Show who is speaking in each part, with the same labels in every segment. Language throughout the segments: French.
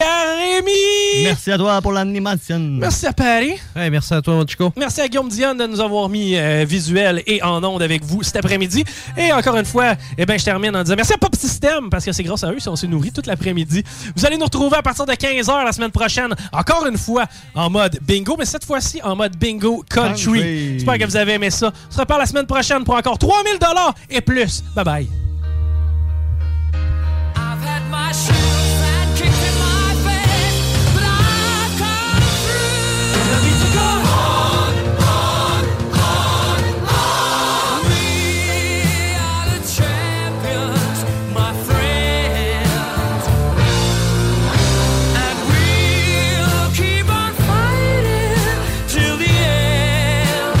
Speaker 1: Jérémy!
Speaker 2: Merci à toi pour l'animation.
Speaker 1: Merci à Paris.
Speaker 2: Hey, merci à toi, mon Chico.
Speaker 1: Merci à Guillaume Dion de nous avoir mis euh, visuel et en ondes avec vous cet après-midi. Et encore une fois, eh ben, je termine en disant merci à Pop System parce que c'est grâce à eux si on s'est nourri toute l'après-midi. Vous allez nous retrouver à partir de 15h la semaine prochaine, encore une fois en mode bingo, mais cette fois-ci en mode bingo country.
Speaker 2: Country.
Speaker 1: J'espère que vous avez aimé ça. On se reparle la semaine prochaine pour encore 3000 dollars et plus. Bye bye.
Speaker 3: I've had my shoes and kicked in my face, but I've come through. Let me go on, on, on, on. We are the champions, my friends, and we'll keep on fighting till the end.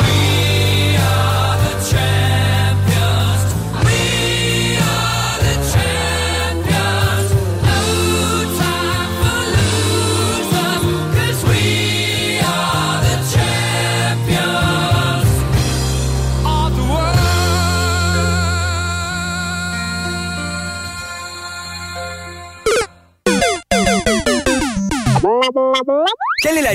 Speaker 3: We are the champions. We are the champions. No time for losers, 'cause we are the champions of the
Speaker 4: Quelle est la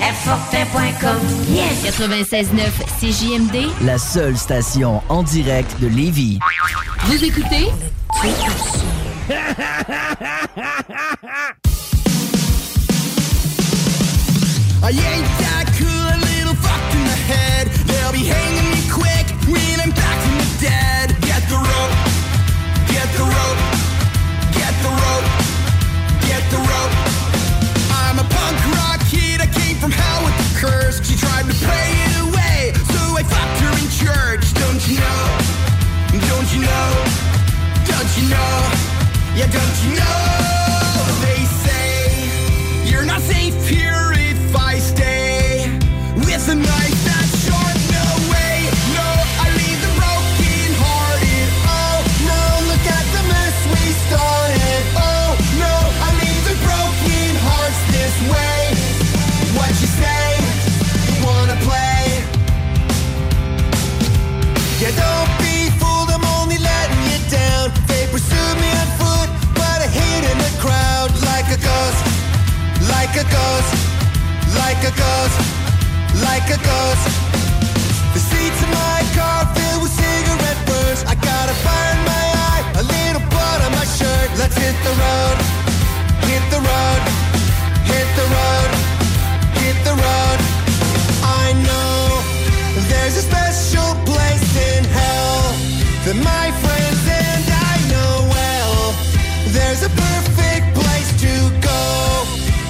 Speaker 5: Airfortin.com, yes.
Speaker 6: 96.9 CJMD.
Speaker 7: La seule station en direct de Lévis.
Speaker 6: Vous écoutez
Speaker 3: I ain't that cool, a little fucked in the head. They'll be hanging me quick when I'm back from the dead. Get the rope, get the rope, get the rope, get the rope. I'm a punk rock kid, I came from hell with the curse. She tried to pray it away, so I fucked her in church. Don't you know? Don't you know? Don't you know? Yeah, don't you know? They say you're not safe here if I stay with a knife that's sharp. No way, no, I leave the broken hearted. Oh no, look at the mess we started. Oh no, I leave the broken hearts this way. What you say? You wanna play? Yeah, don't be fooled, I'm only letting you down. They pursued me on foot, but I hid in the crowd like a ghost, like a ghost, like a ghost, like a ghost. The seats in my car filled with cigarette burns. I got a fire in my eye, a little blood on my shirt. Let's hit the road, hit the road, hit the road, hit the road. I know there's a special place in hell that my friends and I know well. There's a perfect place to go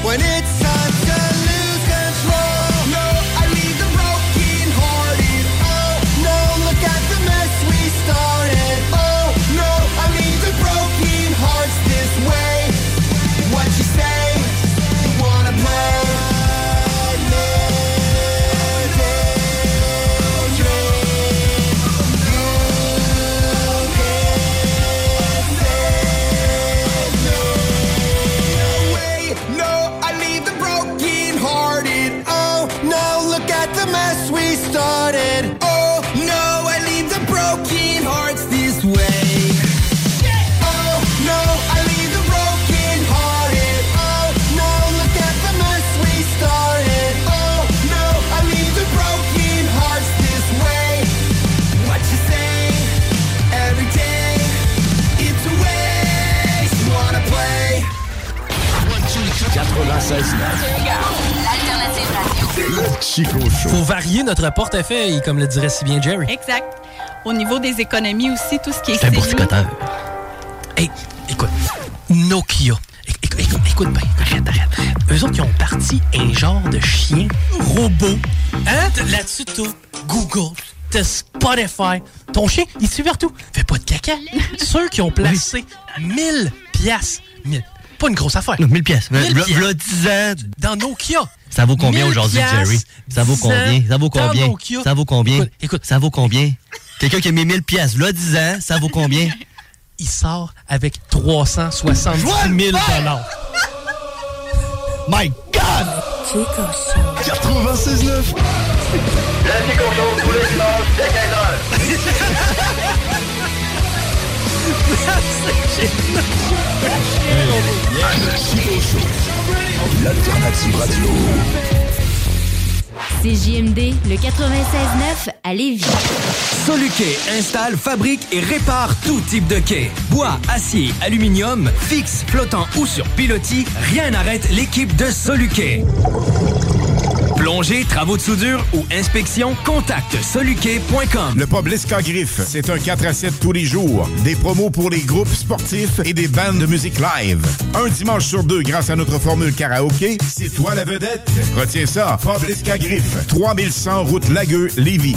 Speaker 3: when it's time to lose control. No, I leave the broken hearted. Oh no, look at the mess we started. Oh no, I leave the broken hearts this way. What you say? You wanna play? No, I leave the broken hearted. Oh, no, look at the mess we started. Oh, no, I leave the broken hearts this way. Oh, no, I leave the broken hearted. Oh, no, look at the mess we started. Oh, no, I leave the broken hearts this way. What you say every day? It's a waste. You wanna play?
Speaker 8: 96.9.
Speaker 1: Chico Faut varier notre portefeuille, comme le dirait si bien Jerry.
Speaker 9: Exact. Au niveau des économies aussi, tout ce qui est
Speaker 1: C'est un
Speaker 9: CELI,
Speaker 1: boursicoteur. Hey, écoute, Nokia. Éc- éc- Écoute, écoute bien, arrête, arrête. Eux autres, ils ont parti un genre de chien robot. Hein? T- Là-dessus, tout. Google, t'as Spotify. Ton chien, il te suit partout. Fais pas de caca. Ceux qui ont placé 1000 piastres, 1000, pas une grosse affaire.
Speaker 2: Non, 1000 pièces. V'là- v'là
Speaker 1: 10 ans. Dans Nokia.
Speaker 2: Ça vaut combien
Speaker 1: 1000
Speaker 2: aujourd'hui,
Speaker 1: piastres,
Speaker 2: Jerry? Ça vaut
Speaker 1: 10 ans,
Speaker 2: combien? Ça vaut
Speaker 1: dans
Speaker 2: combien?
Speaker 1: Nokia.
Speaker 2: Ça vaut combien?
Speaker 1: Écoute,
Speaker 2: Ça vaut combien? Quelqu'un qui a mis 1000 pièces, là, 10 ans, ça vaut combien?
Speaker 1: Il sort avec 370 000
Speaker 2: My God!
Speaker 3: Chico
Speaker 10: 96.9.
Speaker 3: La Chico Show tous les dimanches dès 15h.
Speaker 10: L'alternative radio.
Speaker 5: CJMD, le 96-9 à Lévis.
Speaker 4: Soluquet installe, fabrique et répare tout type de quai. Bois, acier, aluminium, fixe, flottant ou sur pilotis, rien n'arrête l'équipe de Soluquet. Plongée, travaux de soudure ou inspection, contacte soluquet.com.
Speaker 11: Le Poblisca Griffe, c'est un 4 à 7 tous les jours. Des promos pour les groupes sportifs et des bandes de musique live. Un dimanche sur deux grâce à notre formule karaoké, c'est toi la vedette. Retiens ça, Poblisca Griffe, 3100 route Lagueux, Lévis.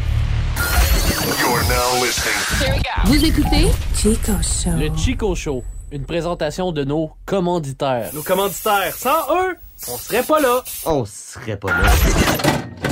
Speaker 10: You're now listening.
Speaker 5: Vous écoutez
Speaker 12: Chico Show. Le Chico Show, une présentation de nos commanditaires. Nos commanditaires, sans eux, on serait pas là.
Speaker 13: On serait pas là.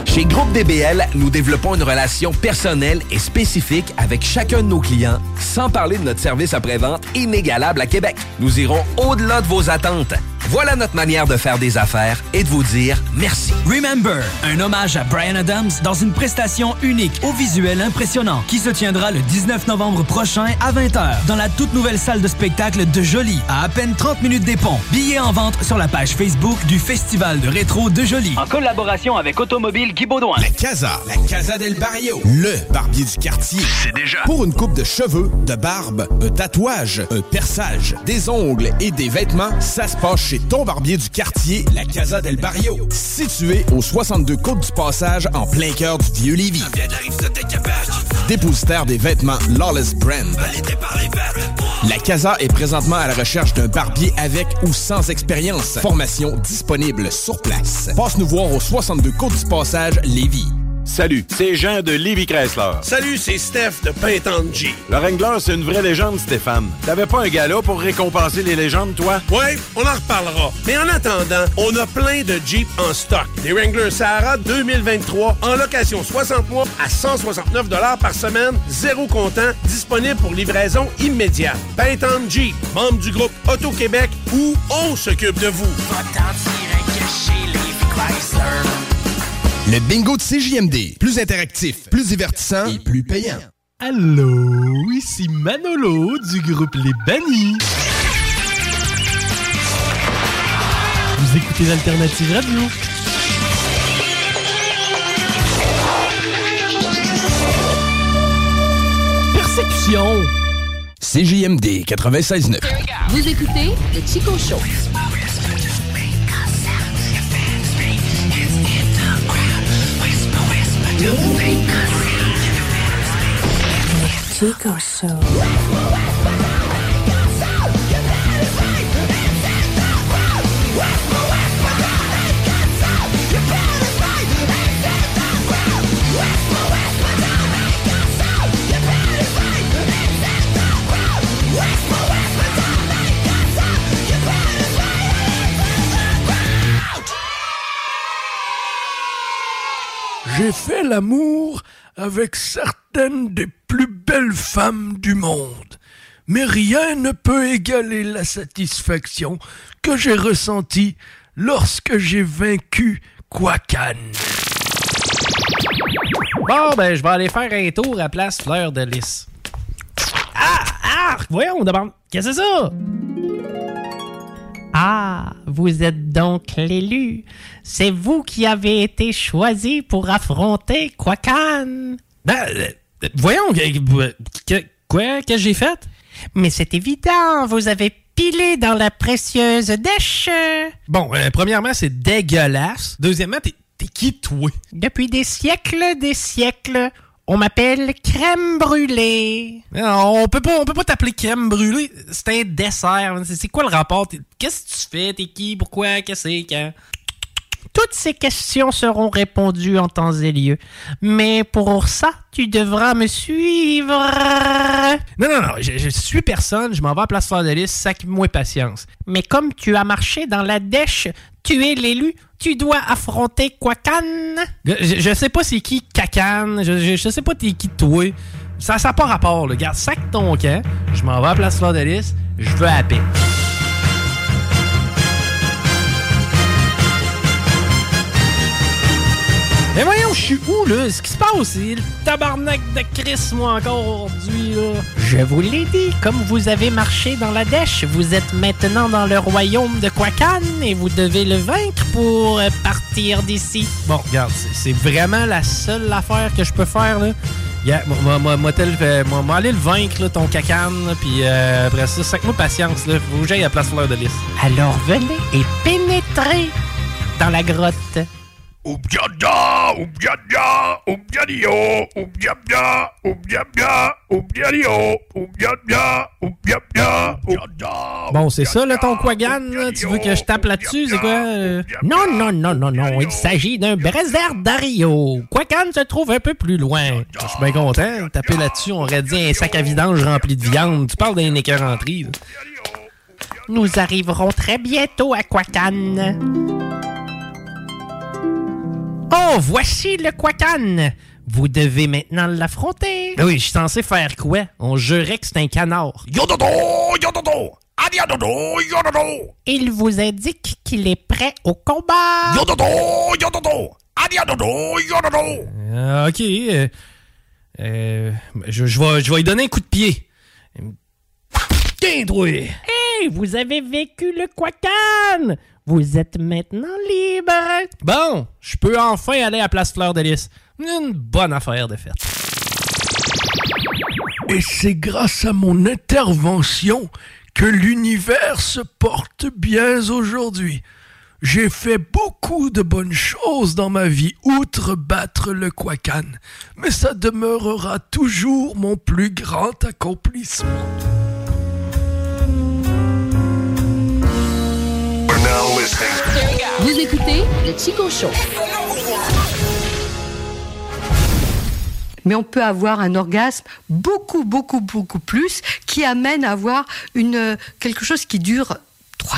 Speaker 13: Chez Groupe DBL, nous développons une relation personnelle et spécifique avec chacun de nos clients, sans parler de notre service après-vente inégalable à Québec. Nous irons au-delà de vos attentes. Voilà notre manière de faire des affaires et de vous dire merci.
Speaker 4: Remember, un hommage à Brian Adams dans une prestation unique au visuel impressionnant qui se tiendra le 19 novembre prochain à 20h dans la toute nouvelle salle de spectacle de Jolie à à peine 30 minutes des ponts. Billets en vente sur la page Facebook du Festival de rétro de Jolie. En collaboration avec Automobile Guy Baudouin. La
Speaker 14: Casa, la Casa del Barrio, le barbier du quartier. C'est déjà. Pour une coupe de cheveux, de barbe, un tatouage, un perçage, des ongles et des vêtements, ça se passe chez ton barbier du quartier, la Casa del Barrio. Situé au 62 Côte du Passage, en plein cœur du vieux Lévis. Dépositaire des vêtements Lawless Brand. La Casa est présentement à la recherche d'un barbier avec ou sans expérience. Formation disponible sur place. Passe nous voir au 62 Côte du Passage, Lévis.
Speaker 15: Salut, c'est Jean de Livy Chrysler. Salut, c'est Steph de G. Le Wrangler, c'est une vraie légende, Stéphane. T'avais pas un gala pour récompenser les légendes, toi?
Speaker 16: Ouais, on en reparlera. Mais en attendant, on a plein de Jeep en stock. Des Wrangler Sahara 2023 en location 60 mois à 169 par semaine, zéro comptant, disponible pour livraison immédiate. Payton Jeep, membre du groupe Auto-Québec, où on s'occupe de vous.
Speaker 14: Le bingo de CJMD, plus interactif, plus divertissant et plus payant.
Speaker 17: Allô, ici Manolo du groupe Les Bannis.
Speaker 1: Vous écoutez l'Alternative Radio.
Speaker 14: Perception. CJMD 96.9.
Speaker 5: Vous écoutez le Chico Show.
Speaker 18: Chico Show.
Speaker 19: J'ai fait l'amour avec certaines des plus belles femmes du monde. Mais rien ne peut égaler la satisfaction que j'ai ressentie lorsque j'ai vaincu Kwakan.
Speaker 1: Bon, ben, je vais aller faire un tour à place Fleur de Lys. Ah! Ah! Voyons, d'abord. Qu'est-ce que c'est ça?
Speaker 20: Ah, vous êtes donc l'élu. C'est vous qui avez été choisi pour affronter Kwakan.
Speaker 1: Ben, euh, voyons, euh, que- quoi? Qu'est-ce que j'ai fait?
Speaker 20: Mais c'est évident, vous avez pilé dans la précieuse dèche.
Speaker 1: Bon, euh, premièrement, c'est dégueulasse. Deuxièmement, t'es t'es qui, toi?
Speaker 20: Depuis des siècles, des siècles, on m'appelle crème brûlée.
Speaker 1: Non, on peut pas, on peut pas t'appeler crème brûlée. C'est un dessert. C'est c'est quoi le rapport? T'es- Qu'est-ce que tu fais? T'es qui? Pourquoi? Qu'est-ce que c'est? Quand?
Speaker 20: Toutes ces questions seront répondues en temps et lieu. Mais pour ça, tu devras me suivre.
Speaker 1: Non, non, non. Je, je suis personne. Je m'en vais à place Fleur de Lys. Sac-moi patience.
Speaker 20: Mais comme tu as marché dans la dèche, tu es l'élu, tu dois affronter Kwakan.
Speaker 1: Je, je sais pas c'est qui Kakan. Je, je, je sais pas t'es qui toi. Ça n'a pas rapport, le Garde, sac ton camp. Je m'en vais à place Fleur de Lys. Je veux la paix. Mais voyons, je suis où, là? Ce qui se passe, c'est le tabarnak de Chris, moi, encore aujourd'hui, là.
Speaker 20: Je vous l'ai dit, comme vous avez marché dans la dèche, vous êtes maintenant dans le royaume de Kwakan et vous devez le vaincre pour euh, partir d'ici.
Speaker 1: Bon, regarde, c'est- c'est vraiment la seule affaire que je peux faire, là. Yeah, moi, moi, moi, moi, tel- euh, moi, moi, aller le vaincre, là, ton cacane, là, puis euh, après ça, sac-moi patience, là. Faut que j'aille à Place Fleur de Lys.
Speaker 20: Alors venez et pénétrez dans la grotte.
Speaker 21: Oubdiada, oubdiada, oubdiadio, oubdiabia, oubdiabia, oubdiadio, oubdiabia, oubdiabia, oubdiada.
Speaker 1: Bon, c'est ça, là, ton Quagan, là? Tu veux que je tape là-dessus? C'est quoi? euh?
Speaker 20: Non, non, non, non, non, il s'agit d'un brésard d'Ario. Kwakan se trouve un peu plus loin.
Speaker 1: Je suis bien content. de Taper là-dessus, on aurait dit un sac à vidange rempli de viande. Tu parles d'un écœuranterie, là.
Speaker 20: Nous arriverons très bientôt à Kwakan. Oh, voici le Kwakan. Vous devez maintenant l'affronter.
Speaker 1: Ah Oui, je suis censé faire quoi? On jurait que c'est un canard.
Speaker 21: Yododo, yododo,
Speaker 3: Adiadodo, yododo,
Speaker 20: Il vous indique qu'il est prêt au combat.
Speaker 3: yododo, yododo, adiadodo, yododo.
Speaker 22: Ah, ok. euh, euh, je, je vais, je vais lui donner un coup de pied. Tiens, troué!
Speaker 20: Hey, vous avez vécu le Quacan! Vous êtes maintenant libre!
Speaker 1: Bon, je peux enfin aller à Place Fleur de Lys. Une bonne affaire de fête.
Speaker 19: Et c'est grâce à mon intervention que l'univers se porte bien aujourd'hui. J'ai fait beaucoup de bonnes choses dans ma vie, outre battre le Quacan, mais ça demeurera toujours mon plus grand accomplissement.
Speaker 5: Vous écoutez le Chico Show.
Speaker 21: Mais on peut avoir un orgasme beaucoup, beaucoup, beaucoup plus qui amène à avoir une, euh, quelque chose qui dure trois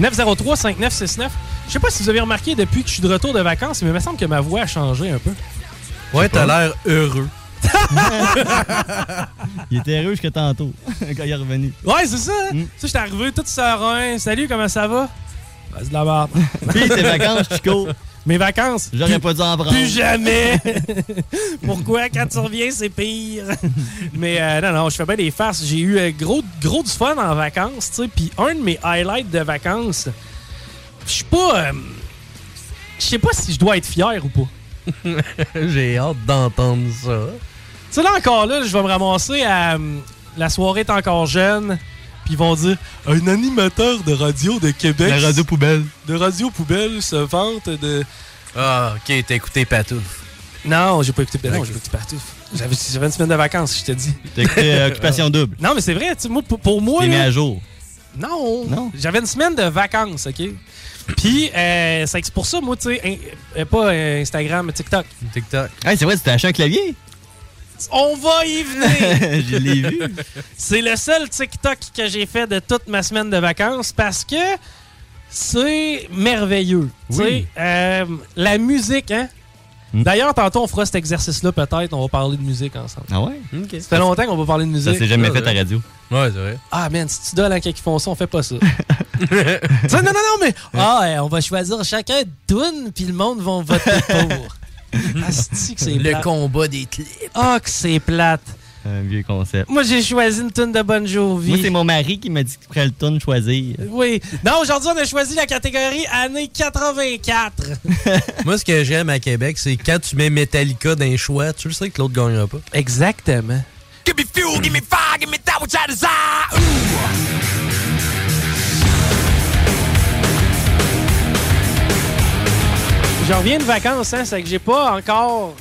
Speaker 1: 418-903-5969. Je sais pas si vous avez remarqué depuis que je suis de retour de vacances, mais il me semble que ma voix a changé un peu.
Speaker 12: Ouais, t'as l'air heureux.
Speaker 2: Il était heureux jusqu'à tantôt, quand il est revenu.
Speaker 1: Ouais, c'est ça.
Speaker 12: Mm.
Speaker 1: Ça, j'étais arrivé tout serein. Salut, comment ça va? Bah, c'est de la merde.
Speaker 2: Puis tes vacances, Chico.
Speaker 1: Mes vacances?
Speaker 2: J'aurais pas dû en prendre.
Speaker 1: Plus jamais! Pourquoi? Quand tu reviens, c'est pire. Mais euh, non, non, je fais bien des farces. J'ai eu euh, gros, gros du fun en vacances, tu sais. Puis un de mes highlights de vacances, je suis pas... euh, je sais pas si je dois être fier ou pas.
Speaker 12: J'ai hâte d'entendre ça.
Speaker 1: Tu sais, là encore, là, je vais me ramasser à. hum, la soirée est encore jeune. Puis ils vont dire Un animateur de radio de Québec.
Speaker 12: La radio poubelle.
Speaker 1: De radio poubelle se vante de.
Speaker 12: Ah, ok, t'as écouté Patouf.
Speaker 1: Non, j'ai pas écouté Ben non, j'ai pas écouté Patouf. J'avais j'avais une semaine de vacances, je te dis.
Speaker 2: T'as écouté euh, Occupation Double.
Speaker 1: Non, mais c'est vrai, tu sais, moi, pour, pour moi.
Speaker 2: T'es mis
Speaker 1: là-
Speaker 2: à jour.
Speaker 1: Non. J'avais une semaine de vacances, OK? Puis, euh, c'est c'est pour ça, moi, tu sais, in- euh, pas euh, Instagram, TikTok.
Speaker 12: TikTok.
Speaker 2: Hey, c'est vrai, tu t'es acheté un clavier?
Speaker 1: On va y venir.
Speaker 2: Je l'ai vu.
Speaker 1: C'est le seul TikTok que j'ai fait de toute ma semaine de vacances parce que c'est merveilleux. Tu sais,
Speaker 2: Oui. Hmm.
Speaker 1: euh, la musique, hein? D'ailleurs, tantôt, on fera cet exercice-là, peut-être. On va parler de musique ensemble.
Speaker 2: Ah ouais?
Speaker 1: Ça fait longtemps qu'on va parler de musique.
Speaker 2: Ça s'est jamais fait à radio.
Speaker 12: Ouais, c'est vrai.
Speaker 1: Ah, man, si tu dois à qui font ça, on fait pas ça. Tu sais, non, non, non, mais. Ah, ouais, on va choisir chacun Dune, puis le monde va voter pour. Asti que c'est
Speaker 2: Le
Speaker 1: combat des clips. Ah, que c'est plate.
Speaker 2: Un vieux concept.
Speaker 1: Moi, j'ai choisi une tune de Bon Jovi.
Speaker 2: Moi, c'est mon mari qui m'a dit qu'il ferait le tourne choisir.
Speaker 1: Oui. Non, aujourd'hui, on a choisi la catégorie année 84.
Speaker 12: Moi, ce que j'aime à Québec, c'est quand tu mets Metallica dans les choix, tu le sais que l'autre gagnera pas.
Speaker 1: Exactement.
Speaker 3: Give me fuel, give me fire, give me that which I desire. Ooh.
Speaker 1: Je reviens de vacances, hein, c'est que j'ai pas encore.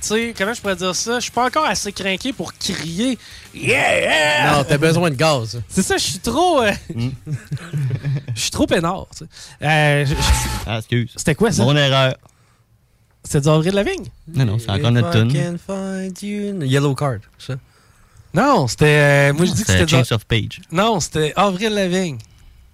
Speaker 1: Tu sais, comment je pourrais dire ça? Je suis pas encore assez craqué pour crier. Yeah! yeah!
Speaker 12: Non, t'as besoin de gaz.
Speaker 1: C'est ça, je suis trop. euh,
Speaker 23: Hmm.
Speaker 1: Je suis trop peinard. tu sais. Euh, je- je-
Speaker 23: Ah, excuse.
Speaker 1: C'était quoi ça?
Speaker 23: Mon erreur.
Speaker 1: C'était du Avril Lavigne?
Speaker 23: Non, non, c'est encore notre tune.
Speaker 12: Yellow Card, ça.
Speaker 1: Non, c'était. euh, moi, je dis que c'était.
Speaker 23: C'est
Speaker 1: du-
Speaker 23: Change of Page.
Speaker 1: Non, c'était Avril Lavigne.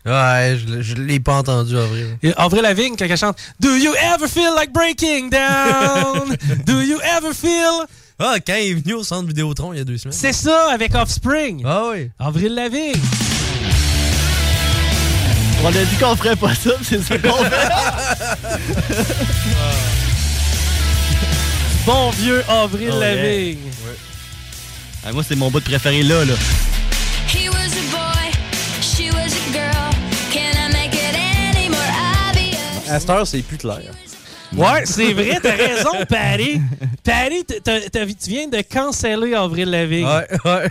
Speaker 12: Ouais, je, l'ai- je l'ai pas entendu, Avril.
Speaker 1: Et Avril Lavigne, quand elle chante Do you ever feel like breaking down? Do you ever feel.
Speaker 12: Ah, quand il est venu au centre Vidéotron il y a deux semaines.
Speaker 1: C'est ça, avec Offspring.
Speaker 12: Ah oui.
Speaker 1: Avril Lavigne.
Speaker 23: On a dit qu'on ferait pas ça, c'est ça qu'on
Speaker 12: Ah.
Speaker 1: Bon vieux Avril
Speaker 23: Oh, yeah.
Speaker 1: Lavigne.
Speaker 23: Ah, moi, c'est mon bout de préféré là, là.
Speaker 21: He was a boy, she was a girl. Can I make it any more obvious?
Speaker 24: À cette heure, c'est plus clair.
Speaker 1: Ouais, c'est vrai, t'as raison, Paris. Paris, t'as- t'as- t'as- tu viens de canceller Avril Lavigne. Ouais,
Speaker 12: ouais.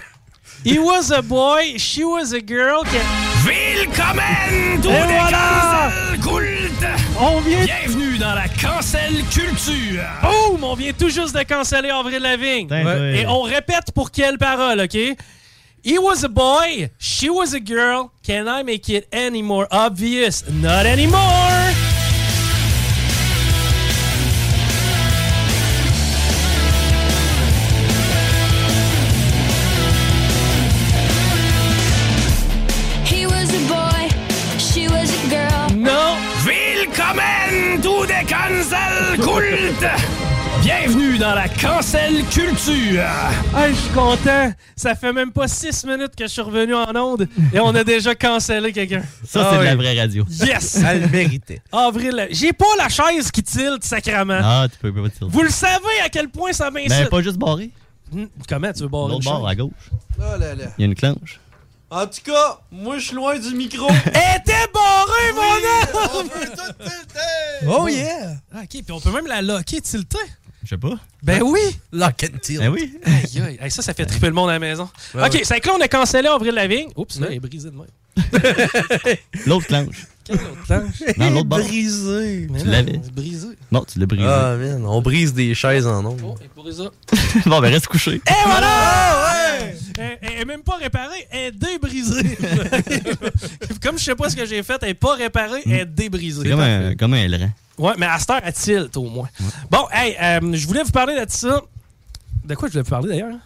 Speaker 1: He was a boy, she was a girl. Can...
Speaker 24: Willkommen
Speaker 1: Et voilà! On vient...
Speaker 24: Bienvenue dans la cancel culture!
Speaker 1: Boum! On vient tout juste de canceller Avril Lavigne.
Speaker 24: ouais.
Speaker 1: Et on répète pour quelle parole, OK? He was a boy, she was a girl. Can I make it any more obvious? Not anymore!
Speaker 21: He was a boy, she was a girl.
Speaker 1: No!
Speaker 24: Willkommen to the cancel cult! Bienvenue dans la cancel culture!
Speaker 1: Hey, je suis content. Ça fait même pas six minutes que je suis revenu en onde et on a déjà cancellé quelqu'un.
Speaker 23: Ça, c'est de la vraie radio.
Speaker 1: Ah Yes!
Speaker 23: Elle le méritait.
Speaker 1: Avril, j'ai pas la chaise qui tilte, sacrament.
Speaker 23: Ah, tu peux pas dire
Speaker 1: Vous le savez à quel point ça m'incite.
Speaker 23: Ben, pas juste barré.
Speaker 1: Hmm, Comment tu veux barrer
Speaker 23: L'autre
Speaker 1: une chaise?
Speaker 23: bord, à gauche.
Speaker 24: Là, là, là.
Speaker 23: Il y a une clenche.
Speaker 24: En tout cas, moi, je suis loin du micro.
Speaker 1: était barré, mon
Speaker 24: homme! On veut tout tilter!
Speaker 1: Oh yeah! Ah, ok, puis on peut même la locker tilter.
Speaker 23: Je sais pas.
Speaker 1: Ben oui!
Speaker 12: Lock and tilt.
Speaker 23: Ben oui.
Speaker 1: Aïe, aïe, aïe, ça, ça fait triper le monde à la maison.
Speaker 23: Ouais,
Speaker 1: ok,
Speaker 23: ouais.
Speaker 1: c'est que là, on a cancellé Avril Lavigne. Oups, là, elle est brisée de même.
Speaker 23: L'autre clenche.
Speaker 1: Quelle autre planche?
Speaker 23: Non, l'autre bord.
Speaker 12: Brisé.
Speaker 23: Tu l'avais.
Speaker 1: Brisé.
Speaker 23: Non, tu l'as brisé.
Speaker 12: Ah, man, on brise des chaises en Eh ondes.
Speaker 24: Oh,
Speaker 23: bon, ben, reste couché.
Speaker 1: Et Eh, voilà! Elle, elle est même pas réparée, elle est débrisée. Comme je sais pas ce que j'ai fait, elle est pas réparée, elle est débrisée.
Speaker 23: C'est comme un, comme un aileron.
Speaker 1: Ouais, mais à cette heure, elle tilt au moins. Bon, hey, euh, je voulais vous parler de ça. De quoi je voulais vous parler d'ailleurs?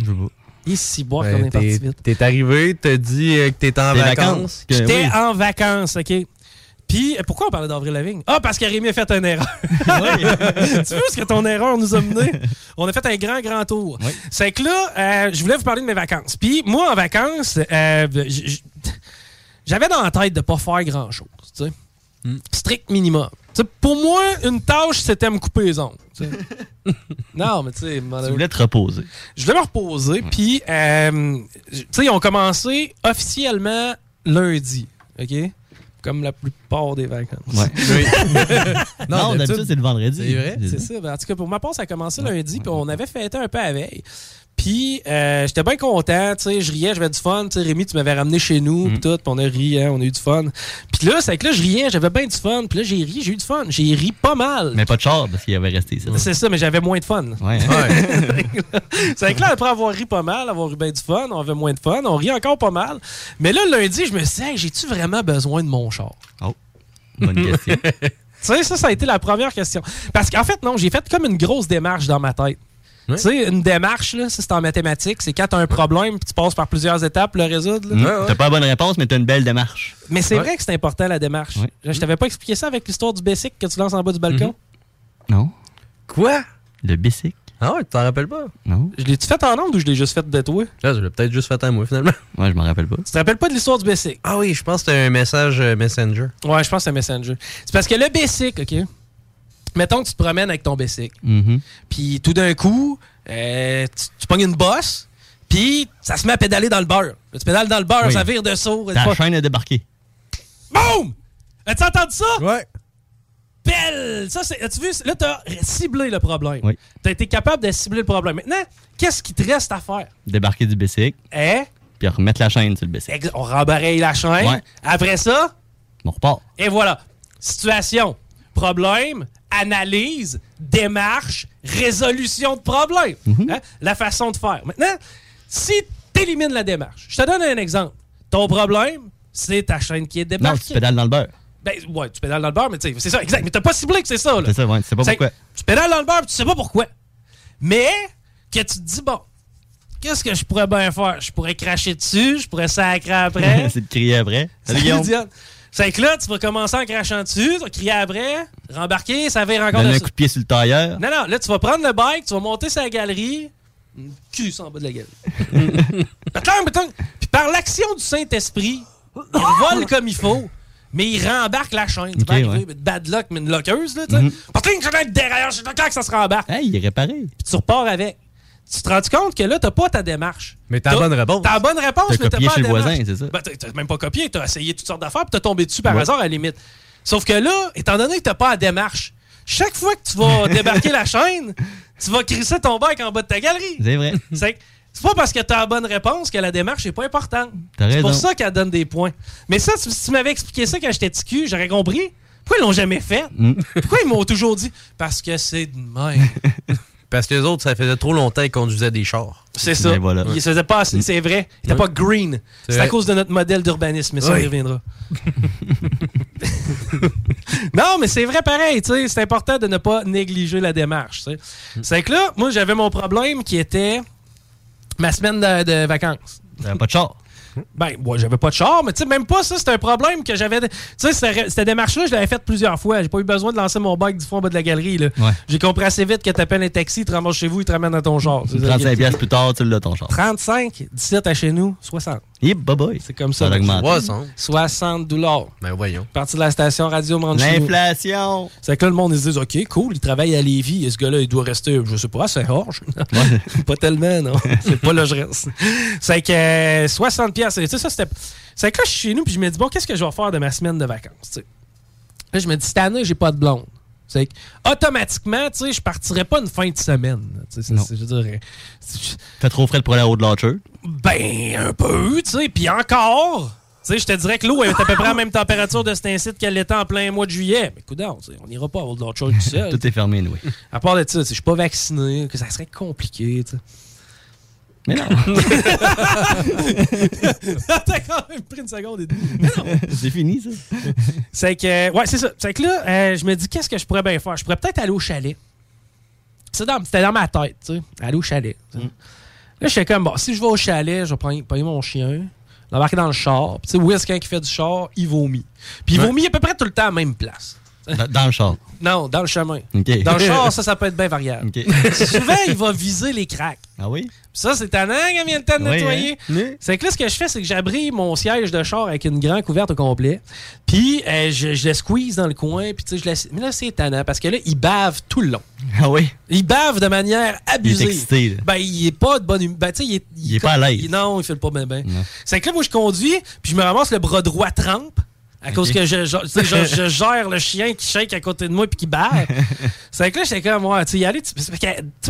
Speaker 23: Je veux pas.
Speaker 1: Ici, boire
Speaker 12: Ben,
Speaker 1: qu'on est parti
Speaker 12: t'es-
Speaker 1: vite.
Speaker 12: T'es arrivé, t'as dit euh, que t'étais en
Speaker 1: Des
Speaker 12: vacances.
Speaker 1: J'étais en vacances, OK? Puis, euh, pourquoi on parlait d'Avril Lavigne? Ah, parce que Rémi a fait une erreur. tu vois ce que ton erreur nous a mené? On a fait un grand, grand tour. C'est que là, euh, je voulais vous parler de mes vacances. Puis, moi, en vacances, euh, j- j- j'avais dans la tête de pas faire grand-chose, tu sais.
Speaker 23: Hmm.
Speaker 1: Strict minimum. Tu sais, pour moi, une tâche, c'était me couper les ongles. tu sais. non, mais tu sais...
Speaker 23: Tu voulais te reposer.
Speaker 1: Je voulais me reposer, puis, euh, tu sais, ils ont commencé officiellement lundi, OK? Comme la plupart des vacances.
Speaker 23: Oui. Non, Non, d'habitude, d'habitude, c'est le vendredi.
Speaker 1: C'est vrai?
Speaker 23: C'est
Speaker 1: C'est ça. Ben, en tout cas, pour ma part, ça a commencé lundi, puis on avait fêté un peu la veille. Puis, euh, j'étais bien content, tu sais, je riais, j'avais du fun. Tu sais, Rémi, tu m'avais ramené chez nous, puis tout, puis on a ri, hein, on a eu du fun. Puis là, c'est que là, je riais, j'avais bien du fun, puis là, j'ai ri, j'ai eu du fun. J'ai ri pas mal.
Speaker 23: Mais pas de char, parce qu'il avait resté ça.
Speaker 1: C'est ça, mais j'avais moins de fun.
Speaker 23: Mm. Ouais.
Speaker 1: C'est que là, après avoir ri pas mal, avoir eu bien du fun, on avait moins de fun, on rit encore pas mal. Mais là, lundi, je me suis dit, Hey, j'ai-tu vraiment besoin de mon char?
Speaker 23: Oh, bonne question.
Speaker 1: tu sais, ça, ça a été la première question. Parce qu'en fait, non, j'ai fait comme une grosse démarche dans ma tête. Tu sais, une démarche, là, ça, c'est en mathématiques, c'est quand t'as un problème, puis tu passes par plusieurs étapes pour le résoudre. là.
Speaker 23: T'as pas la bonne réponse, mais t'as une belle démarche.
Speaker 1: Mais c'est
Speaker 23: Ouais.
Speaker 1: vrai que c'est important, la démarche. Je t'avais pas expliqué ça avec l'histoire du basic que tu lances en bas du
Speaker 23: Mm-hmm.
Speaker 1: balcon?
Speaker 23: Non.
Speaker 12: Quoi?
Speaker 23: Le bicycle.
Speaker 12: Ah ouais, tu t'en rappelles pas?
Speaker 23: Non.
Speaker 1: Je l'ai-tu fait en onde ou je l'ai juste fait de toi?
Speaker 12: Là, je l'ai peut-être juste fait à moi, finalement.
Speaker 23: Ouais, je m'en rappelle pas.
Speaker 1: Tu te rappelles pas de l'histoire du basic?
Speaker 12: Ah oui, je pense que c'était un message euh, Messenger.
Speaker 1: Ouais, je pense que c'est Messenger. C'est parce que le basic, OK? Mettons que tu te promènes avec ton basic.
Speaker 23: Mm-hmm.
Speaker 1: Puis tout d'un coup, euh, tu, tu pognes une bosse, puis ça se met à pédaler dans le beurre. Là, tu pédales dans le beurre,
Speaker 23: Oui.
Speaker 1: ça vire de sourd. et
Speaker 23: Ta
Speaker 1: pas-
Speaker 23: chaîne a débarqué.
Speaker 1: Boum! As-tu entendu ça? Ouais. Belle! Ça, c'est. As-tu vu? Là, t'as ciblé le problème.
Speaker 23: Oui.
Speaker 1: T'as été capable de cibler le problème. Maintenant, qu'est-ce qui te reste à faire?
Speaker 23: Débarquer du bicycle,
Speaker 1: Hein?
Speaker 23: puis remettre la chaîne sur le bicycle.
Speaker 1: Ex- Hein? On rembarraille la chaîne.
Speaker 23: Ouais.
Speaker 1: Après ça,
Speaker 23: On repart.
Speaker 1: et voilà. Situation. problème, analyse, démarche, résolution de problème.
Speaker 23: Mhm.
Speaker 1: Hein? La façon de faire. Maintenant, si tu élimines la démarche, je te donne un exemple. Ton problème, c'est ta chaîne qui est
Speaker 23: Non,
Speaker 1: démarquée.
Speaker 23: tu pédales dans le beurre.
Speaker 1: Ben, ouais, tu pédales dans le beurre, mais tu sais, c'est ça, exact. Mais t'as pas ciblé que c'est ça, là.
Speaker 23: C'est ça, ouais, tu sais pas
Speaker 1: C'est-
Speaker 23: pourquoi.
Speaker 1: Tu pédales dans le beurre, puis tu sais pas pourquoi. Mais, que tu te dis, bon, qu'est-ce que je pourrais bien faire? Je pourrais cracher dessus, je pourrais sacrer après.
Speaker 23: c'est de crier après.
Speaker 1: C'est
Speaker 23: Guillaume.
Speaker 1: idiot. C'est que là, tu vas commencer en crachant dessus, tu vas crier après, rembarquer, ça vire encore
Speaker 23: Donne
Speaker 1: de
Speaker 23: un
Speaker 1: ça.
Speaker 23: coup de pied sur Ben, le tailleur.
Speaker 1: Non, non, là, tu vas prendre le bike, tu vas monter sa galerie, cul en bas de la galerie. Patang, patang. Puis par l'action du Saint-Esprit, il vole comme il faut, mais il rembarque la chaîne. Tu
Speaker 23: Ok,
Speaker 1: vas arriver,
Speaker 23: ouais. Mm-hmm.
Speaker 1: mais de bad luck, mais une lockeuse, là, tu sais. Patang, je vais être derrière, je suis d'accord que ça se rembarque.
Speaker 23: Hey, il est réparé.
Speaker 1: Puis tu repars avec. Tu te rends compte que là, t'as pas ta démarche.
Speaker 23: Mais t'as la bonne réponse.
Speaker 1: T'as la bonne réponse,
Speaker 23: T'as
Speaker 1: mais t'as
Speaker 23: copié
Speaker 1: pas
Speaker 23: chez
Speaker 1: la
Speaker 23: le
Speaker 1: démarche.
Speaker 23: voisin, c'est ça.
Speaker 1: Ben, t'as- t'as même pas copié, t'as essayé toutes sortes d'affaires, puis t'as tombé dessus par
Speaker 23: Ouais.
Speaker 1: hasard à la limite. Sauf que là, étant donné que t'as pas la démarche, chaque fois que tu vas débarquer la chaîne, tu vas crisser ton bac en bas de ta galerie.
Speaker 23: C'est vrai.
Speaker 1: C'est que c'est pas parce que t'as la bonne réponse que la démarche est pas importante.
Speaker 23: T'as
Speaker 1: C'est pour
Speaker 23: raison.
Speaker 1: ça qu'elle donne des points. Mais ça, si si tu m'avais expliqué ça quand j'étais petit cul, j'aurais compris. Pourquoi ils l'ont jamais fait?
Speaker 23: Mm.
Speaker 1: Pourquoi ils m'ont toujours dit parce que c'est de même?
Speaker 12: Parce que les autres, ça faisait trop longtemps qu'ils conduisaient des chars. ben
Speaker 1: C'est
Speaker 23: Ben,
Speaker 1: ça. Il se faisait pas assez, c'est vrai. Il était
Speaker 12: Ouais.
Speaker 1: pas green.
Speaker 12: C'est
Speaker 1: C'est à
Speaker 12: vrai.
Speaker 1: cause de notre modèle d'urbanisme, mais ça, on y
Speaker 12: Ouais.
Speaker 1: reviendra. non, mais c'est vrai pareil, tu sais. C'est important de ne pas négliger la démarche, tu sais. C'est que là, moi, j'avais mon problème qui était ma semaine de, de vacances.
Speaker 23: T'avais pas de char.
Speaker 1: Ben, ouais, j'avais pas de char, mais tu sais, même pas ça, c'est un problème que j'avais. Tu sais, cette- cette démarche-là, je l'avais faite plusieurs fois. J'ai pas eu besoin de lancer mon bike du fond en bas de la galerie, là.
Speaker 23: Ouais.
Speaker 1: J'ai compris assez vite que t'appelles un taxi, il te ramasse chez vous, il te ramène à ton char. C'est ça,
Speaker 23: 35 piastres plus tard, tu l'as ton char.
Speaker 1: 35, 17 à chez nous, 60.
Speaker 23: Hip, bye bye.
Speaker 1: C'est comme ça.
Speaker 23: Ça augmente.
Speaker 1: 60. 60 dollars. Ben voyons. Parti de la station Radio Manchester.
Speaker 23: L'inflation.
Speaker 1: C'est que là, le monde, ils se disent, OK, cool, il travaille à Lévis. Et ce gars-là, il doit rester, je sais pas, à Saint-Georges. pas tellement, non. C'est pas là, que je reste. C'est que euh, 60 pièces. Tu sais, ça, c'était. C'est que là, je suis chez nous, puis je me dis, bon, qu'est-ce que je vais faire de ma semaine de vacances, tu sais? Là, je me dis, cette année, j'ai pas de blonde. C'est que, automatiquement, tu sais, je partirais pas une fin de semaine. là. Tu sais, c'est- c'est- je veux dire,
Speaker 23: T'as trop frais pour aller à haut de l'Archer.
Speaker 1: ben, un peu, tu sais. Puis encore, tu sais, je te dirais que l'eau est à peu près à la même température de cet incite qu'elle l'était en plein mois de juillet. Mais coudonc, tu sais, on n'ira pas avoir de l'autre chose tout seul.
Speaker 23: Tout est fermé, oui.
Speaker 1: À part de ça, tu sais, je suis pas vacciné, que ça serait compliqué, tu sais.
Speaker 23: Mais non.
Speaker 1: T'as quand même pris une seconde et demie. Mais non.
Speaker 23: C'est fini, ça.
Speaker 1: C'est que, ouais, c'est ça. C'est que là, euh, je me dis, qu'est-ce que je pourrais bien faire? Je pourrais peut-être aller au chalet. C'est dans- C'était dans ma tête, tu sais, aller au chalet. tu sais. Là, j'étais comme, bon, si je vais au chalet, je vais prendre, prendre mon chien, l'embarquer dans le char. Puis, tu sais, où est-ce qu'il fait du char? Il vomit. Puis, il vomit à peu près tout le temps à la même place.
Speaker 23: Dans, dans le char.
Speaker 1: Non, dans le chemin.
Speaker 23: OK.
Speaker 1: Dans le char, ça, ça peut être bien variable.
Speaker 23: OK.
Speaker 1: Souvent, il va viser les cracks.
Speaker 23: Ah oui?
Speaker 1: Ça, c'est tannant quand vient le temps de
Speaker 23: Oui,
Speaker 1: nettoyer.
Speaker 23: hein? Oui.
Speaker 1: C'est que là, ce que je fais, c'est que j'abris mon siège de char avec une grande couverte au complet. Puis, euh, je, je le squeeze dans le coin. Puis, tu sais, je laisse. Mais là, c'est tannant parce que là, il bave tout le long.
Speaker 23: Ah oui?
Speaker 1: Il bave de manière abusée.
Speaker 23: excité, là.
Speaker 1: Ben, il est pas de bonne humeur. Ben, tu sais, il est.
Speaker 23: Il est pas à l'aise.
Speaker 1: il- Non, il fait pas bien, bien. C'est que là, moi, je conduis, puis je me ramasse le bras droit trempe. À cause que je, je- tu sais, je- je gère le chien qui shake à côté de moi puis qui barre. C'est que là, j'étais comme, ouais, tu sais, y aller, tu tu sais,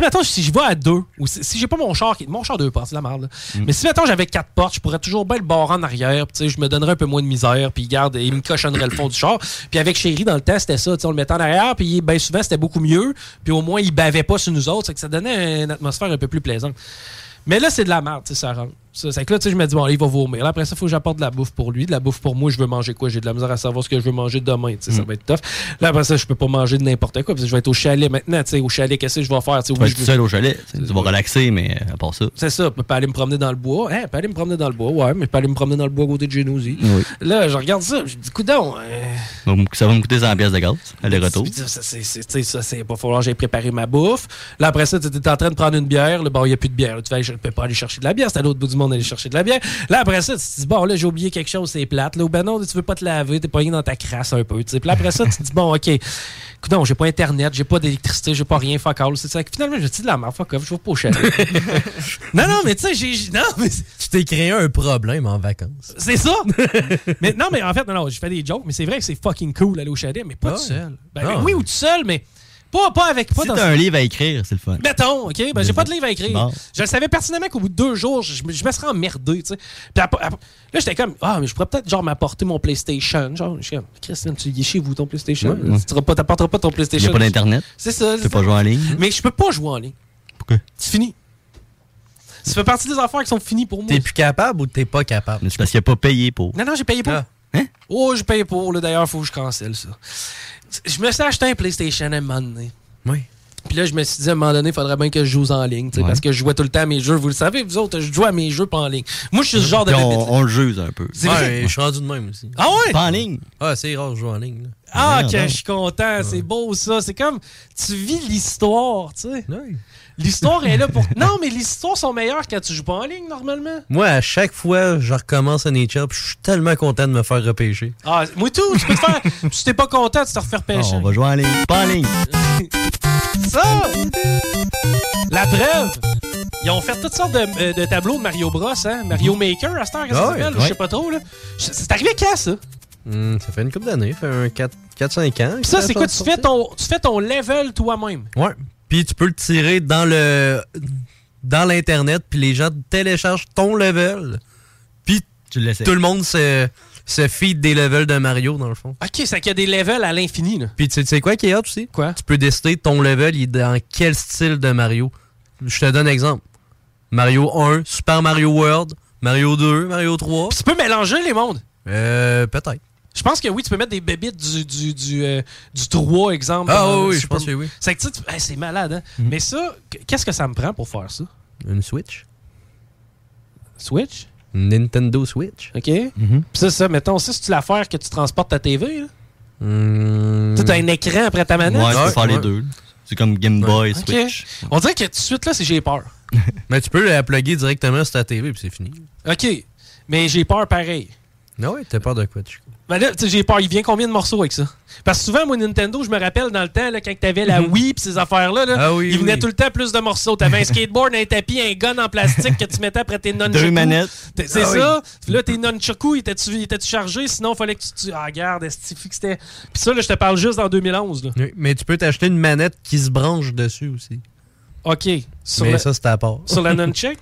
Speaker 1: mettons, si je vais à deux, ou si, si j'ai pas mon char, qui, mon char deux portes, c'est la merde, là. Mais si, mettons, j'avais quatre portes, je pourrais toujours bien le barrer en arrière, puis tu sais, je me donnerais un peu moins de misère, puis garde, il me cochonnerait le fond du char. Puis avec Chéri, dans le temps, c'était ça, tu sais, on le mettait en arrière, puis ben souvent, c'était beaucoup mieux, puis au moins, il bavait pas sur nous autres, c'est que ça donnait une atmosphère un peu plus plaisante. Mais là, c'est de la merde, tu sais, ça rentre. Ça, C'est que là, tu sais, je me dis, bon, il va vomir. Là, après ça, il faut que j'apporte de la bouffe pour lui, de la bouffe pour moi. Je veux manger quoi J'ai de la misère à savoir ce que je veux manger demain, tu sais,
Speaker 23: Mm.
Speaker 1: ça va être tough. Là, après ça, je peux pas manger de n'importe quoi, parce que je vais être au chalet maintenant, tu sais, au chalet, qu'est-ce que je vais faire,
Speaker 23: Ben, Tu
Speaker 1: tu sais, oui,
Speaker 23: vas
Speaker 1: je
Speaker 23: être
Speaker 1: veux-
Speaker 23: tout seul au chalet. Tu sais, tu vas relaxer, mais euh, à part ça.
Speaker 1: C'est ça, je peux pas aller me promener dans le bois. Hein, je peux aller me promener dans le bois, ouais, mais je peux aller me promener dans le bois à côté de Génosie.
Speaker 23: Oui.
Speaker 1: Là, je regarde ça, je dis, coudon,
Speaker 23: Ça va me- Ça va me coûter 100 pièces de gaz. Aller-retour.
Speaker 1: Puis ça, ça, c'est- c'est- tu sais, ça, c'est pas falloir que j'aille préparer ma bouffe. Là, après ça, tu étais en train de prendre une bière. Là, bon, il n'y a plus de bière. Là, tu fais, je peux pas aller chercher de la bière. C'est à l'autre bout du monde d'aller chercher de la bière. Là, après ça, tu te dis, bon, là, j'ai oublié quelque chose, c'est plate. Là, ou ben non, tu veux pas te laver, t'es pogné dans ta crasse un peu. tu sais. Puis là, après ça, tu te dis, bon, OK. Non, j'ai pas Internet, j'ai pas d'électricité, j'ai pas rien, fuck all. C'est ça. Finalement, je dis de la merde, fuck off, je vais pas au chalet. non, non, mais tu sais, j'ai. j'ai- Non, mais.
Speaker 12: Tu t'es créé un problème en vacances.
Speaker 1: C'est ça! mais non, mais en fait, non, non, je fais des jokes, mais c'est vrai que c'est fucking cool aller au chalet, mais pas
Speaker 12: Ah
Speaker 1: tout
Speaker 12: ouais.
Speaker 1: seul. Ben, ben
Speaker 12: Ah ouais.
Speaker 1: oui, ou tout seul, mais Pas, pas avec. Pas
Speaker 23: Si
Speaker 1: dans
Speaker 23: t'as un livre à écrire, c'est le fun.
Speaker 1: Mettons, OK? Ben, j'ai pas de livre à écrire.
Speaker 23: Bon.
Speaker 1: Je le savais pertinemment qu'au bout de deux jours, je, je me serais emmerdé, tu sais. Puis après- après- là, j'étais comme, ah, mais je pourrais peut-être, genre, m'apporter mon PlayStation. Genre, je suis comme, Christine, tu y es chez vous, ton PlayStation.
Speaker 23: Ouais, ouais.
Speaker 1: Tu t'auras pas- t'apporteras pas ton
Speaker 23: Il y
Speaker 1: PlayStation.
Speaker 23: a pas d'Internet.
Speaker 1: C'est ça.
Speaker 23: Tu
Speaker 1: c'est
Speaker 23: peux pas
Speaker 1: ça.
Speaker 23: jouer en ligne.
Speaker 1: Mais je peux pas jouer en ligne.
Speaker 23: Pourquoi?
Speaker 1: C'est fini. Ça fait partie des affaires qui sont finies pour moi.
Speaker 23: T'es plus capable ou t'es pas capable? C'est parce qu'il a pas payé pour.
Speaker 1: Non, non, j'ai payé pour.
Speaker 23: Hein?
Speaker 1: Oh, j'ai payé pour. là. D'ailleurs, faut que je cancelle ça. Je me suis acheté un PlayStation à un moment donné.
Speaker 12: Oui.
Speaker 1: Puis là, je me suis dit, à un moment donné, il faudrait bien que je joue en ligne. tu sais,
Speaker 23: Ouais.
Speaker 1: Parce que je jouais tout le temps à mes jeux. Vous le savez, vous autres, je joue à mes jeux pas en ligne. Moi, je suis ce genre de
Speaker 23: Puis
Speaker 1: bébête.
Speaker 23: on, on le juge un peu.
Speaker 1: C'est vrai?
Speaker 12: Ouais, je suis rendu de même aussi.
Speaker 1: Ah ouais?
Speaker 23: Pas en ligne.
Speaker 12: Ah, c'est rare de jouer en ligne. là.
Speaker 1: Ah,
Speaker 12: Ouais,
Speaker 1: que
Speaker 12: non.
Speaker 1: je suis content. C'est beau, ça. C'est comme, tu vis l'histoire, tu sais. L'histoire est là pour... Non, mais les histoires sont meilleures quand tu joues pas en ligne, normalement.
Speaker 12: Moi, à chaque fois, je recommence à Nature, puis je suis tellement content de me faire repêcher.
Speaker 1: Ah, moi tout, tu peux te faire... tu t'es pas content, tu te refais repêcher.
Speaker 12: on
Speaker 23: va jouer en ligne. Pas en ligne.
Speaker 1: Ça! La preuve! Ils ont fait toutes sortes de, euh, de tableaux de Mario Bros, hein? Mario Maker, à cette heure, qu'est-ce que
Speaker 12: Ah
Speaker 1: ça
Speaker 12: ouais,
Speaker 1: s'appelle?
Speaker 12: ouais.
Speaker 1: Je sais pas trop, là. Je- C'est arrivé quand, ça?
Speaker 12: Hum, ça fait une couple d'années, ça fait un 4-5 ans.
Speaker 1: Puis ça,
Speaker 12: que
Speaker 1: c'est
Speaker 12: la
Speaker 1: quoi?
Speaker 12: chose
Speaker 1: Tu fais, ton, tu fais ton level toi-même.
Speaker 12: Ouais. Puis tu peux le tirer dans le dans l'internet, puis les gens téléchargent ton level. Puis
Speaker 23: tu l'essayes.
Speaker 12: Tout le monde se se feed des levels de Mario dans le fond.
Speaker 1: OK, c'est qu'il y a des levels à l'infini, là.
Speaker 12: Puis tu tu sais quoi qui est hot aussi
Speaker 1: Quoi
Speaker 12: Tu peux décider ton level il est dans quel style de Mario. Je te donne exemple. Mario 1, Super Mario World, Mario 2, Mario 3.
Speaker 1: tu peux mélanger les mondes.
Speaker 12: Euh, peut-être.
Speaker 1: Je pense que oui, tu peux mettre des bébites du, du, du, euh, du 3, exemple.
Speaker 12: Ah
Speaker 1: dans le
Speaker 12: oui, oui, je
Speaker 1: Super-
Speaker 12: pense que oui. Mhm.
Speaker 1: C'est que tu sais, tu- hey, c'est malade, hein? Mais ça, qu- qu'est-ce que ça me prend pour faire ça?
Speaker 12: Une Switch
Speaker 1: Switch
Speaker 12: Nintendo Switch.
Speaker 1: OK
Speaker 23: Mhm.
Speaker 1: Puis ça, ça, mettons, ça, c'est-tu l'affaire que tu transportes ta TV, là?
Speaker 12: Hum.
Speaker 1: Tu sais, t'as un écran après ta manette?
Speaker 23: Ouais, tu peux faire les
Speaker 1: ouais.
Speaker 23: deux. C'est comme Game Boy,
Speaker 1: Ok.
Speaker 23: Switch.
Speaker 1: On dirait que tout de suite, là, c'est j'ai peur.
Speaker 12: Mais tu peux la plugger directement sur ta TV puis c'est fini.
Speaker 1: OK. Mais j'ai peur pareil.
Speaker 12: Non, Ah ouais, t'as peur de quoi, Chico?
Speaker 1: Ben là, tu sais, j'ai peur. Il vient combien de morceaux avec ça? Parce que souvent, moi, Nintendo, je me rappelle dans le temps, là, quand t'avais la Wii pis ces affaires-là, là,
Speaker 12: Ah oui,
Speaker 1: il venait
Speaker 12: oui.
Speaker 1: tout le temps plus de morceaux. T'avais un skateboard, un tapis, un gun en plastique que tu mettais après tes non
Speaker 23: Deux manettes.
Speaker 1: C'est
Speaker 23: Ah oui.
Speaker 1: ça. Puis Là, tes non-choku, étaient-tu étaient-tu chargés? Sinon, fallait que tu... tu- Ah, regarde, est-ce que c'était... Puis ça, là, je te parle juste en 2011. Là.
Speaker 12: Oui, mais tu peux t'acheter une manette qui se branche dessus aussi.
Speaker 1: OK. Sur
Speaker 12: mais
Speaker 1: la-
Speaker 12: ça, c'est à part.
Speaker 1: Sur la non-check?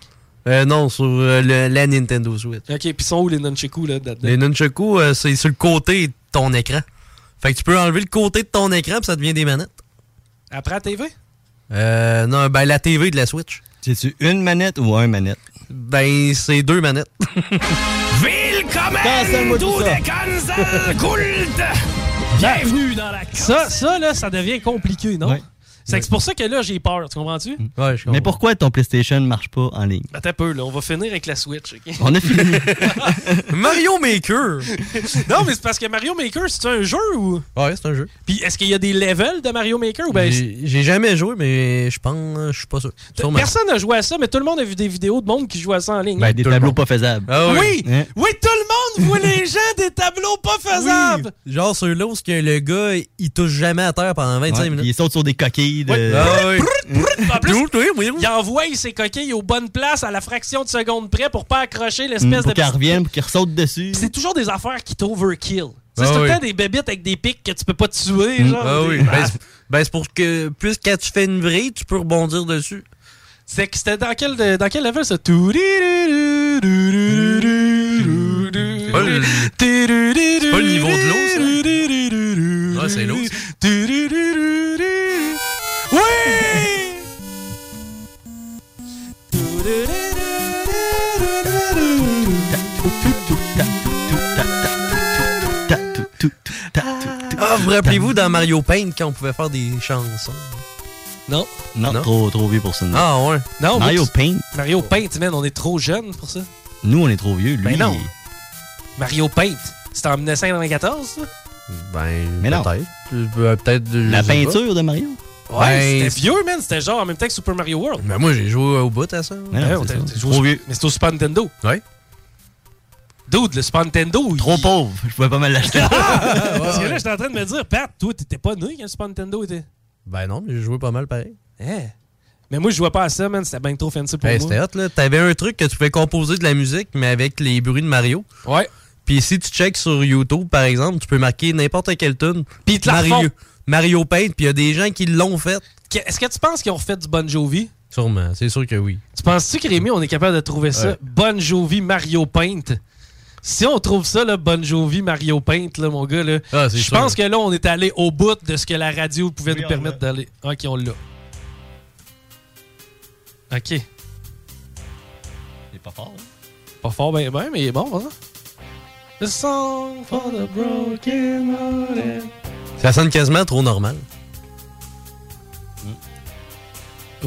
Speaker 12: Euh, non, sur euh, le- la Nintendo Switch.
Speaker 1: OK. Puis sont où les non-choku, là, dedans
Speaker 12: Les nunchaku, euh, c'est sur le côté de ton écran. Fait que tu peux enlever le côté de ton écran puis ça devient des manettes.
Speaker 1: Après la TV?
Speaker 12: Euh, non, ben la TV de la Switch.
Speaker 23: C'est-tu une manette ou un manette?
Speaker 12: Ben, c'est deux manettes.
Speaker 24: Cancel-moi tout
Speaker 1: to
Speaker 24: ça.
Speaker 1: the Cancel Cult. Bienvenue dans la ça, ça, là, ça devient compliqué, non? C'est que c'est pour ça que là, j'ai peur, tu comprends-tu?
Speaker 12: Mm.
Speaker 23: Mais pourquoi ton PlayStation marche pas en ligne?
Speaker 1: Attends un Ben, peu, là, on va finir avec la Switch, OK?
Speaker 23: On a fini.
Speaker 12: Mario Maker!
Speaker 1: non, mais c'est parce que Mario Maker, c'est un jeu ou...
Speaker 12: Ouais, c'est un jeu.
Speaker 1: Puis est-ce qu'il y a des levels de Mario Maker ou ben...
Speaker 12: J'ai j'ai jamais joué, mais je pense, je suis pas sûr. Sûrement.
Speaker 1: Personne n'a joué à ça, mais tout le monde a vu des vidéos de monde qui joue à ça en ligne.
Speaker 23: Ben, des tableaux pas faisables.
Speaker 12: Ah
Speaker 1: oui!
Speaker 23: Hein?
Speaker 1: Oui, tout le monde voit les gens des tableaux pas faisables!
Speaker 12: Genre ceux-là où ce que le gars, il touche jamais à terre pendant 25
Speaker 23: Ouais,
Speaker 12: minutes.
Speaker 23: Il saute sur des coquilles de.
Speaker 12: Ah oui.
Speaker 1: En plus, il envoie ses coquilles aux bonnes places à la fraction de seconde près pour pas accrocher
Speaker 23: Mm,
Speaker 1: l'espèce
Speaker 23: Pour
Speaker 1: de.
Speaker 23: qu'elle
Speaker 1: petit-
Speaker 23: revienne, pour qu'elle saute dessus.
Speaker 1: Puis C'est toujours des affaires qui t'overkill. Tu sais,
Speaker 12: Ah
Speaker 1: c'est tout le
Speaker 12: oui.
Speaker 1: temps des bébites avec des pics que tu peux pas tuer. genre,
Speaker 12: Ah
Speaker 1: des-
Speaker 12: oui. Ben, c'est- ben, c'est pour que plus quand tu fais une vrille, tu peux rebondir dessus.
Speaker 1: C'est que c'était dans quel, dans quel level ça? C'est
Speaker 12: pas le-
Speaker 1: c'est
Speaker 12: pas le niveau de l'eau, ça. Ouais, c'est l'eau.
Speaker 1: Oui!
Speaker 12: Ah, vous rappelez-vous dans Mario Paint quand on pouvait faire des chansons?
Speaker 23: Mm.
Speaker 1: Non.
Speaker 23: Non, trop, trop vieux pour ça. non.
Speaker 12: Ah ouais.
Speaker 1: Non,
Speaker 23: Mario
Speaker 1: moi, tu-
Speaker 23: Paint,
Speaker 1: Mario Paint, man, on est trop jeune pour ça.
Speaker 23: nous, on est trop vieux. Lui,
Speaker 1: Ben non. Mario Paint, c'était en 1994, ça?
Speaker 12: Ben,
Speaker 23: Mais non.
Speaker 12: peut-être. Euh, peut-être. je
Speaker 23: La
Speaker 12: sais pas.
Speaker 23: peinture de Mario.
Speaker 1: Ouais,
Speaker 12: Ben,
Speaker 1: c'était vieux, man. C'était genre en même temps que Super Mario World.
Speaker 12: Ben, moi, j'ai joué au bout à ça.
Speaker 23: Mais
Speaker 1: Ouais,
Speaker 23: non,
Speaker 1: on
Speaker 23: c'est
Speaker 1: t'a-
Speaker 23: ça.
Speaker 1: t'as joué au-
Speaker 23: Trop vieux.
Speaker 1: Mais c'est au Super Nintendo.
Speaker 12: Ouais.
Speaker 1: Dude, le Super Nintendo.
Speaker 23: Trop pauvre. Je pouvais pas mal l'acheter.
Speaker 12: Ah!
Speaker 1: Parce que là, j'étais en train de me dire, Pat, toi, t'étais pas né quand le Super Nintendo était.
Speaker 12: Ben non, mais j'ai joué pas mal pareil.
Speaker 1: Hein? Mais moi, je jouais pas à ça, man. C'était bien trop fancy pour
Speaker 12: Hey,
Speaker 1: moi.
Speaker 12: Ben, c'était hot, là. T'avais un truc que tu pouvais composer de la musique, mais avec les bruits de Mario.
Speaker 1: Ouais.
Speaker 12: Puis si tu checks sur YouTube, par exemple, tu peux marquer n'importe quelle tune.
Speaker 1: Puis ils te la
Speaker 12: Mario.
Speaker 1: refont.
Speaker 12: Mario Paint, puis il y a des gens qui l'ont fait.
Speaker 1: Est-ce que tu penses qu'ils ont refait du Bon Jovi?
Speaker 12: Sûrement, c'est sûr que oui.
Speaker 1: Tu penses-tu que Rémi, on est capable de trouver ça?
Speaker 12: Ouais.
Speaker 1: Bon Jovi Mario Paint. Si on trouve ça, là, Bon Jovi Mario Paint, là, mon gars, là,
Speaker 12: Ah, c'est
Speaker 1: je
Speaker 12: sûr.
Speaker 1: pense que là, on est allé au bout de ce que la radio pouvait nous permettre d'aller. Ok, on l'a. Ok.
Speaker 23: Il est pas fort.
Speaker 1: Pas fort, ben, ben, mais bon, hein? The song for the broken hearted.
Speaker 12: Ça sonne quasiment trop normal.
Speaker 1: Mm.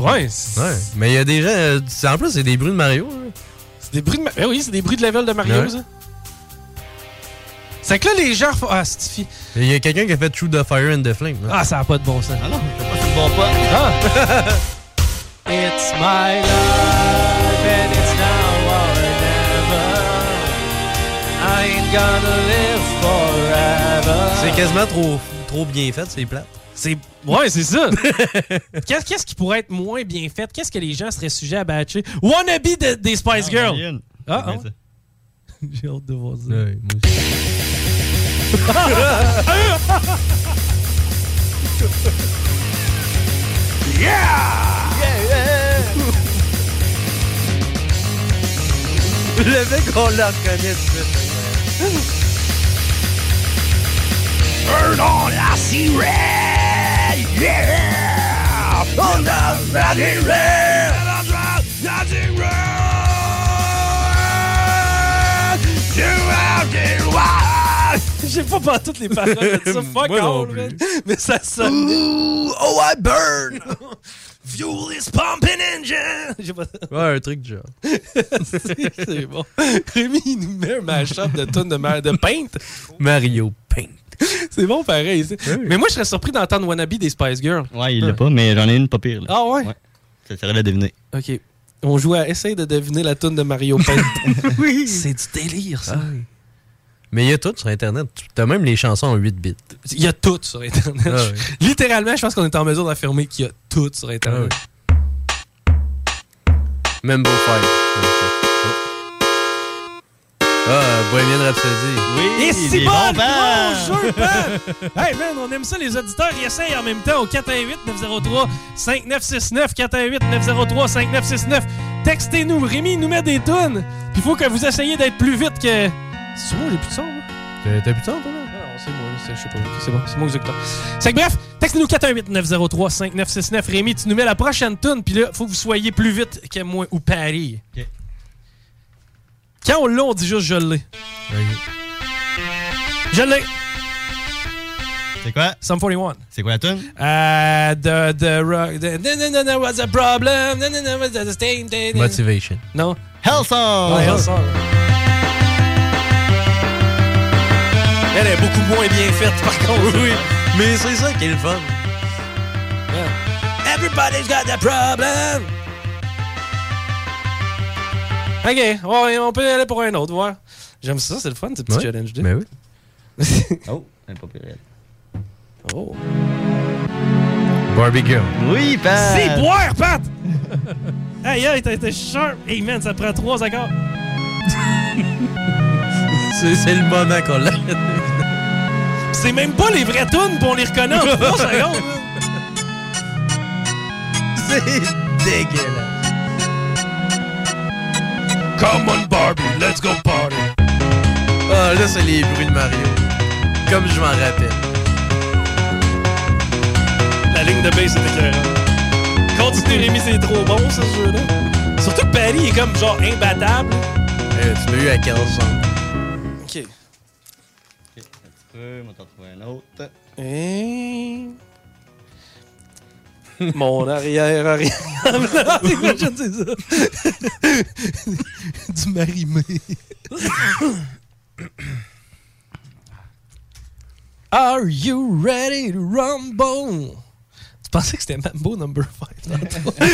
Speaker 1: Ouais.
Speaker 12: Ouais. Mais il y a des gens. euh, c'est- En plus, c'est des bruits de Mario. hein.
Speaker 1: C'est des bruits de Mario. oui, c'est des bruits de level de Mario,
Speaker 12: Ouais.
Speaker 1: ça. C'est que là, les gens font. Ah, c'est
Speaker 12: Il y a quelqu'un qui a fait True the Fire and the Flame. là.
Speaker 1: Ah, ça a pas de bon sens. Ah non, pas Hein? It's my life and it's now or never. I ain't gonna live forever.
Speaker 12: C'est quasiment trop, trop bien fait, c'est plate.
Speaker 1: Ah. C'est. Ouais, c'est ça. Qu'est- Qu'est-ce qui pourrait être moins bien fait? Qu'est-ce que les gens seraient sujets à batcher? Wannabe de- des Spice Girls. Ah, ah. J'ai hâte de voir ça.
Speaker 3: 예,
Speaker 12: Le mec, on le reconnaît tout de suite.
Speaker 21: Turn on la sirène, yeah! On a la sirène! La sirène! Tu as des lois!
Speaker 1: J'ai pas pas toutes les paroles de ça. Fuck
Speaker 21: Moi non
Speaker 1: all,
Speaker 21: plus.
Speaker 1: man. Mais ça sonne.
Speaker 21: Ooh, oh, I burn! Fuel is pumping engine!
Speaker 1: J'ai pas-
Speaker 12: Ouais, un truc du genre.
Speaker 1: c'est bon. Rémi, il nous met un mashup de tonnes de, ma- de paint.
Speaker 12: Mario Paint.
Speaker 1: C'est bon, pareil. c'est- Mais moi, je serais surpris d'entendre Wannabe des Spice Girls.
Speaker 23: Ouais, il l'a pas, mais j'en ai une pas pire. là.
Speaker 1: Ah ouais?
Speaker 23: Ça serait la deviner.
Speaker 1: Ok. On joue à Essaye de deviner la tune de Mario Paint. oui. C'est du délire, ça.
Speaker 12: Ah Mais il y a tout sur Internet. Tu- T'as même les chansons en 8 bits.
Speaker 1: Il y a tout sur Internet.
Speaker 12: Ah ouais.
Speaker 1: Littéralement, je pense qu'on est en mesure d'affirmer qu'il y a tout sur Internet.
Speaker 12: Ah Même beau Ah, Bohemian Rhapsody.
Speaker 1: Et
Speaker 12: il
Speaker 1: si
Speaker 12: est
Speaker 1: bon,
Speaker 12: bon,
Speaker 1: gros
Speaker 12: ben!
Speaker 1: jeu, ben! Hey man, on aime ça, les auditeurs, ils essayent en même temps au 418-903-5969, 418-903-5969. Textez-nous, Rémi, il nous met des tonnes. Puis faut que vous essayiez d'être plus vite que... C'est moi, j'ai plus de son, hein. moi?
Speaker 12: T'as t'as plus de temps, toi?
Speaker 1: Non, c'est moi, c'est- je sais pas, c'est bon, c'est moi qui ai le temps. C'est que bref, textez-nous 418-903-5969. Rémi, tu nous mets la prochaine tune, puis là, faut que vous soyez plus vite que moi ou Paris.
Speaker 23: Ok.
Speaker 1: Quand on l'a, on dit juste je l'ai. Je l'ai.
Speaker 23: C'est quoi?
Speaker 1: Sum 41.
Speaker 23: C'est quoi la tune?
Speaker 1: Euh, the, the rock. The, no, no, no, no, what's the problem? No, no, no, what's the stain, stain, stain.
Speaker 12: Motivation.
Speaker 1: Non.
Speaker 23: Hellsong!
Speaker 1: Ouais, Hellsong. Elle est beaucoup moins bien faite, par contre. Oui,
Speaker 12: mais c'est ça qui est le fun.
Speaker 21: Everybody's got a problem!
Speaker 1: Ok, ouais, on peut aller pour un autre, voir. J'aime ça, c'est le fun, ce petit
Speaker 12: Ouais,
Speaker 1: challenge.
Speaker 12: Mais oui.
Speaker 23: Oh, même pas pire.
Speaker 1: Oh.
Speaker 12: Barbie Girl.
Speaker 23: Oui, Pat!
Speaker 1: C'est boire, Pat! aïe, aïe, t'as été sharp! Hey man, ça prend trois accords.
Speaker 12: C'est c'est le moment qu'on l'a.
Speaker 1: C'est même pas les vrais tunes, pis on les reconnaît en trois secondes.
Speaker 12: C'est dégueulasse.
Speaker 21: Come on, Barbie, let's go party!
Speaker 12: Ah, là, c'est les bruits de Mario. Comme je m'en rappelle.
Speaker 1: La ligne de base, c'était clair. Continue, Rémi, c'est trop bon, ça, ce jeu-là. Surtout que Paris est comme genre imbattable.
Speaker 12: Euh, tu l'as eu à 15 ans.
Speaker 1: Ok.
Speaker 23: Euh, on va t'en trouver un autre.
Speaker 1: Et... Mon arrière, arrière. Imagine, c'est ça. du marimé. Are you ready to rumble? Tu pensais que c'était Mambo number 5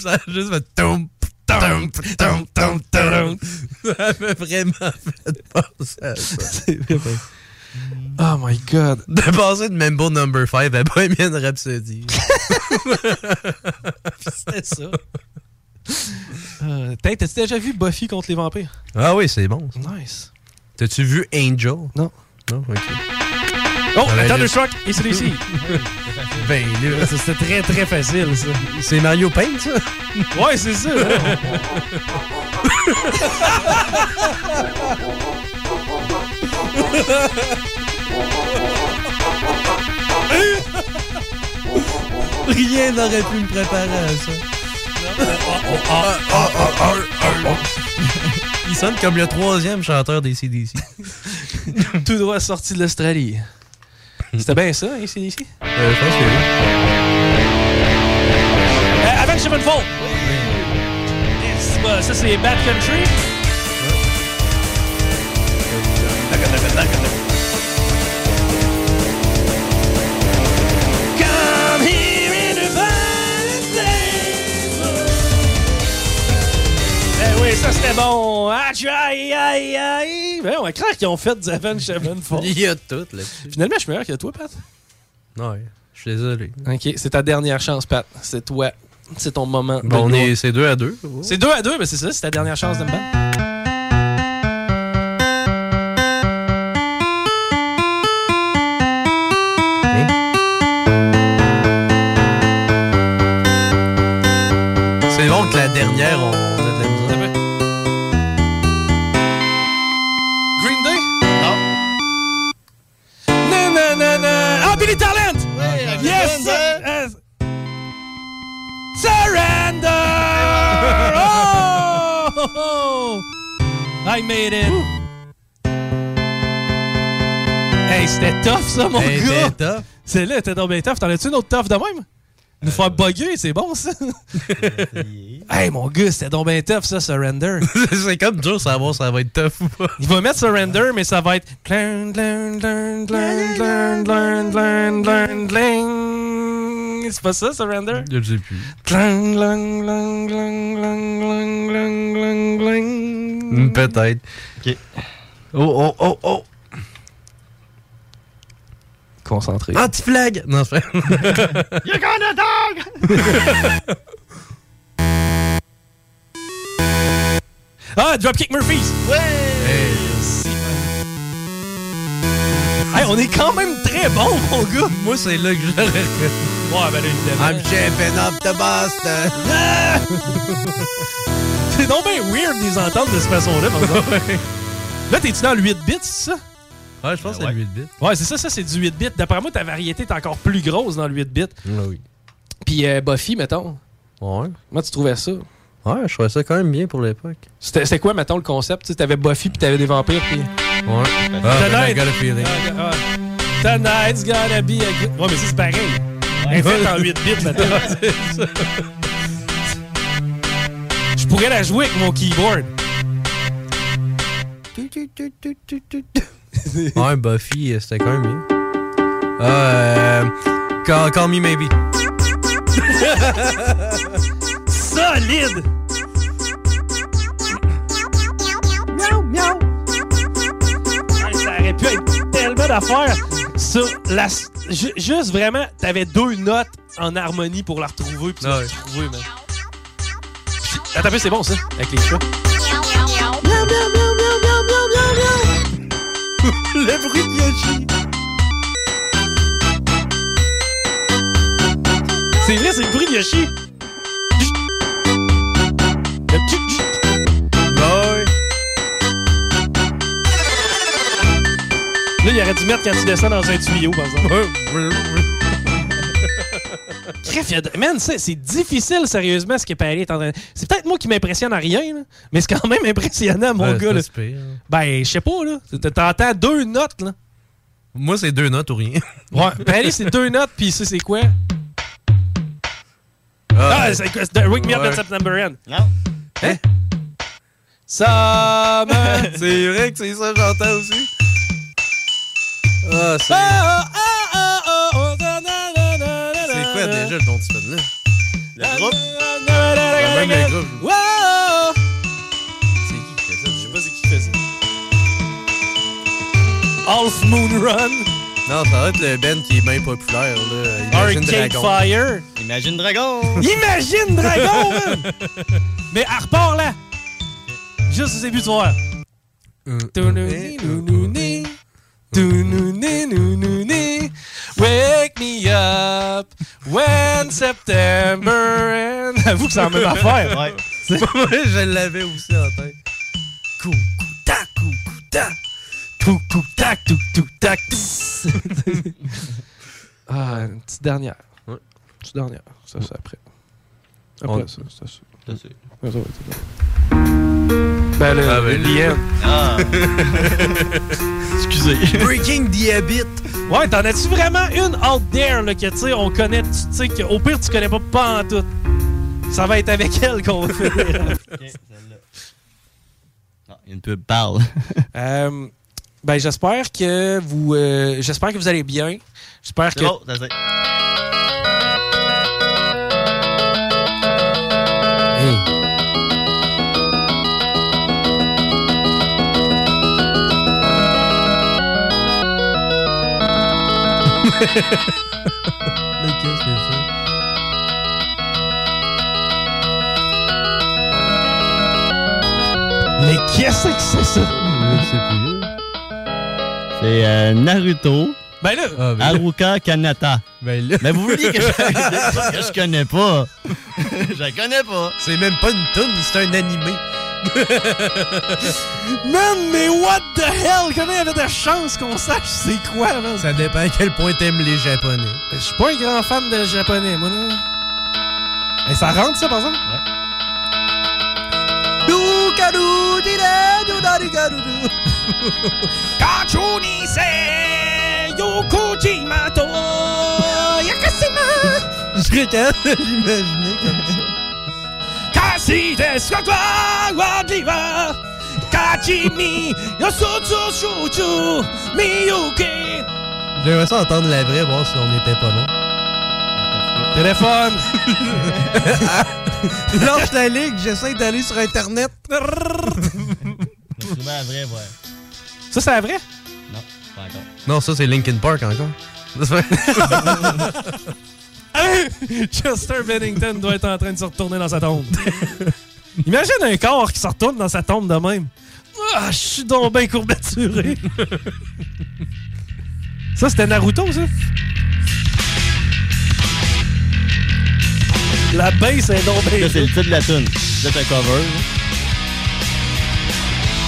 Speaker 12: Ça a juste fait tomp, tomp, tomp, tomp, tomp. Ça m'a vraiment fait penser à ça. C'est
Speaker 1: vrai. Oh my god.
Speaker 12: De passer de Mambo Number 5 à Bohemian Rhapsody.
Speaker 1: C'était ça. Euh, t'as- T'as-tu déjà vu Buffy contre les vampires?
Speaker 12: ah oui, c'est bon.
Speaker 1: Nice.
Speaker 12: T'as-tu vu Angel?
Speaker 1: Non.
Speaker 12: Non, ok.
Speaker 1: Oh, le
Speaker 12: Ben là.
Speaker 1: Thunderstruck et c'est ici. Ben là, ça, c'était très très facile ça. C'est Mario Paint ça? Ouais, c'est ça. ouais.
Speaker 25: Rien n'aurait pu me préparer à ça.
Speaker 12: Il sonne comme le troisième chanteur des CDC.
Speaker 1: Tout droit sorti de l'Australie. C'était bien ça, ici, ici?
Speaker 12: Euh, je pense que oui.
Speaker 1: Euh, avec Chemin de Fond! Yes, bah, ça, c'est Bad Country.
Speaker 21: Come here in a
Speaker 1: Eh oui, ça, c'était bon. Aïe, aïe, aïe, aïe. Ben, on va croire qu'ils ont fait du Avenge Sevenfold.
Speaker 12: Il y a tout là-dessus.
Speaker 1: Finalement, je suis meilleur que toi, Pat.
Speaker 12: Ouais, je suis désolé.
Speaker 1: OK, c'est ta dernière chance, Pat. C'est toi. C'est ton moment.
Speaker 12: Bon, on est, c'est deux à deux.
Speaker 1: C'est deux à deux, mais c'est ça, c'est ta dernière chance de me battre.
Speaker 12: C'est bon que la dernière, on a de la misère.
Speaker 1: Green Day? Non. Na, na, na, na. Ah, Billy Talent! yes! sir. Yes. Surrender! oh! oh, oh. I made it! Hey, c'était tough, ça, mon
Speaker 12: Hey,
Speaker 1: gars!
Speaker 12: c'était tough. Euh,
Speaker 1: Celle-là était donc bien tough. T'en as-tu une autre tough de même? Nous faire bugger, c'est bon, ça! hey, mon gars, c'était donc bien tough, ça, Surrender!
Speaker 12: c'est comme dur de savoir si ça va être tough ou pas.
Speaker 1: Il va mettre Surrender, mais ça va être. Clang, clang, clang, clang, clang, clang, clang, clang, clang. C'est pas ça, Surrender?
Speaker 12: Je sais plus.
Speaker 1: Clang, clang, clang, clang, clang, clang, clang, clang, clang.
Speaker 12: Hmm, Peut-être.
Speaker 1: Ok.
Speaker 12: Oh, oh, oh, oh.
Speaker 1: Concentré.
Speaker 12: Anti-flag! Non, c'est vrai.
Speaker 21: You're gonna dog!
Speaker 1: Ah, Dropkick Murphys! Ouais! Hey, on est quand même très bon, mon gars!
Speaker 12: Moi, c'est là que j'aurais reconnu.
Speaker 1: Ouais, ben là, évidemment.
Speaker 12: I'm jumping up the
Speaker 3: Ah,
Speaker 12: Boston.
Speaker 1: C'est donc bien weird de les entendre de cette façon-là, par exemple. Là, t'es-tu dans le 8 bits, c'est ça?
Speaker 12: Ouais, je pense que c'est le 8 bits.
Speaker 1: Ouais, c'est ça, ça, c'est du 8 bits. D'après moi, ta variété est encore plus grosse dans le 8 bits.
Speaker 12: Ah oui.
Speaker 1: Puis euh, Buffy, mettons.
Speaker 12: Ouais.
Speaker 1: Comment tu trouvais ça?
Speaker 12: Ouais, je trouvais ça quand même bien pour l'époque.
Speaker 1: C'était c'était quoi, mettons, le concept? Tu sais, t'avais Buffy, puis t'avais des vampires, puis.
Speaker 12: Ouais. Ah, I got a feeling.
Speaker 1: Ah, ah. Tonight's gonna be a good- Ouais, mais ça, c'est pareil. Elle est faite en 8 bits, mettons.
Speaker 12: C'est ça.
Speaker 1: Je pourrais la jouer avec mon keyboard.
Speaker 12: ouais, Buffy, euh, c'était quand même bien. Euh, call, Call me maybe.
Speaker 1: Solide! Miaou, miaou! Hey, ça aurait pu être tellement d'affaires sur la. ju- Juste vraiment, t'avais deux notes en harmonie pour la retrouver. Puis tu l'as retrouvée, man. Attends, un peu, c'est bon ça, avec les chats.
Speaker 21: Le bruit de Yoshi.
Speaker 1: C'est vrai, c'est le bruit de Yoshi. Là, il aurait dû mettre quand tu descends dans un tuyau, par exemple. Cref, il y a de- Man, ça, c'est difficile, sérieusement, ce que Paris est en train de... C'est peut-être moi qui m'impressionne en rien, là, mais c'est quand même impressionnant, mon
Speaker 12: Ouais, c'est
Speaker 1: gars.
Speaker 12: pas
Speaker 1: là.
Speaker 12: si pire, hein.
Speaker 1: Ben, je sais pas, là. T- T'entends deux notes, là.
Speaker 12: Moi, c'est deux notes ou rien.
Speaker 1: Ouais, Paris, c'est deux notes, puis ça, c'est quoi?
Speaker 12: Ah,
Speaker 1: Ah, c'est quoi? C'est Wake Me Up
Speaker 12: ouais.
Speaker 1: in September End. Non. Hein? Summer.
Speaker 12: c'est vrai que c'est ça, j'entends aussi. Ah, oh, c'est. C'est quoi déjà le nom de ce film-là?
Speaker 1: ah, Le groupe?
Speaker 12: Ouais, même le groupe.
Speaker 1: C'est qui qui fait ça? Je sais pas c'est qui qui fait ça. Half Moon Run.
Speaker 12: Non, ça va être le band qui est bien populaire, là. Imagine
Speaker 1: Arcade
Speaker 12: Dragon.
Speaker 1: Fire.
Speaker 23: Imagine Dragon!
Speaker 1: Imagine Dragon, man! Mais elle repart là! Juste au début, tu vois. Tou-nou-ni, nou-nou-ni. Tou-nou-ni, nou-nou-ni. in September. and- Avoue que c'est la même affaire.
Speaker 3: Ouais.
Speaker 1: Moi,
Speaker 3: je l'avais aussi en tête. Coucou tac, coucou tac. Coucou tac, tou tou tac. tss.
Speaker 1: Ah, une petite dernière. Une petite dernière. Ça, c'est après. Après
Speaker 3: On-
Speaker 1: Ah, ça, c'est ça. Ouais, ça. va être ça. Ben, le,
Speaker 3: Ah,
Speaker 1: ah,
Speaker 3: ben, le- Ah.
Speaker 1: Excusez.
Speaker 3: Breaking
Speaker 1: the habit. Ouais, t'en as-tu vraiment une out there, là, que, tu sais, on connaît, tu sais, qu'au pire, tu connais pas pas en tout. Ça va être avec elle qu'on va finir.
Speaker 2: Une pub parle.
Speaker 1: Euh, ben, j'espère que vous, euh, j'espère que vous allez bien. J'espère
Speaker 2: C'est
Speaker 1: que.
Speaker 2: bon, ça se dit.
Speaker 1: Mais qu'est-ce que c'est ça?
Speaker 2: C'est euh, Naruto.
Speaker 1: Ben là,
Speaker 2: Haruka Kanata.
Speaker 12: Ben là.
Speaker 2: Mais vous vouliez que je, que je connais pas.
Speaker 3: Je la connais pas. C'est même pas une toune, c'est un animé.
Speaker 1: Man, mais what the hell? Comment il y avait de chance qu'on sache c'est quoi, man?
Speaker 3: Ça dépend à quel point t'aimes les Japonais.
Speaker 1: Je suis pas un grand fan de japonais, moi, là. Et ça rentre, ça, par exemple?
Speaker 3: Je serais capable de l'imaginer comme ça. J'aimerais ça entendre la vraie, voir si on était pas loin.
Speaker 1: Téléphone!
Speaker 3: Lance la ligue, j'essaie d'aller sur Internet.
Speaker 2: C'est souvent la vraie, ouais.
Speaker 1: Ça, c'est la vraie?
Speaker 2: Non, pas encore.
Speaker 12: Non, ça, c'est Linkin Park encore.
Speaker 1: Chester Bennington doit être en train de se retourner dans sa tombe. Imagine un corps qui se retourne dans sa tombe de même. Ah, je suis donc bien courbaturé. ça, c'était Naruto, ça? La base est Ben, donc bien.
Speaker 2: Ça, c'est le titre de la tune. C'est un cover.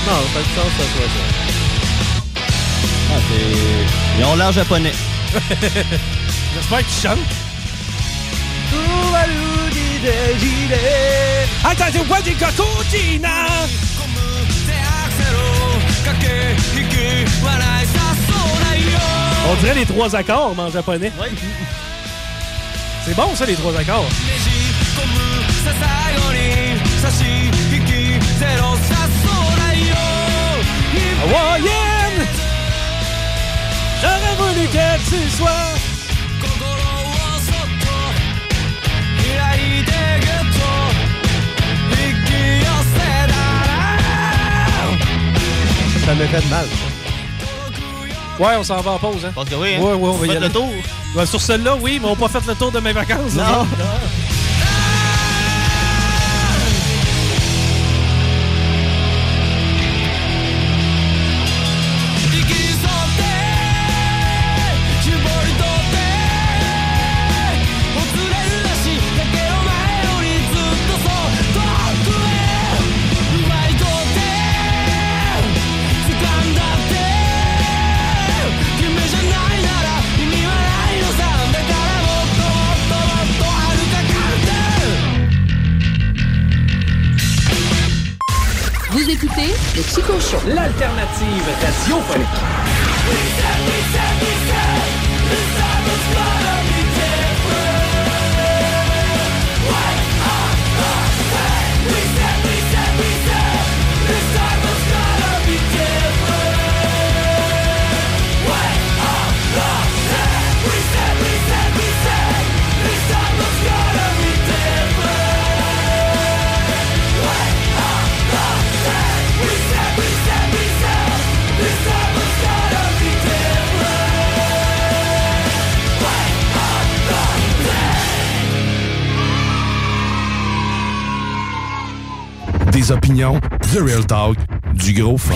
Speaker 3: Non, pas de sens, ça soit ça.
Speaker 2: Ah, c'est. Ils ont l'air japonais.
Speaker 1: J'espère qu'ils chantent. On dirait les trois accords, mais en japonais. C'est bon, ça, les trois accords. Hawaiian! J'aurais voulu qu'elle tu sois.
Speaker 3: Ça me fait mal.
Speaker 1: Ouais, on s'en va en pause, hein? Parce que oui,
Speaker 3: hein?
Speaker 1: Ouais, ouais, on va y
Speaker 3: Faites
Speaker 1: aller.
Speaker 3: le tour.
Speaker 1: Ouais, sur celle-là, oui, mais on n'a pas fait le tour de mes vacances.
Speaker 3: Non.
Speaker 1: hein?
Speaker 26: Vous écoutez le Chico Show.
Speaker 7: L'alternative radiophonique.
Speaker 14: Des opinions, The Real Talk, du gros fun.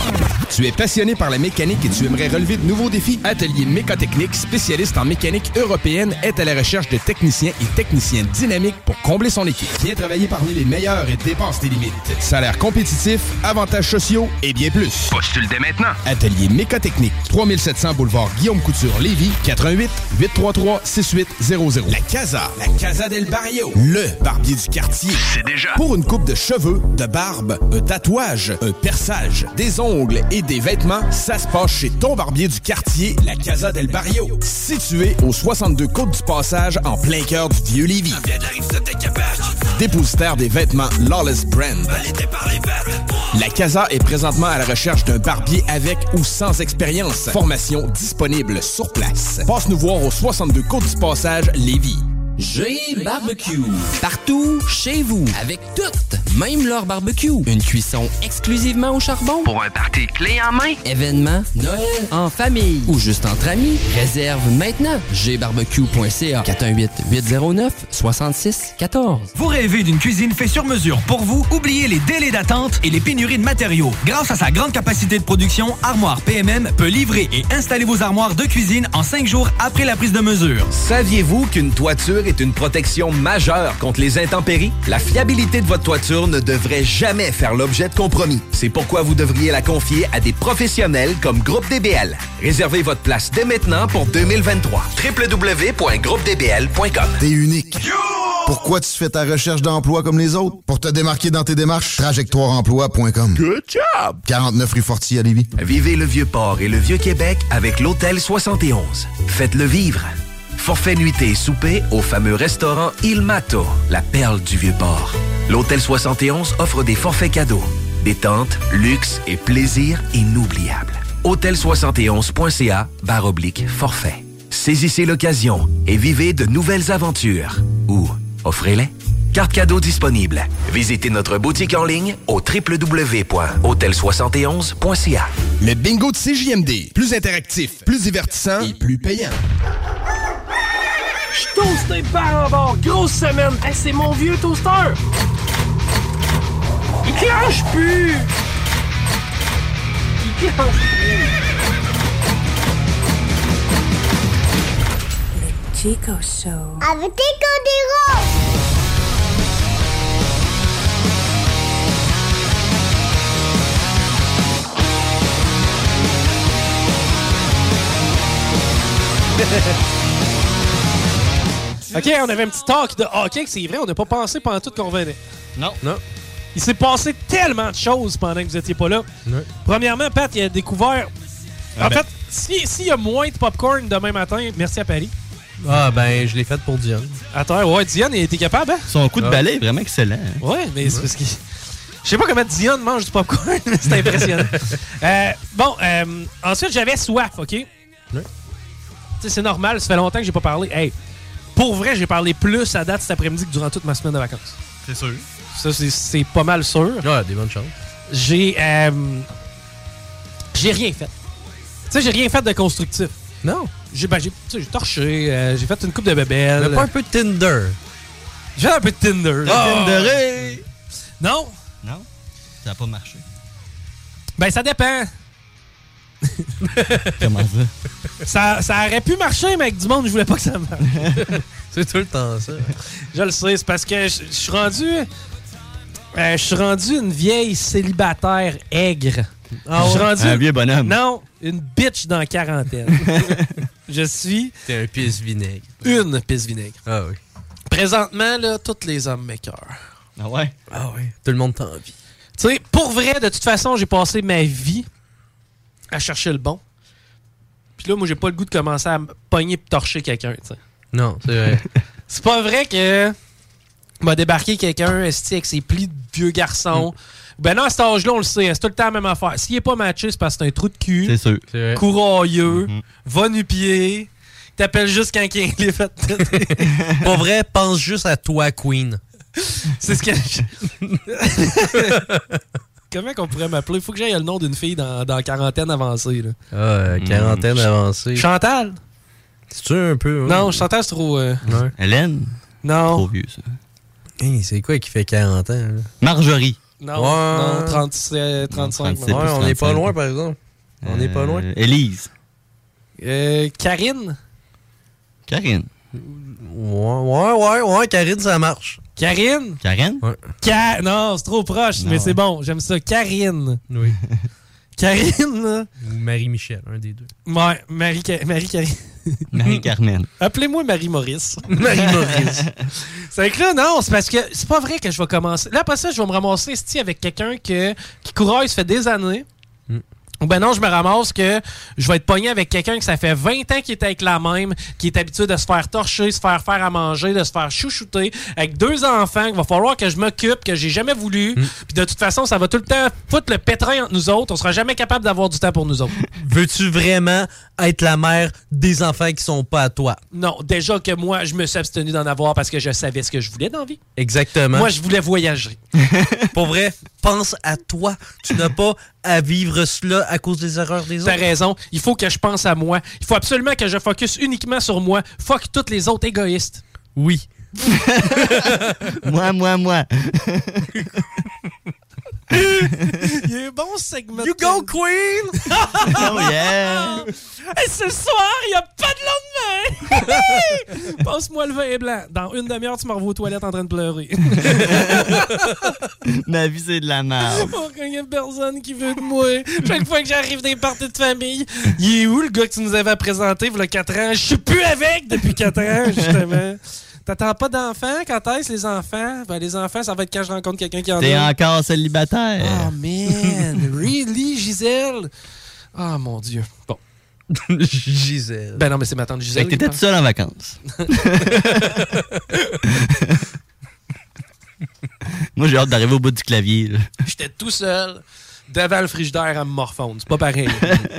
Speaker 14: Tu es passionné par la mécanique et tu aimerais relever de nouveaux défis? Atelier Mécotechnique, spécialiste en mécanique européenne, est à la recherche de techniciens et techniciennes dynamiques pour combler son équipe. Viens travailler parmi les meilleurs et dépasse tes limites. Salaire compétitif, avantages sociaux et bien plus.
Speaker 13: Postule dès maintenant.
Speaker 14: Atelier Mécotechnique, 3700 boulevard Guillaume Couture, Lévis, 88 833 6800. La Casa, la Casa del Barrio, le barbier du quartier. C'est déjà. Pour une coupe de cheveux, de barbe, un tatouage, un perçage, des ongles et des vêtements, ça se passe chez ton barbier du quartier, la Casa del Barrio, situé au 62 Côte du Passage en plein cœur du vieux Lévis. Dépositaire des vêtements Lawless Brand. La Casa est présentement à la recherche d'un barbier avec ou sans expérience. Formation disponible sur place. Passe nous voir au 62 Côte du Passage, Lévis.
Speaker 3: J'ai barbecue. Partout, chez vous, avec tout, même leur barbecue. Une cuisson exclusivement au charbon.
Speaker 13: Pour un party clé en main.
Speaker 3: Événements, Noël, en famille ou juste entre amis. Réserve maintenant. gbarbecue.ca 418-809-6614.
Speaker 4: Vous rêvez d'une cuisine faite sur mesure pour vous? Oubliez les délais d'attente et les pénuries de matériaux. Grâce à sa grande capacité de production, Armoire PMM peut livrer et installer vos armoires de cuisine en cinq jours après la prise de mesure.
Speaker 13: Saviez-vous qu'une toiture est une protection majeure contre les intempéries? La fiabilité de votre toiture ne devrait jamais faire l'objet de compromis. C'est pourquoi vous devriez la confier à des professionnels comme Groupe DBL. Réservez votre place dès maintenant pour 2023. www.groupedbl.com
Speaker 27: T'es unique. Pourquoi tu fais ta recherche d'emploi comme les autres? Pour te démarquer dans tes démarches, trajectoireemploi.com. Good job! 49 rue Forti à Lévis.
Speaker 13: Vivez le Vieux-Port et le Vieux-Québec avec l'Hôtel 71. Faites-le vivre. Forfait nuitée et souper au fameux restaurant Il Mato, la perle du Vieux-Port. L'Hôtel 71 offre des forfaits cadeaux, détente, luxe et plaisir inoubliables. Hôtel71.ca barre oblique forfait. Saisissez l'occasion et vivez de nouvelles aventures. Ou offrez-les. Carte cadeau disponible. Visitez notre boutique en ligne au www.hôtel71.ca.
Speaker 14: Le bingo de CJMD, plus interactif, plus divertissant et plus payant.
Speaker 24: Je toast des par en bord, grosse semaine. Hey, c'est mon vieux toaster. Il clenche plus. Il clenche plus.
Speaker 28: Chico Show.
Speaker 21: Avec tes codérons.
Speaker 1: OK, on avait un petit talk de hockey, que c'est vrai, on n'a pas pensé pendant tout qu'on venait.
Speaker 23: Non.
Speaker 1: Non. Il s'est passé tellement de choses pendant que vous n'étiez pas là. Premièrement, Pat, il a découvert...
Speaker 12: Ah
Speaker 1: en
Speaker 12: ben.
Speaker 1: fait, si- s'il y a moins de popcorn demain matin, merci à Paris.
Speaker 12: Ah, ben, je l'ai faite pour Diane.
Speaker 1: Attends, ouais, Diane, il était capable, hein?
Speaker 12: Son
Speaker 1: coup de balai est hein.
Speaker 12: vraiment excellent.
Speaker 1: Ouais, mais c'est parce que. Je sais pas comment Dion mange du popcorn, mais c'est impressionnant. Euh, bon, euh, ensuite, j'avais soif, OK? Tu sais, c'est normal, ça fait longtemps que j'ai pas parlé. Hey, pour vrai, j'ai parlé plus à date cet après-midi que durant toute ma semaine de vacances.
Speaker 12: C'est sûr.
Speaker 1: Ça, c'est- c'est pas mal sûr.
Speaker 12: Ouais, des bonnes chances.
Speaker 1: J'ai. euh, j'ai rien fait. Tu sais, j'ai rien fait de constructif.
Speaker 12: Non.
Speaker 1: J'ai ben, j'ai- tu sais, j'ai torché, euh, j'ai fait une coupe de bébelles.
Speaker 12: Mais pas un peu de Tinder.
Speaker 1: J'ai fait un peu de Tinder.
Speaker 12: Ah!
Speaker 23: Tinderé!
Speaker 1: Non?
Speaker 23: Non, ça n'a pas marché.
Speaker 1: Ben, ça dépend.
Speaker 23: Comment ça?
Speaker 1: ça, ça aurait pu marcher, mais avec du monde, je voulais pas que ça marche.
Speaker 12: c'est tout le temps ça.
Speaker 1: je le sais, c'est parce que je je suis rendu. euh, je suis rendu une vieille célibataire aigre.
Speaker 23: Ah
Speaker 1: Je suis
Speaker 23: ouais?
Speaker 1: rendu-
Speaker 23: Un vieux bonhomme.
Speaker 1: Non, une bitch dans la quarantaine. je suis
Speaker 12: T'es un pisse vinaigre.
Speaker 1: une pisse vinaigre.
Speaker 12: Ah oui.
Speaker 1: Présentement, là, tous les hommes m'écœurent.
Speaker 23: Ah ouais?
Speaker 12: Ah oui. Tout le monde t'envie.
Speaker 1: Tu sais, pour vrai, de toute façon, j'ai passé ma vie à chercher le bon. Puis là, moi, j'ai pas le goût de commencer à me pogner et torcher quelqu'un, tu sais.
Speaker 12: Non, c'est vrai.
Speaker 1: C'est pas vrai que m'a débarqué quelqu'un esti, avec ses plis de vieux garçon.
Speaker 23: Mm.
Speaker 1: Ben non, à cet âge-là, on le sait, hein, c'est tout le temps la même affaire. S'il est pas matché, c'est parce que c'est un trou de cul.
Speaker 23: C'est sûr. C'est vrai. Mm-hmm.
Speaker 1: Courailleux, va nu-pied. T'appelles juste quand il est fait.
Speaker 12: Pour vrai, pense juste à toi, Queen.
Speaker 1: C'est ce que je... Comment qu'on pourrait m'appeler? Faut que j'aille le nom d'une fille dans, dans la quarantaine avancée. Là.
Speaker 12: Ah, euh, quarantaine
Speaker 1: Mm.
Speaker 12: avancée.
Speaker 1: Chantal?
Speaker 12: C'est un peu. hein? ouais.
Speaker 1: Non, Chantal, c'est trop... euh,
Speaker 12: Ouais.
Speaker 23: Hélène?
Speaker 1: Non.
Speaker 23: Trop vieux, ça.
Speaker 12: Hey, c'est quoi qui fait 40 ans? là?
Speaker 23: Marjorie.
Speaker 1: Non,
Speaker 12: Ouais.
Speaker 1: non 37, 35.
Speaker 12: Ouais, on n'est pas loin, par exemple. On n'est pas loin. Euh, Élise.
Speaker 1: Euh, Karine.
Speaker 12: Karine. Ouais, ouais, ouais, ouais, Karine, ça marche.
Speaker 1: Karine?
Speaker 12: Karine? Ouais.
Speaker 1: Ka- Ah, non, c'est trop proche, mais c'est bon. J'aime ça. Karine. Oui. Karine, là.
Speaker 12: Ou Marie-Michel, un des deux.
Speaker 1: Ouais, Marie, Ca- Marie Karine.
Speaker 12: Marie-Carmen.
Speaker 1: Appelez-moi Marie Maurice.
Speaker 12: Marie Maurice.
Speaker 1: c'est que là, non, c'est parce que c'est pas vrai que je vais commencer. Là, après ça, je vais me ramasser esti, avec quelqu'un que, qui couraille, ça fait des années. Ou ben non, je me ramasse que je vais être pogné avec quelqu'un que ça fait 20 ans qu'il est avec la même, qui est habitué de se faire torcher, se faire faire à manger, de se faire chouchouter, avec deux enfants qu'il va falloir que je m'occupe, que j'ai jamais voulu.
Speaker 12: Mm.
Speaker 1: Puis de toute façon, ça va tout le temps foutre le pétrin entre nous autres. On sera jamais capable d'avoir du temps pour nous autres.
Speaker 12: Veux-tu vraiment être la mère des enfants qui sont pas à toi?
Speaker 1: Non, déjà que moi, je me suis abstenu d'en avoir parce que je savais ce que je voulais dans la vie.
Speaker 12: Exactement.
Speaker 1: Moi, je voulais voyager.
Speaker 12: Pour vrai, pense à toi. Tu n'as pas à vivre cela à cause des erreurs des autres.
Speaker 1: T'as raison. Il faut que je pense à moi. Il faut absolument que je focus uniquement sur moi. Fuck toutes les autres égoïstes.
Speaker 12: Oui.
Speaker 2: moi, moi, moi.
Speaker 1: Il y a un bon segment. You go, Queen!
Speaker 2: Oh, yeah.
Speaker 1: Et ce soir, il n'y a pas de lendemain! Passe-moi le vin et blanc. Dans une demi-heure, tu me revois aux toilettes en train de pleurer.
Speaker 2: Ma vie, c'est de la merde.
Speaker 1: Oh, Il n'y a personne qui veut de moi. Chaque fois que j'arrive des parties de famille, il est où le gars que tu nous avais présenté il y a 4 ans? Je suis plus avec depuis 4 ans, justement. T'attends pas d'enfants? Quand est-ce les enfants? Ben, les enfants, ça va être quand je rencontre quelqu'un qui en
Speaker 2: T'es
Speaker 1: a.
Speaker 2: encore célibataire.
Speaker 1: Oh man, really, Gisèle? Ah mon dieu. Bon.
Speaker 12: Gisèle.
Speaker 1: Ben non, mais c'est ma tante
Speaker 2: Fait
Speaker 1: Gisèle.
Speaker 2: que t'étais
Speaker 1: qui
Speaker 2: tout seul en vacances.
Speaker 1: Ah,
Speaker 2: Moi, j'ai hâte d'arriver au bout du clavier. là.
Speaker 1: parle. J'étais tout seul devant le frigidaire à me morfondre. C'est pas pareil.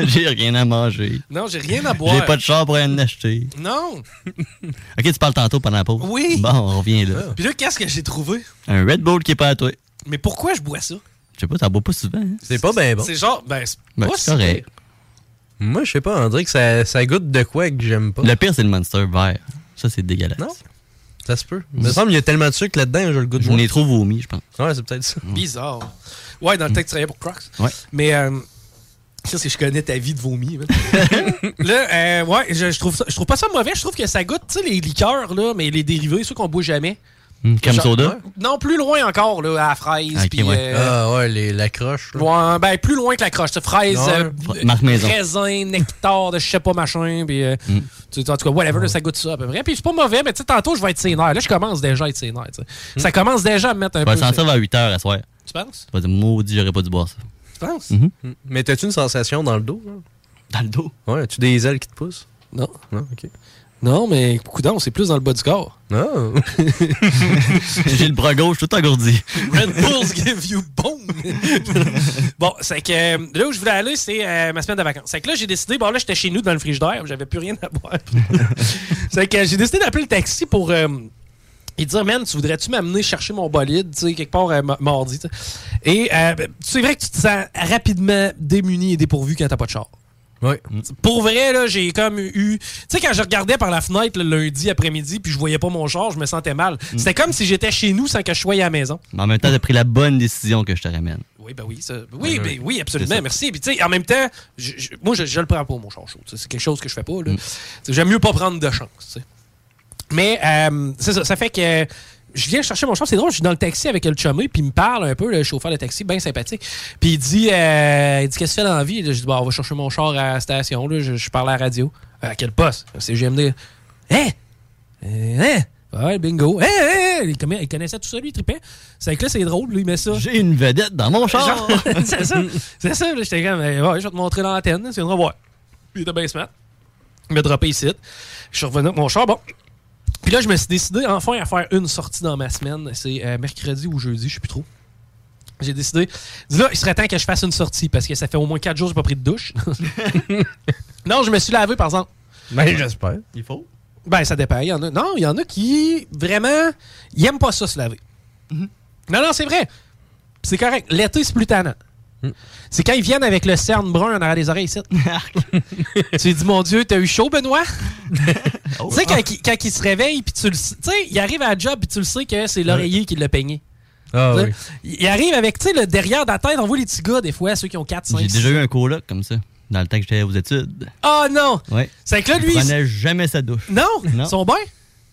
Speaker 2: j'ai rien à manger.
Speaker 1: non, j'ai rien à boire.
Speaker 2: J'ai pas de char pour aller en acheter.
Speaker 1: Non.
Speaker 2: Ok, tu parles tantôt pendant la pause.
Speaker 1: Oui.
Speaker 2: Bon, on revient là.
Speaker 1: Puis là, qu'est-ce que j'ai trouvé?
Speaker 2: Un Red Bull qui est pas à toi.
Speaker 1: Mais pourquoi je bois ça?
Speaker 2: Je sais pas, t'en bois pas souvent. hein?
Speaker 12: C'est pas bien bon.
Speaker 1: C'est genre, ben, c'est
Speaker 2: Ben,
Speaker 1: pas si
Speaker 2: c'est correct.
Speaker 12: Moi, je sais pas, on dirait que ça, ça goûte de quoi que j'aime pas.
Speaker 2: Le pire, c'est le Monster vert. Ça, c'est dégueulasse.
Speaker 12: Non? Ça se peut. Il me semble qu'il y a tellement de sucre là-dedans, je le goûte.
Speaker 2: Je
Speaker 12: moins.
Speaker 2: l'ai trop vomi, je pense.
Speaker 12: Ouais, c'est peut-être ça.
Speaker 1: bizarre. Ouais, dans le temps que tu travaillais pour Crocs.
Speaker 2: Ouais.
Speaker 1: Mais euh, ça, c'est je connais ta vie de vomi. man. là, euh, ouais, je, je trouve ça- je trouve pas ça mauvais. Je trouve que ça goûte, tu sais, les liqueurs, là, mais les dérivés, ceux qu'on boit jamais.
Speaker 2: Hum, Comme
Speaker 1: Genre-
Speaker 2: soda?
Speaker 1: Non, plus loin encore, là, à la fraise.
Speaker 2: Ok,
Speaker 1: puis,
Speaker 2: ouais.
Speaker 1: euh,
Speaker 12: Ah ouais, les, la croche. là.
Speaker 1: ouais, ben, plus loin que la croche. tu sais, Fraise,
Speaker 12: Ouais.
Speaker 1: euh,
Speaker 12: Fra- marque maison. Mm.
Speaker 1: raisin, nectar, de je sais pas machin. Puis, euh, tu sais, en tout cas, whatever, là, ça goûte ça à peu près. Puis c'est pas mauvais, mais tu sais, tantôt, je vais être sénère. Là, je commence déjà à être sénère. tu sais. Ça commence déjà à me mettre un
Speaker 2: Tu vas
Speaker 1: peu.
Speaker 2: sentir vers 8 h à soir.
Speaker 1: Tu penses?
Speaker 2: Tu vas dire, maudit, j'aurais pas dû boire ça.
Speaker 1: Tu penses?
Speaker 12: Mm. Mais t'as-tu une sensation dans le dos?
Speaker 2: Dans le dos?
Speaker 12: Ouais, as-tu des ailes qui te poussent?
Speaker 1: Non.
Speaker 12: Non, ok.
Speaker 1: Non, mais coudon, c'est plus dans le bas du corps.
Speaker 12: Non.
Speaker 2: J'ai le bras gauche tout engourdi.
Speaker 1: Red Bulls give you bone. bon, c'est que euh, là où je voulais aller, c'est euh, ma semaine de vacances. C'est que là, j'ai décidé, bon, là, j'étais chez nous dans le frigidaire, j'avais plus rien à boire. c'est que j'ai décidé d'appeler le taxi pour. euh, et dire, man, tu voudrais-tu m'amener chercher mon bolide, tu sais, quelque part euh, m- mardi, tu sais. Et euh, ben, c'est vrai que tu te sens rapidement démuni et dépourvu quand t'as pas de char.
Speaker 12: Oui.
Speaker 1: Pour vrai, là, j'ai comme eu. Tu sais, quand je regardais par la fenêtre le lundi après-midi, puis je voyais pas mon char, je me sentais mal. C'était comme si j'étais chez nous sans que je sois à la maison.
Speaker 2: Mais en même temps, t'as pris la bonne décision que je te ramène.
Speaker 1: Oui, ben oui, ça- oui,
Speaker 2: Ouais,
Speaker 1: ben
Speaker 2: ouais.
Speaker 1: oui,
Speaker 2: C'est
Speaker 1: absolument,
Speaker 2: ça.
Speaker 1: merci. Puis tu sais, en même temps, je- je- moi, je, je le prends pour mon char chaud. tu sais, C'est quelque chose que je fais pas. là. Tu sais, J'aime mieux pas prendre de chance. tu sais. Mais euh, c'est ça, ça fait que euh, je viens chercher mon char. C'est drôle, je suis dans le taxi avec le chumé, puis il me parle un peu, le chauffeur de taxi, bien sympathique. Puis il dit, euh, il dit qu'est-ce que tu fais dans la vie? Là, Je dis, bon, on va chercher mon char à la station. Là, je, je parle à la radio. À quel poste? C'est GMD. Hein? Hein? Ouais, bingo. Hein, hein, hein. Il conna- il connaissait tout ça, lui, il tripait. C'est que là, c'est drôle, lui, il met ça.
Speaker 2: J'ai une vedette dans mon char.
Speaker 1: Genre, c'est ça. C'est ça. là, J'étais comme, eh, ouais, je vais te montrer l'antenne. là, Tu viendras voir. Puis il était bien smart. Il m'a droppé ici. Je suis revenu avec mon char. Bon. Puis là, je me suis décidé enfin à faire une sortie dans ma semaine. C'est euh, mercredi ou jeudi, je sais plus trop. J'ai décidé. Dis Là, il serait temps que je fasse une sortie parce que ça fait au moins 4 jours que j'ai pas pris de douche. non, je me suis lavé, par exemple.
Speaker 12: Ben, j'espère.
Speaker 2: Il faut.
Speaker 1: Ben, ça dépend. Il y en a. Non, il y en a qui, vraiment, ils aiment pas ça se laver. Non, non, c'est vrai. C'est correct. L'été, c'est plus tannant.
Speaker 2: Mhm.
Speaker 1: C'est quand ils viennent avec le cerne brun en arrière des oreilles ici. tu dis, mon Dieu, t'as eu chaud, Benoît? tu sais, quand, il- quand il se réveille, puis tu le sais, tu sais, il arrive à la job, puis tu le sais que c'est l'oreiller qui l'a peigné.
Speaker 12: Ah
Speaker 1: Tu sais,
Speaker 12: oui.
Speaker 1: Il il arrive avec, tu sais, le derrière de la tête, on voit les petits gars, des fois, ceux qui ont 4, 5,
Speaker 2: J'ai déjà eu un coloc comme ça, dans le temps que j'étais aux études.
Speaker 1: Ah non!
Speaker 2: Ouais.
Speaker 1: C'est que là, lui,
Speaker 2: Il
Speaker 1: il-
Speaker 2: prenait jamais sa douche.
Speaker 1: Non? Son bain?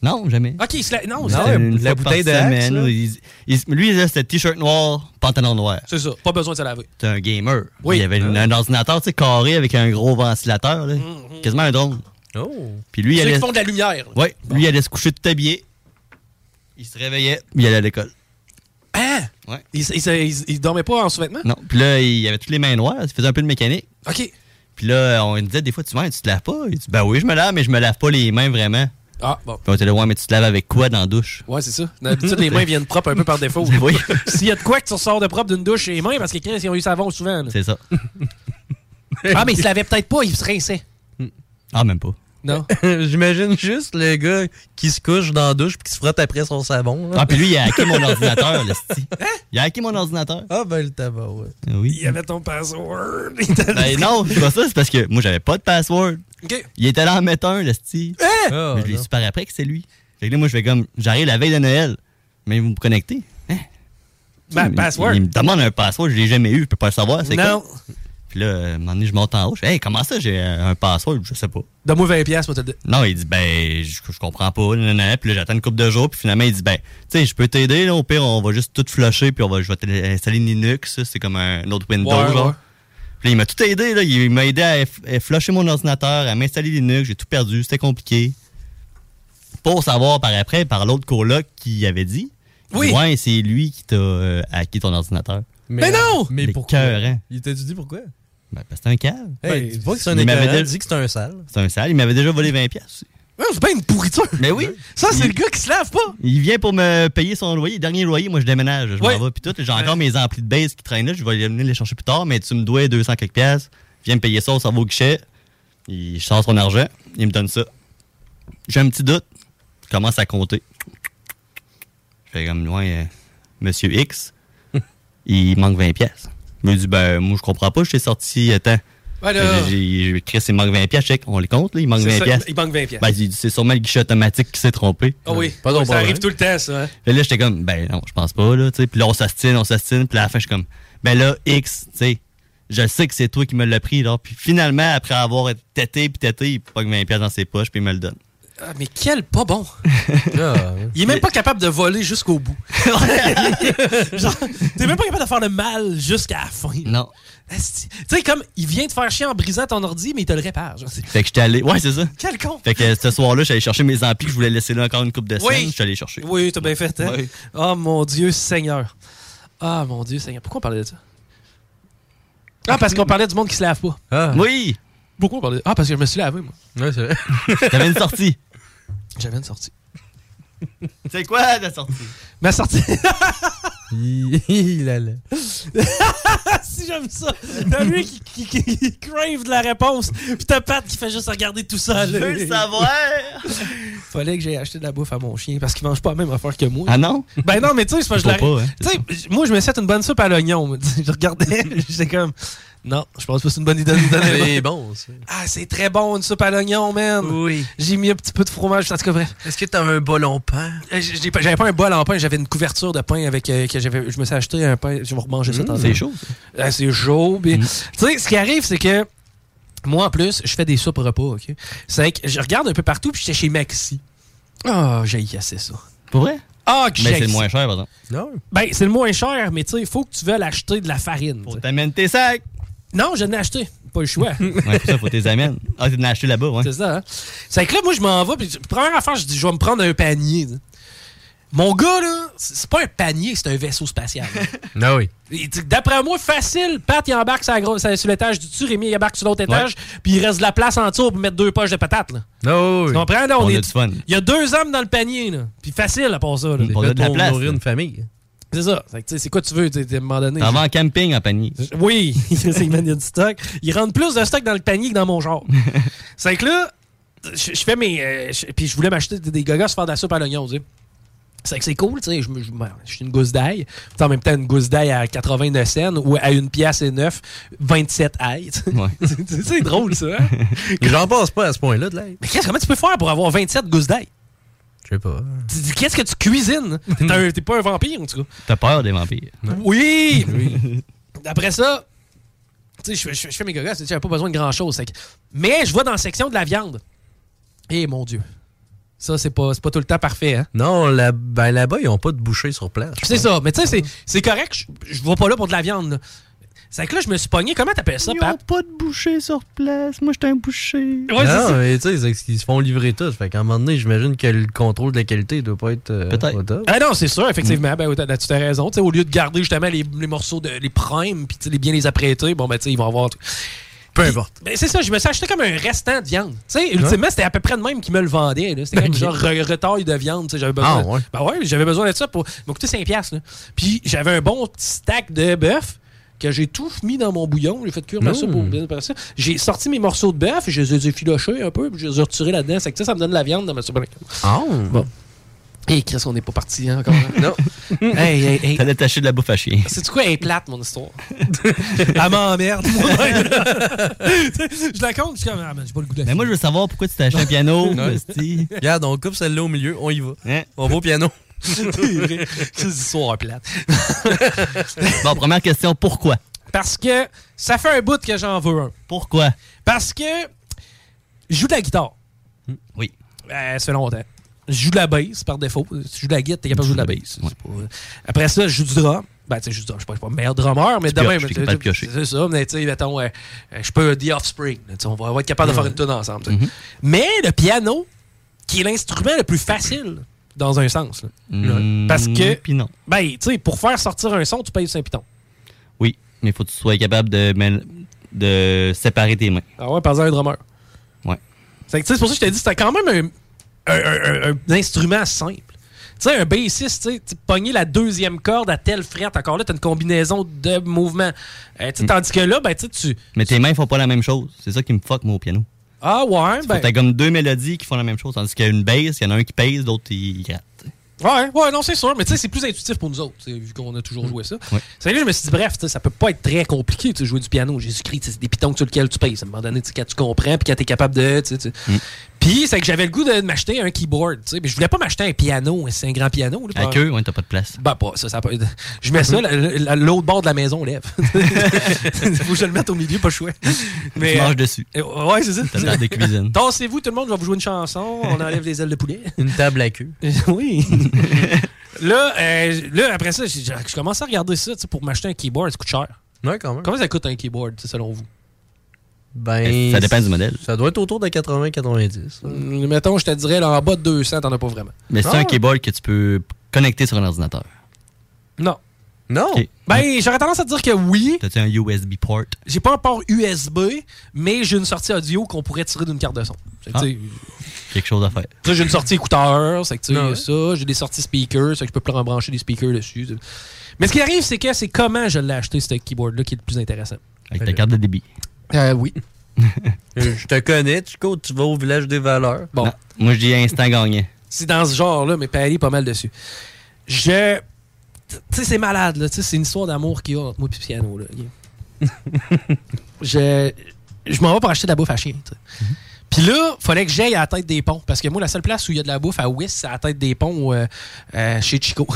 Speaker 2: Non, jamais.
Speaker 1: Ok, il se la... Ah, non,
Speaker 2: C'était
Speaker 1: c'est-
Speaker 2: une fois par semaine,
Speaker 1: Axe, là.
Speaker 2: où il- il- Lui, il c'était t-shirt noir, pantalon noir.
Speaker 1: C'est ça, pas besoin de se laver.
Speaker 2: C'était un gamer.
Speaker 1: Oui.
Speaker 2: Il y avait une- un ordinateur, tu sais, carré avec un gros ventilateur, là.
Speaker 1: Mm-hmm.
Speaker 2: Quasiment un drone.
Speaker 1: Oh!
Speaker 2: Puis lui, il
Speaker 1: Ceux
Speaker 2: allait...
Speaker 1: qui font de la lumière.
Speaker 2: Ouais. Lui, il allait se coucher tout habillé. Il se réveillait, puis il allait à l'école.
Speaker 1: Hein?
Speaker 2: Ouais.
Speaker 1: Il, il, il- il dormait pas en sous-vêtements?
Speaker 2: Non. Puis là, il avait toutes les mains noires, il faisait un peu de mécanique.
Speaker 1: OK.
Speaker 2: Puis là, on lui disait des fois, tu mens, tu te laves pas? Il dit, ben oui, je me lave, mais je me lave pas les mains vraiment.
Speaker 1: Ah, bon.
Speaker 2: Puis on était là, ouais, mais tu te laves avec quoi dans la douche?
Speaker 1: Ouais, c'est ça. D'habitude, les mains viennent propres un peu par défaut.
Speaker 2: Oui.
Speaker 1: S'il y a de quoi que tu ressors de propre d'une douche, c'est les mains, parce que les ils ont eu savon souvent. là.
Speaker 2: C'est ça.
Speaker 1: Ah, mais il se lavait peut-être pas, il se rinçait.
Speaker 2: Ah, même pas.
Speaker 1: Non.
Speaker 12: J'imagine juste le gars qui se couche dans la douche puis qui se frotte après son savon. là.
Speaker 2: Ah, puis lui, il a hacké mon ordinateur, le sti. Il a hacké mon ordinateur.
Speaker 12: Ah, ben le tabac, ouais.
Speaker 2: Oui.
Speaker 1: Il avait ton password.
Speaker 2: Ben non, c'est pas ça, c'est parce que moi, j'avais pas de password.
Speaker 1: OK. Eh!
Speaker 2: Il était là en mettre un, le sti.
Speaker 12: Ah,
Speaker 2: Mais je l'ai
Speaker 12: non.
Speaker 2: su par après que c'est lui. Fait que là, moi, je fais comme, j'arrive la veille de Noël, mais vous me connectez. Hein?
Speaker 1: Ben,
Speaker 2: Il me-
Speaker 1: password.
Speaker 2: Il me demande un password, je l'ai jamais eu, je peux pas le savoir, c'est
Speaker 1: Non.
Speaker 2: quoi? Puis là, à un moment donné, je monte en haut, je fais, hey, comment ça, j'ai euh, un un password? Je sais pas.
Speaker 1: Donne-moi 20 piastres, moi, t'as dit.
Speaker 2: Non, il dit, ben, je, je comprends pas, nanana. Puis là, j'attends une couple de jours, puis finalement, il dit, ben, tu sais, je peux t'aider, là, au pire, on va juste tout flusher, puis on va, je vais télé- euh, installer Linux, ça, c'est comme un autre Windows,
Speaker 1: Ouais,
Speaker 2: genre.
Speaker 1: ouais.
Speaker 2: Puis là, il m'a tout aidé, là, il m'a aidé à, f- à flusher mon ordinateur, à m'installer Linux, j'ai tout perdu, c'était compliqué. Pour savoir par après, par l'autre coloc qui avait dit, oui. ouais, c'est lui qui t'a euh, hacké ton ordinateur.
Speaker 12: Mais non! Mais
Speaker 2: Les
Speaker 12: pourquoi?
Speaker 2: cœurs, hein?
Speaker 12: Il t'a dit pourquoi?
Speaker 2: Ben, parce que Ben, c'est un cave.
Speaker 12: Hey, dis pas Ben, que c'est un
Speaker 2: Il m'avait
Speaker 12: écœurant,
Speaker 2: dit-
Speaker 12: dis que c'est un sale.
Speaker 2: C'est un sale, il m'avait déjà volé 20 pièces.
Speaker 1: c'est pas une pourriture.
Speaker 2: Mais oui.
Speaker 1: Ça, c'est le gars qui se lave pas.
Speaker 2: Il vient pour me payer son loyer, dernier loyer. Moi, je déménage, je
Speaker 1: Ouais.
Speaker 2: m'en vais, puis tout. J'ai encore mes amplis de base qui traînent là. Je vais venir les chercher plus tard, mais tu me dois 200 quelques piastres. Viens me payer ça, on s'en va au guichet. Il je sors son argent, il me donne ça. J'ai un petit doute. Je commence à compter. Je fais comme loin, euh, Monsieur X, il manque 20 piastres. Il me dit, ben, moi, je comprends pas, je t'ai sorti euh, tant.
Speaker 1: Ouais, Ben, là.
Speaker 2: Fait que j'ai- j'ai- Chris, il manque 20 piastres, check, on les compte, là, il manque
Speaker 1: C'est
Speaker 2: 20
Speaker 1: ça,
Speaker 2: piastres.
Speaker 1: il manque 20 piastres.
Speaker 2: Ben, il dit, c'est sûrement le guichet automatique qui s'est trompé.
Speaker 1: Ah oui.
Speaker 2: Pas ton
Speaker 1: ça
Speaker 2: problème.
Speaker 1: arrive tout le temps, ça. hein.
Speaker 2: Fait là, j'étais comme, ben non, je pense pas, là, tu sais. Puis là, on s'astine, on s'astine. Puis là, à la fin, je suis comme, ben là, X, tu sais, je sais que c'est toi qui me l'as pris, là. Puis finalement, après avoir été têté, puis têté, il pogne 20 pièces dans ses poches, puis il me le donne.
Speaker 1: Ah, mais quel pas bon. Il est même pas capable de voler jusqu'au bout. Genre, t'es même pas capable de faire le mal jusqu'à la fin.
Speaker 2: Non.
Speaker 1: Asti. Tu sais, comme, il vient te faire chier en brisant ton ordi, mais il te le répare. genre, c'est-
Speaker 2: Fait que j'étais allé. Ouais, c'est ça.
Speaker 1: Quel con!
Speaker 2: Fait que euh, ce soir-là, j'allais chercher mes amplis que je voulais laisser là encore une coupe de scène.
Speaker 1: Oui.
Speaker 2: Je suis allé chercher.
Speaker 1: Oui, t'as bien fait. hein?
Speaker 2: Oui.
Speaker 1: Oh mon Dieu, Seigneur. Ah mon Dieu, Seigneur. Pourquoi on parlait de ça? Ah, parce qu'on parlait du monde qui se lave pas.
Speaker 2: Oui!
Speaker 1: Pourquoi on parlait de... Ah, parce que je me suis lavé, moi.
Speaker 12: Ah. Ouais, c'est vrai.
Speaker 2: T'avais une sortie.
Speaker 1: J'avais une sortie.
Speaker 2: C'est quoi ta sortie?
Speaker 1: Ma sortie.
Speaker 12: Il allait.
Speaker 1: si j'aime ça. T'as lui qui, qui, qui- qui crave de la réponse, puis t'as Pat qui fait juste regarder tout ça.
Speaker 2: Je veux le savoir.
Speaker 1: Fallait que j'aille acheter de la bouffe à mon chien parce qu'il mange pas la même affaire que moi.
Speaker 2: Ah non?
Speaker 1: Ben non, mais tu sais, c'est parce que je
Speaker 2: Je comprends
Speaker 1: la-
Speaker 2: pas, hein.
Speaker 1: Tu sais, j- moi, je me suis fait une bonne soupe à l'oignon. je regardais, j'étais comme. Non, je pense pas que c'est une bonne idée de me donner.
Speaker 12: C'est bon, ça.
Speaker 1: Ah, c'est très bon, une soupe à l'oignon, man.
Speaker 12: Oui.
Speaker 1: J'ai mis un petit peu de fromage, en tout cas, bref.
Speaker 12: Est-ce que t'as un bol en pain?
Speaker 1: Euh, j'ai- j'ai pas- J'avais pas un bol en pain, j'avais une couverture de pain avec. euh, que j'avais, je me suis acheté un pain. Je vais remanger ça tantôt.
Speaker 2: c'est chaud,
Speaker 1: Ah, c'est chaud. puis- Tu sais, ce qui arrive, c'est que. Moi, en plus, je fais des soupes repas, OK? C'est que je regarde un peu partout, puis j'étais chez Maxi. Ah, oh, j'ai assez ça.
Speaker 2: Pour vrai?
Speaker 1: Ah, que
Speaker 2: Mais
Speaker 1: j'ai-
Speaker 2: c'est le moins cher, par exemple.
Speaker 12: Non.
Speaker 1: Ben, c'est le moins cher, mais tu sais, il faut que tu veuilles acheter de la farine. Pour
Speaker 2: t'amènes tes sacs.
Speaker 1: Non, je n'ai acheté. Pas le choix.
Speaker 2: Ouais, pour ça, faut tes amènes. Ah, t'en as acheté là-bas, ouais.
Speaker 1: C'est ça. Hein? C'est que là, moi, je m'en vais. Puis, première affaire, je dis, je vais me prendre un panier. là. Mon gars, là, c'est c'est pas un panier, c'est un vaisseau spatial.
Speaker 12: Non, Ah oui.
Speaker 1: Il dit, D'après moi, facile. Pat, il embarque sur, la grosse- sur l'étage du dessus, Rémi, il embarque sur l'autre étage, puis il reste de la place en dessous pour mettre deux poches de patates. Là.
Speaker 12: Non, Ah oui.
Speaker 1: Tu comprends? Là, on,
Speaker 12: On a
Speaker 1: est,
Speaker 12: du fun.
Speaker 1: Il y a deux hommes dans le panier, là. puis facile à part ça. Là.
Speaker 2: On a de la place,
Speaker 12: nourrir
Speaker 2: là.
Speaker 12: une famille.
Speaker 1: C'est ça. Fait que, tu sais, C'est quoi tu veux, tu sais, à un moment donné?
Speaker 2: T'en vas en camping en panier.
Speaker 1: Oui, c'est une du stock. Il rentre plus de stock dans le panier que dans mon genre. c'est que là, je, je fais mes. euh, je- puis je voulais m'acheter des, des gogos pour faire de la soupe à l'oignon, tu sais. C'est que c'est cool, tu sais. Je, me- je me- je suis une gousse d'ail. Puis en même temps, une gousse d'ail à 89 cents ou à une pièce et neuf, 27 ail. tu sais. C'est- c'est- c'est drôle, ça. hein?
Speaker 12: J'en passe pas à ce point-là de l'aide.
Speaker 1: Mais qu'est-ce, comment tu peux faire pour avoir 27 gousses d'ail?
Speaker 12: Je sais pas.
Speaker 1: Tu dis, Qu'est-ce que tu cuisines? T'es un- T'es pas un vampire, en tout cas.
Speaker 2: T'as peur des vampires.
Speaker 1: Oui! Après ça, tu sais, je fais- je fais- je fais mes gogos, j'avais pas besoin de grand-chose. c'est que- Mais je vois dans la section de la viande. Eh mon Dieu. Ça, c'est pas, c'est pas tout le temps parfait, hein?
Speaker 12: Non, là, ben là-bas, ils ont pas de boucher sur place.
Speaker 1: C'est ça. Mais tu sais, c'est- c'est correct. je- Je vais pas là pour de la viande. là. C'est que là, je me suis pogné. Comment t'appelles ça, Pat?
Speaker 2: pas de boucher sur place. Moi, j'étais un boucher.
Speaker 1: Ouais, c'est
Speaker 12: non,
Speaker 1: ça.
Speaker 12: mais tu sais, c'est qu'ils se font livrer tout. Fait qu'à un moment donné, j'imagine que le contrôle de la qualité doit pas être. Peut-être.
Speaker 1: Ah non, c'est sûr, effectivement. Ben, t'as- tu as raison. Tu sais, au lieu de garder justement les, les morceaux, de, les primes, puis tu sais, les bien les apprêter, bon, ben, tu sais, ils vont avoir.
Speaker 12: Peu importe.
Speaker 1: Ben, c'est ça, je me suis acheté comme un restant de viande. Tu sais, ultimement, c'était à peu près de même qui me le vendait. là. C'était comme
Speaker 12: Ok.
Speaker 1: genre re- retaille de viande. tu sais, J'avais besoin.
Speaker 12: Ah, ouais.
Speaker 1: Ben ouais, j'avais besoin de ça pour. Il m'a coûté 5$. piastres, là. Puis j'avais un bon petit stack de bœuf que j'ai tout mis dans mon bouillon. J'ai fait cuire ma soupe
Speaker 12: Mm.
Speaker 1: au bouillon par ça. J'ai sorti mes morceaux de bœuf, je les ai effilochés un peu, puis je les ai retirés là-dedans. C'est que ça, ça me donne de la viande dans ma soupe.
Speaker 12: Ah!
Speaker 1: Bon. Et Oh. Chris, on n'est pas parti hein, encore. hein? Hey, hey, hey.
Speaker 2: T'as détaché de la bouffe à chien.
Speaker 1: C'est quoi elle est plate, mon histoire? Elle m'emmerde. moi-même. je la compte, je suis comme, ah, ben, j'ai pas le goût de la
Speaker 2: Mais moi, je veux savoir pourquoi tu t'es acheté un piano. Hein?
Speaker 12: Ouais.
Speaker 2: hostie.
Speaker 12: Regarde, on coupe celle-là au milieu, on y va. On va au piano.
Speaker 1: C'est histoire plate.
Speaker 2: bon, première question, pourquoi?
Speaker 1: Parce que ça fait un bout que j'en veux un.
Speaker 2: Pourquoi?
Speaker 1: Parce que je joue de la guitare.
Speaker 2: Hmm, Oui.
Speaker 1: Ben, ça fait longtemps. Je joue de la bass par défaut. Si tu joues de la guitare, t'es capable de jouer de la bass. C'est pas- Après ça, je joue du drum. Ben, tu sais, je joue du drum. Je suis pas- je suis pas le meilleur drummer, mais
Speaker 2: Tu
Speaker 1: demain.
Speaker 2: pioches, t'es capable de piocher.
Speaker 1: C'est ça, mais tu sais, mettons, euh, euh, je peux The Offspring. là, tu sais, on, va, on va être capable de faire une tune ensemble. tu
Speaker 2: Mm-hmm.
Speaker 1: sais. Mais le piano, qui est l'instrument le plus facile, dans un sens. là.
Speaker 2: Mm,
Speaker 1: Parce que.
Speaker 2: puis non.
Speaker 1: Ben, tu sais, pour faire sortir un son, tu payes du Saint-Piton.
Speaker 2: Oui, mais faut que tu sois capable de, mêl- de séparer tes mains.
Speaker 1: Ah ouais, par exemple, un drummer.
Speaker 2: Ouais.
Speaker 1: C'est que, tu sais, c'est pour ça que je t'ai dit, c'était quand même un, un- un- un- un instrument simple. Tu sais, un bassiste, tu sais, tu pogner la deuxième corde à telle frette, encore là, t'as une combinaison de mouvements. Euh,
Speaker 2: Mm.
Speaker 1: tu sais, Tandis que là, ben, tu sais, tu.
Speaker 2: Mais tes mains font pas la même chose. C'est ça qui me fuck, moi, au piano.
Speaker 1: Ah ouais,
Speaker 2: Faut
Speaker 1: ben.
Speaker 2: que T'as comme deux mélodies qui font la même chose. Tandis qu'il y a une bass, il y en a un qui pèse, l'autre, il il gratte.
Speaker 1: Ouais, ouais, non, c'est sûr, mais tu sais, c'est plus intuitif pour nous autres, tu sais, vu qu'on a toujours joué ça.
Speaker 2: Mm. Ouais.
Speaker 1: C'est là que je me suis dit, bref, tu sais, ça peut pas être très compliqué, tu sais, jouer du piano. Jésus-Christ, tu sais, c'est des pitons sur lesquels tu payes. À un moment donné, tu sais, quand tu comprends, puis quand t'es capable de. tu sais, tu- Puis, c'est que j'avais le goût de de m'acheter un keyboard, tu sais, mais je voulais pas m'acheter un piano, c'est un grand piano. là,
Speaker 2: À
Speaker 1: pas-
Speaker 2: queue, ouais, t'as pas de place.
Speaker 1: Ben, pas, ça, ça a pas- Je mets ça, la- la- l'autre bord de la maison lève. Faut que je le mette au milieu, pas chouette.
Speaker 2: tu manges dessus.
Speaker 1: Euh, ouais, c'est ça.
Speaker 2: T'as l'air de cuisine.
Speaker 1: Dansez-vous, tout le monde, je vais vous jouer une chanson. On enlève les ailes de poulet.
Speaker 12: Une table à queue.
Speaker 1: oui. Là, euh, là, après ça, j'ai- j'ai- je commence à regarder ça tu sais, pour m'acheter un keyboard. Ça coûte cher.
Speaker 12: Ouais, quand même.
Speaker 1: Comment ça coûte un keyboard, tu sais, selon vous?
Speaker 12: Ben,
Speaker 2: Ça dépend du modèle.
Speaker 12: Ça doit être autour de 80-90.
Speaker 1: Mm, Mettons, je te dirais, là, en bas de 200, t'en as pas vraiment.
Speaker 2: Mais c'est
Speaker 1: Ah
Speaker 2: un
Speaker 1: ouais.
Speaker 2: keyboard que tu peux connecter sur un ordinateur.
Speaker 1: Non.
Speaker 12: Non.
Speaker 1: Ben, j'aurais tendance à te dire que oui.
Speaker 2: T'as-tu un USB port?
Speaker 1: J'ai pas un port USB, mais j'ai une sortie audio qu'on pourrait tirer d'une carte de son. Fait que,
Speaker 2: Ah.
Speaker 1: tu sais,
Speaker 2: Quelque chose à faire.
Speaker 1: Ça, j'ai une sortie écouteur, c'est que tu sais,
Speaker 2: Ah ouais.
Speaker 1: ça, j'ai des sorties speakers, c'est que je peux plus brancher des speakers dessus. Mais ce qui arrive, c'est que c'est comment je l'ai acheté, ce keyboard-là, qui est le plus intéressant.
Speaker 2: Avec ta
Speaker 1: Ben,
Speaker 2: carte de débit.
Speaker 1: Euh, oui.
Speaker 12: Je te connais, Chico, tu vas au village des valeurs.
Speaker 1: Bon.
Speaker 2: Moi, je dis instant gagnant.
Speaker 1: C'est dans ce genre-là, mais Paris est pas mal dessus. Je. Tu sais, c'est malade, là. Tu sais, c'est une histoire d'amour qu'il y a entre moi et le piano, là. ok? je. Je m'en vais pour acheter de la bouffe à chien, tu sais. Puis là, fallait que j'aille à la tête des ponts. Parce que moi, la seule place où il y a de la bouffe à Wiss, c'est à la tête des ponts euh, euh, chez Chico.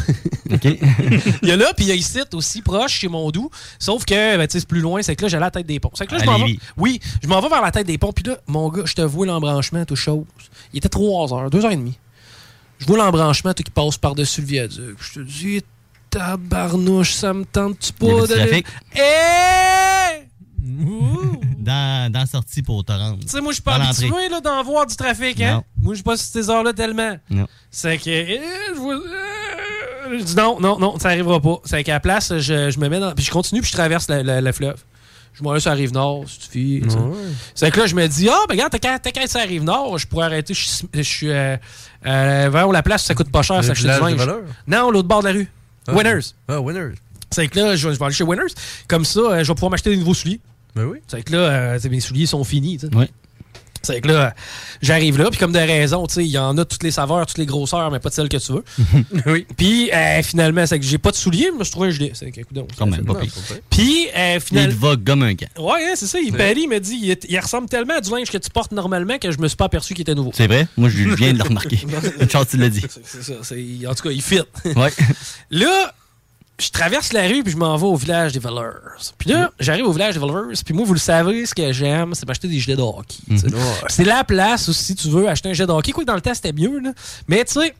Speaker 1: il y a là, puis il y a ici aussi proche, chez Mondou. Sauf que, ben, tu sais, c'est plus loin, c'est que là, j'allais à la tête des ponts. C'est que là, je
Speaker 2: À
Speaker 1: m'en vais.
Speaker 2: Lévis.
Speaker 1: Oui, je m'en vais vers la tête des ponts. Puis là, mon gars, je te vois l'embranchement, tout chose. Il était 3 heures, 2 heures et demie. Je vois l'embranchement tout qui passe par-dessus le viaduc. Je te dis, tabarnouche, ça me tente-tu
Speaker 2: Il y avait
Speaker 1: pas
Speaker 2: du
Speaker 1: d'aller...
Speaker 2: trafic.
Speaker 1: Hey!
Speaker 2: Dans, dans la sortie pour te rendre.
Speaker 1: Tu sais, moi, je suis pas
Speaker 2: Dans l'entrée.
Speaker 1: habitué là, d'en voir du trafic, hein?
Speaker 2: Non.
Speaker 1: Moi, je suis pas sur ces heures-là tellement.
Speaker 2: Non.
Speaker 1: C'est que. eh, je vois- euh, je dis non, non, non, ça arrivera pas. C'est qu'à la place, je, je me mets dans. Puis je continue, puis je traverse la- la- le fleuve. Je m'en vais sur la rive nord, si tu fais. tu sais. C'est que là, je me dis, ah, ben regarde, t'as qu'à t'as qu'à être sur la rive nord, je pourrais arrêter. Je suis- je suis euh, euh, vers la place où ça coûte pas cher,
Speaker 12: Le
Speaker 1: ça coûte du
Speaker 12: village des
Speaker 1: linge.
Speaker 12: valeurs?
Speaker 1: Non, l'autre bord de la rue.
Speaker 12: Ah.
Speaker 1: Winners.
Speaker 12: Ah, Winners.
Speaker 1: C'est que là, je, vais- je vais aller chez Winners. Comme ça, euh, je vais pouvoir m'acheter des nouveaux souliers.
Speaker 12: Ben oui.
Speaker 1: C'est que là, euh, t'sais, mes souliers sont finis. t'sais.
Speaker 2: Ouais.
Speaker 1: C'est que là, j'arrive là, puis comme de raison, tu sais, il y en a toutes les saveurs, toutes les grosseurs, mais pas de celles que tu veux. oui. Puis euh, finalement, c'est que j'ai pas de souliers, mais je trouvais un gilet. C'est que, coudonc,
Speaker 2: Quand même,
Speaker 1: c'est-
Speaker 2: pas
Speaker 1: non,
Speaker 2: pire.
Speaker 1: Puis euh,
Speaker 2: Il te
Speaker 1: finalement.
Speaker 2: va comme un gars.
Speaker 1: Ouais, hein, c'est ça. Il
Speaker 2: Ouais.
Speaker 1: pâlit, il m'a dit, il, est- il ressemble tellement à du linge que tu portes normalement que je me suis pas aperçu qu'il était nouveau.
Speaker 2: C'est vrai? Moi, je viens de le remarquer. Charles, tu l'as dit.
Speaker 1: C'est ça. c'est- En tout cas, il fit.
Speaker 2: Ouais.
Speaker 1: Là, je traverse la rue puis je m'en vais au village des Valeurs. Puis
Speaker 2: Mm.
Speaker 1: là, j'arrive au village des Valeurs. Puis moi, vous le savez, ce que j'aime, c'est m'acheter des gilets de hockey. tu sais.
Speaker 29: Mhm. Ouais.
Speaker 1: C'est la place où si tu veux acheter un gilet de hockey. Quoi que dans le temps, c'était mieux. là. Mais tu sais,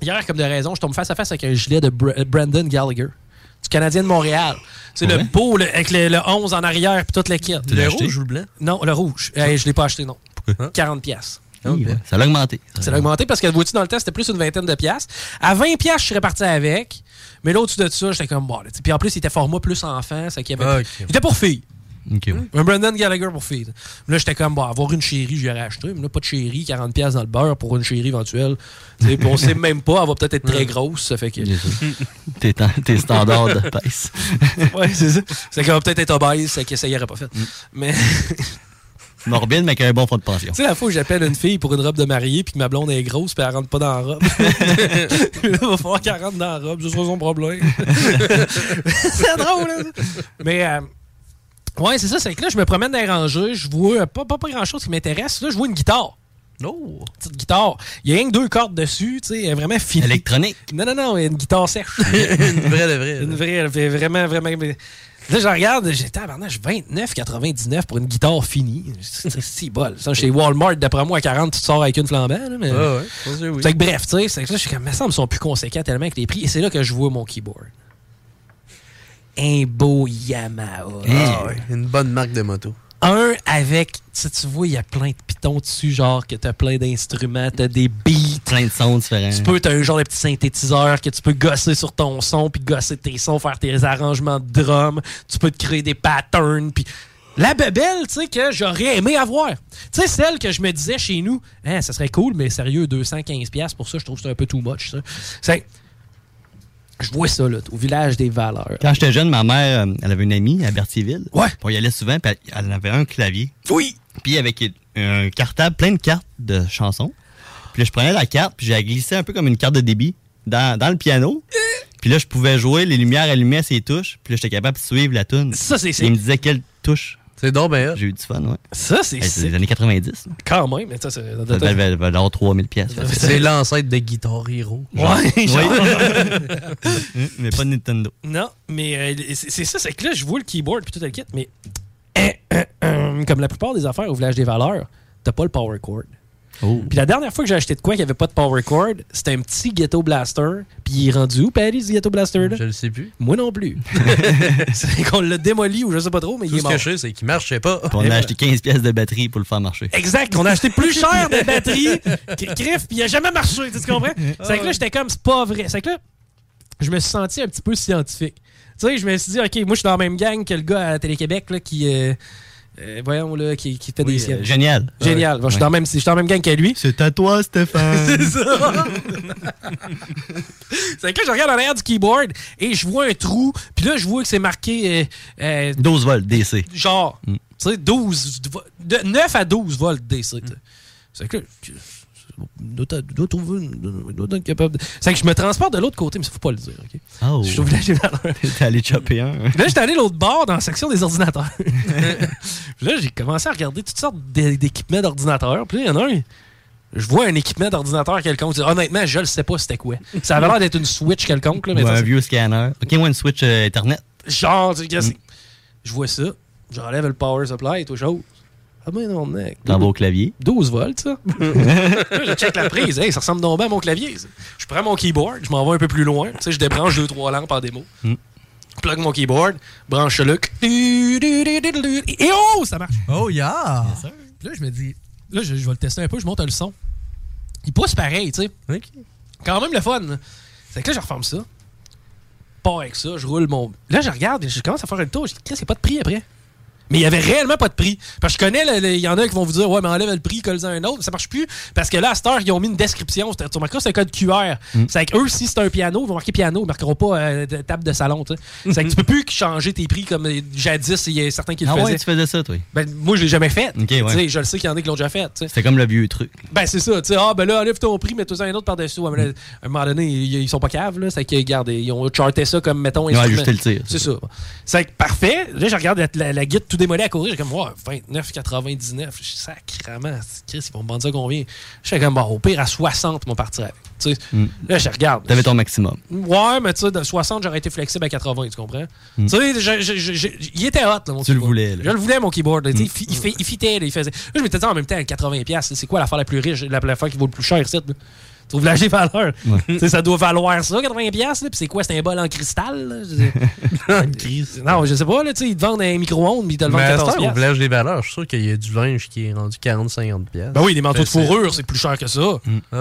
Speaker 1: hier, comme de raison, je tombe face à face avec un gilet de Br- euh, Brandon Gallagher, du Canadien de Montréal. C'est le beau le- avec le, le 11 en arrière puis toute l'équipe.
Speaker 12: Tu l'as Le acheté? rouge ou le blanc? Ah.
Speaker 1: Non, le rouge. Eh, je l'ai pas acheté, non. 40 pièces.
Speaker 2: Oui, ouais. Ça l'a augmenté.
Speaker 1: Ah,
Speaker 12: Ah.
Speaker 1: Ça l'a augmenté parce que, vois-tu, dans le temps, c'était plus une vingtaine de piastres. À 20 piastres, je serais parti avec. Mais là, au-dessus de ça, j'étais comme, bon, là, tu sais. Puis en plus, il était format plus enfant. Ça, qu'il y avait
Speaker 12: Ah, ok.
Speaker 1: Il était pour filles.
Speaker 2: Ok, ouais.
Speaker 1: Un Brandon Gallagher pour filles. Là, j'étais comme, bon, avoir une chérie, je l'aurais acheté. Mais là, pas de chérie, 40 piastres dans le beurre pour une chérie éventuelle. Tu sais, puis on sait même pas, elle va peut-être être très grosse. Ça fait que.
Speaker 2: Tes temps- tes standards de pèse.
Speaker 1: ouais, c'est ça. C'est qu'elle va peut-être être obèse, c'est que ça y aurait pas fait.
Speaker 2: Mm.
Speaker 1: Mais.
Speaker 2: Morbide, mais avec un bon fond de pension.
Speaker 1: Tu sais, la fois où j'appelle une fille pour une robe de mariée, puis que ma blonde est grosse, puis elle rentre pas dans la robe. là, va falloir qu'elle rentre dans la robe, ce sera son problème. c'est drôle, hein? Mais, euh, ouais, c'est ça, c'est que là, je me promène dans les rangées, je vois euh, pas, pas, pas grand-chose qui m'intéresse. Là, je vois une guitare.
Speaker 12: Oh!
Speaker 1: Petite guitare. Il y a rien que deux cordes dessus, tu sais, elle est vraiment finie.
Speaker 2: Électronique.
Speaker 1: Non, non, non, une guitare sèche. une
Speaker 12: vraie de vraie.
Speaker 1: Une vraie, elle fait vraiment, vraiment. Là, je regarde, j'ai tabarnage 29,99 pour une guitare finie. C'est c'est- c'est bol. Ça, chez Walmart, d'après moi, à 40, tu te sors avec une flambant. là, mais...
Speaker 12: Ah Ouais, ouais. Je pense que oui.
Speaker 1: Fait que bref, tu sais, c'est que là, je suis comme, mais ça me sont plus conséquents tellement que les prix. Et c'est là que je vois mon keyboard. Un beau Yamaha.
Speaker 12: Ah ouais, Une bonne marque de moto.
Speaker 1: Un avec, tu sais, tu vois, il y a plein de pitons dessus, genre que t'as plein d'instruments, t'as des beats.
Speaker 2: Plein de sons différents.
Speaker 1: Tu peux, t'as un genre de petit synthétiseur que tu peux gosser sur ton son, puis gosser tes sons, faire tes arrangements de drum. Tu peux te créer des patterns, puis... La bebelle, tu sais, que j'aurais aimé avoir. Tu sais, celle que je me disais chez nous, hein, ça serait cool, mais sérieux, 215$ piastres pour ça, je trouve que c'est un peu too much, ça. C'est... Je vois ça, là, au village des valeurs.
Speaker 2: Quand j'étais jeune, ma mère, euh, elle avait une amie à Berthierville.
Speaker 1: Ouais.
Speaker 2: Puis on y allait souvent, puis elle elle avait un clavier. Oui. Puis avec un cartable, plein de cartes de chansons. Puis là, je prenais la carte, puis je la glissais un peu comme une carte de débit dans, dans le piano.
Speaker 1: Euh.
Speaker 2: Puis là, je pouvais jouer, les lumières allumaient ses touches, puis là, j'étais capable de suivre la tune.
Speaker 1: Ça, c'est- c'est-
Speaker 2: Il me disait quelle touche.
Speaker 12: C'est donc ben
Speaker 2: J'ai eu du fun, ouais.
Speaker 1: Ça, c'est-
Speaker 2: Eh, C'est les années 90. là.
Speaker 1: Quand même, mais ça, c'est...
Speaker 2: Ça devait val- valoir 3000 pièces.
Speaker 12: C'est l'ancêtre de Guitar Hero.
Speaker 1: Ouais, genre.
Speaker 2: Oui. Mais pas Nintendo.
Speaker 1: Non, mais euh, c'est c'est ça, c'est que là, je vois le keyboard puis tout le kit, mais hein, hein, hein, comme la plupart des affaires au village des valeurs, t'as pas le power cord. Puis la dernière fois que j'ai acheté de quoi qui avait pas de power cord, c'était un petit ghetto blaster. Puis il est rendu où, Paddy, ce ghetto blaster là Je
Speaker 12: le sais plus.
Speaker 1: Moi non plus. c'est qu'on l'a démoli ou je sais pas trop, mais
Speaker 12: Tout
Speaker 1: il est
Speaker 12: ce
Speaker 1: mort.
Speaker 12: que je sais, c'est qu'il marchait pas.
Speaker 2: Puis on a acheté 15 pièces de batterie pour le faire marcher.
Speaker 1: Exact, on a acheté plus cher de batterie que Criff, puis il a jamais marché, tu comprends? C'est que là, j'étais comme, c'est pas vrai. C'est que là, je me suis senti un petit peu scientifique. Tu sais, je me suis dit, OK, moi, je suis dans la même gang que le gars à Télé-Québec là, qui. euh, euh, voyons, là, qui, qui fait des
Speaker 12: euh,
Speaker 1: siennes.
Speaker 2: génial.
Speaker 1: Génial. Bon, je, suis dans la même, je suis dans la même gang que lui.
Speaker 2: C'est à toi, Stéphane.
Speaker 1: C'est ça. c'est que là, je regarde en arrière du keyboard et je vois un trou, puis là, je vois que c'est marqué euh, euh,
Speaker 2: 12 volts DC.
Speaker 1: genre, tu sais, 12, vo- de 9 à 12 volts DC. tu sais. C'est que, que- doit- doit trouver une- doit être capable de- C'est que je me transporte de l'autre côté, mais ça faut pas le dire, ok?
Speaker 2: Oh.
Speaker 1: Je trouve la générale.
Speaker 2: T'es allé chopper un. hein?
Speaker 1: Là, j'étais allé l'autre bord dans la section des ordinateurs. Puis là, j'ai commencé à regarder toutes sortes d'é- d'équipements d'ordinateurs. Puis là, il y en a un. Je vois un équipement d'ordinateur quelconque. Honnêtement, je le sais pas c'était quoi. Ça avait l'air d'être une Switch quelconque. Là, mais
Speaker 2: Ou
Speaker 1: ça,
Speaker 2: un
Speaker 1: c'est-
Speaker 2: vieux scanner. Ok, moi, une Switch euh, Internet.
Speaker 1: Genre, tu sais, qu'est-ce que- je vois ça. Je relève le power supply et tout chose. Ah ben non, mec.
Speaker 2: T'en vas au clavier.
Speaker 1: 12 volts, ça. Là, je check la prise. Hey, ça ressemble donc bien à mon clavier. ça. Je prends mon keyboard, je m'en vais un peu plus loin. Tu sais, je débranche deux, trois lampes en démo.
Speaker 2: Mm.
Speaker 1: Plug mon keyboard, branche le. Et oh, ça marche.
Speaker 12: Oh, yeah.
Speaker 1: Puis Là, je me dis, là, je, je vais le tester un peu, je monte le son. Il pousse pareil, tu sais. Quand même le fun. là. C'est que là, je reforme ça. Pas avec ça, je roule mon. Là, je regarde, et je commence à faire le tour. Je dis, Qu'est-ce qu'il n'y a pas de prix après? Mais il y avait réellement pas de prix. Parce que je connais, le- le- il y en a qui vont vous dire, ouais, mais enlève le prix, colle-en un autre. Ça marche plus. Parce que là, à cette heure, ils ont mis une description. Tu remarqueras, c'est un code QR.
Speaker 12: Mm.
Speaker 1: C'est que eux, si c'est un piano, ils vont marquer piano. Ils marqueront pas euh, de- table de salon. tu sais. C'est que tu peux plus changer tes prix comme euh, jadis. Il y a certains qui le
Speaker 2: Ah
Speaker 1: faisaient.
Speaker 2: ouais, tu faisais ça, toi.
Speaker 1: Ben, moi, je l'ai jamais fait.
Speaker 2: Ok,
Speaker 1: Tu sais,
Speaker 2: ouais.
Speaker 1: Je le sais qu'il y en a qui l'ont déjà fait. tu sais.
Speaker 2: C'était comme le vieux truc.
Speaker 1: Ben, c'est ça. Tu sais, ah, ben là, enlève ton prix, mets-toi un autre par-dessus. Ouais, mais
Speaker 2: Mm.
Speaker 1: là, à un moment donné, ils, ils sont pas caves, là. C'est que, regarde, ils ont charté ça comme, mettons,
Speaker 2: Ils ont
Speaker 1: instrument.
Speaker 2: ajusté le tir.
Speaker 1: C'est ça. C'est que, parfait. Là, je regarde la, la- la guide tout démolée à courir. J'ai comme, wow, 29,99. Je suis sacrément. Chris, ils vont me vendre ça combien? Je suis comme, bon, au pire, à 60, ils vont partir avec. Tu sais,
Speaker 2: Mm.
Speaker 1: là, je regarde.
Speaker 2: T'avais ton maximum.
Speaker 1: Ouais, mais tu sais, de 60, j'aurais été flexible à 80, tu comprends?
Speaker 2: Mm.
Speaker 1: Tu sais, je- je- je- je- il était hot, là, mon
Speaker 2: Tu le
Speaker 1: keyboard.
Speaker 2: voulais, là. Hmm.
Speaker 1: Je le voulais, mon keyboard. là, tu sais, il, fi- il fait- il fitait, là, il faisait. Là, je m'étais dit en même temps, 80$, piastres, c'est quoi l'affaire la plus riche, la- l'affaire qui vaut le plus cher, ici, là? Tu trouves la valeur.
Speaker 2: Ouais.
Speaker 1: Tu sais, ça doit valoir ça, 80$, piastres, là, puis c'est quoi, c'est un bol en cristal? là? Je veux dire, non, je sais pas, là, tu sais, ils te vendent un micro-ondes, mais ils te le vendent
Speaker 12: Mais à cette
Speaker 1: 14$.
Speaker 12: heure, au
Speaker 1: piastres.
Speaker 12: village des valeurs, je suis sûr qu'il y a du linge qui est rendu 40-50$.
Speaker 1: Ben oui, des manteaux de fourrure, c'est plus cher que ça.
Speaker 12: Mm.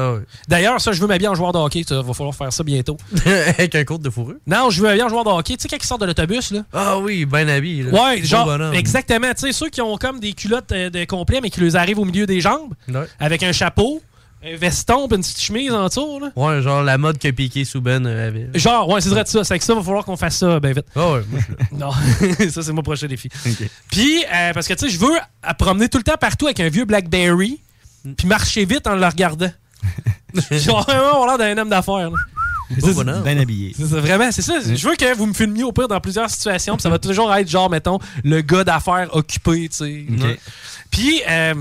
Speaker 1: D'ailleurs, ça, je veux m'habiller en joueur de hockey. Il va falloir faire ça bientôt.
Speaker 12: Avec un cours de fourrure.
Speaker 1: Non, je veux m'habiller en joueur de hockey. Tu sais, quand ils sortent de l'autobus, là.
Speaker 12: Ah oui, ben habillé. là.
Speaker 1: Ouais,
Speaker 12: Beau
Speaker 1: genre,
Speaker 12: bonhomme.
Speaker 1: exactement. Tu sais, ceux qui ont comme des culottes euh, de complet, mais qui les arrivent au milieu des jambes,
Speaker 12: Ouais.
Speaker 1: avec un chapeau, un veston, puis une petite chemise en dessous, là.
Speaker 12: Ouais, genre la mode que Piqué Souben euh, avait.
Speaker 1: Genre, ouais, c'est vrai de ça. C'est que ça, va falloir qu'on fasse ça, ben vite.
Speaker 12: Ah ouais, moi,
Speaker 1: Non, ça, c'est mon prochain défi. Puis, euh, parce que, tu sais, je veux à promener tout le temps partout avec un vieux Blackberry, puis marcher vite en le regardant. Genre, vraiment, on a l'air d'un homme d'affaires, là.
Speaker 2: Beau bonhomme. Bien habillé.
Speaker 1: C'est ça, vraiment, c'est ça. Je veux que vous me filmiez au pire dans plusieurs situations, puis ça va toujours être genre, mettons, le gars d'affaires occupé, tu sais.
Speaker 2: Ok.
Speaker 1: Puis, euh,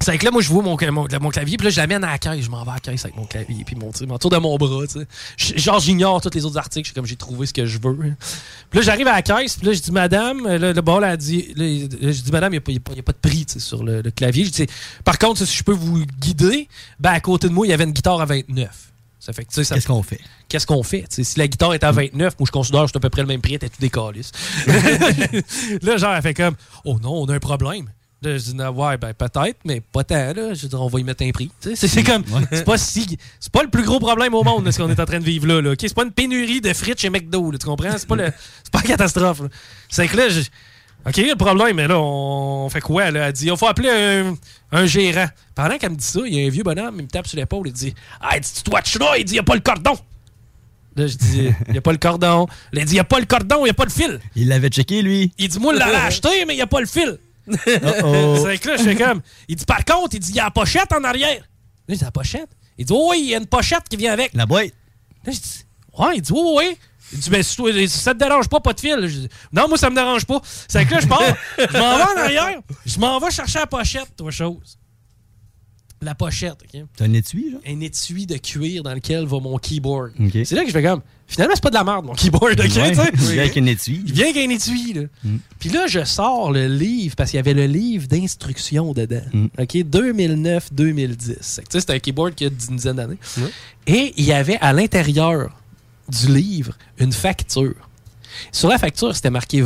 Speaker 1: c'est que là, moi, je vois mon, mon, mon clavier, puis là, je l'amène à la caisse, je m'en vais à la caisse avec mon clavier, puis mon, tu sais, m'entoure de mon bras, tu sais. Je- Genre, j'ignore tous les autres articles, je suis comme j'ai trouvé ce que je veux. Puis là, j'arrive à la caisse, puis là, je dis, madame, euh, là, le bol a dit, là, il- là, je dis, madame, il n'y a, pas- il y a pas de prix, tu sais, sur le, le clavier. Je dis, par contre, si je peux vous guider, ben, à côté de moi, il y avait une guitare à 29. Ça fait que, tu sais, ça-
Speaker 2: Qu'est-ce qu'on fait? Mm.
Speaker 1: qu'est-ce qu'on fait? T'sais, si la guitare est à 29, moi je considère que c'est à peu près le même prix, t'es tout décaliste. là, genre, elle fait comme Oh non, on a un problème. Là, je dis, Non, ouais, ben peut-être, mais pas tant, là. Je veux dire, on va y mettre un prix. T'sais, C'est c'est
Speaker 2: Mm.
Speaker 1: comme, c'est pas si. C'est pas le plus gros problème au monde, là, ce qu'on est en train de vivre là. là ok? C'est pas une pénurie de frites chez McDo, là, tu comprends? C'est pas, le- c'est pas une catastrophe. là. C'est que là, je- OK, le problème, mais là, on fait quoi? Là? Elle dit, il faut appeler un, un gérant. Pendant qu'elle me dit ça, il y a un vieux bonhomme, il me tape sur l'épaule, il dit, ah, dis-tu toi, là? Il dit, il n'y a pas le cordon. Là, je dis, il n'y a pas le cordon. Là, il dit, il n'y a pas le cordon, il n'y a pas le fil.
Speaker 2: Il l'avait checké, lui.
Speaker 1: Il dit, moi, je l'avais acheté, mais il n'y a pas le fil.
Speaker 2: oh.
Speaker 1: C'est que là, je fais comme. Il dit, par contre, il dit, il y a la pochette en arrière. Là, je dis, la pochette? Il dit, oui, il y a une pochette qui vient avec.
Speaker 2: La boîte.
Speaker 1: Là, je dis, ouais, il dit, oui, oui. Il dit, ben, si toi- si ça te dérange pas, pas de fil. Je dis, non, moi, ça me dérange pas. C'est que là, je pars, je m'en vais en arrière, je m'en vais chercher la pochette, toi, chose. La pochette, OK?
Speaker 2: T'as un étui, genre?
Speaker 1: Un étui de cuir dans lequel va mon keyboard.
Speaker 2: Ok.
Speaker 1: C'est là que je fais comme, finalement, c'est pas de la merde, mon keyboard, OK?
Speaker 2: Ouais,
Speaker 1: tu sais?
Speaker 2: il vient avec un étui. Mm.
Speaker 1: Il vient avec un étui, là. Puis là, je sors le livre, parce qu'il y avait le livre d'instructions dedans.
Speaker 2: Mm.
Speaker 1: OK? 2009-2010. C'est que, tu sais, C'est un keyboard qui a une dizaine d'années. Et il y avait à l'intérieur du livre une facture. Sur la facture, c'était marqué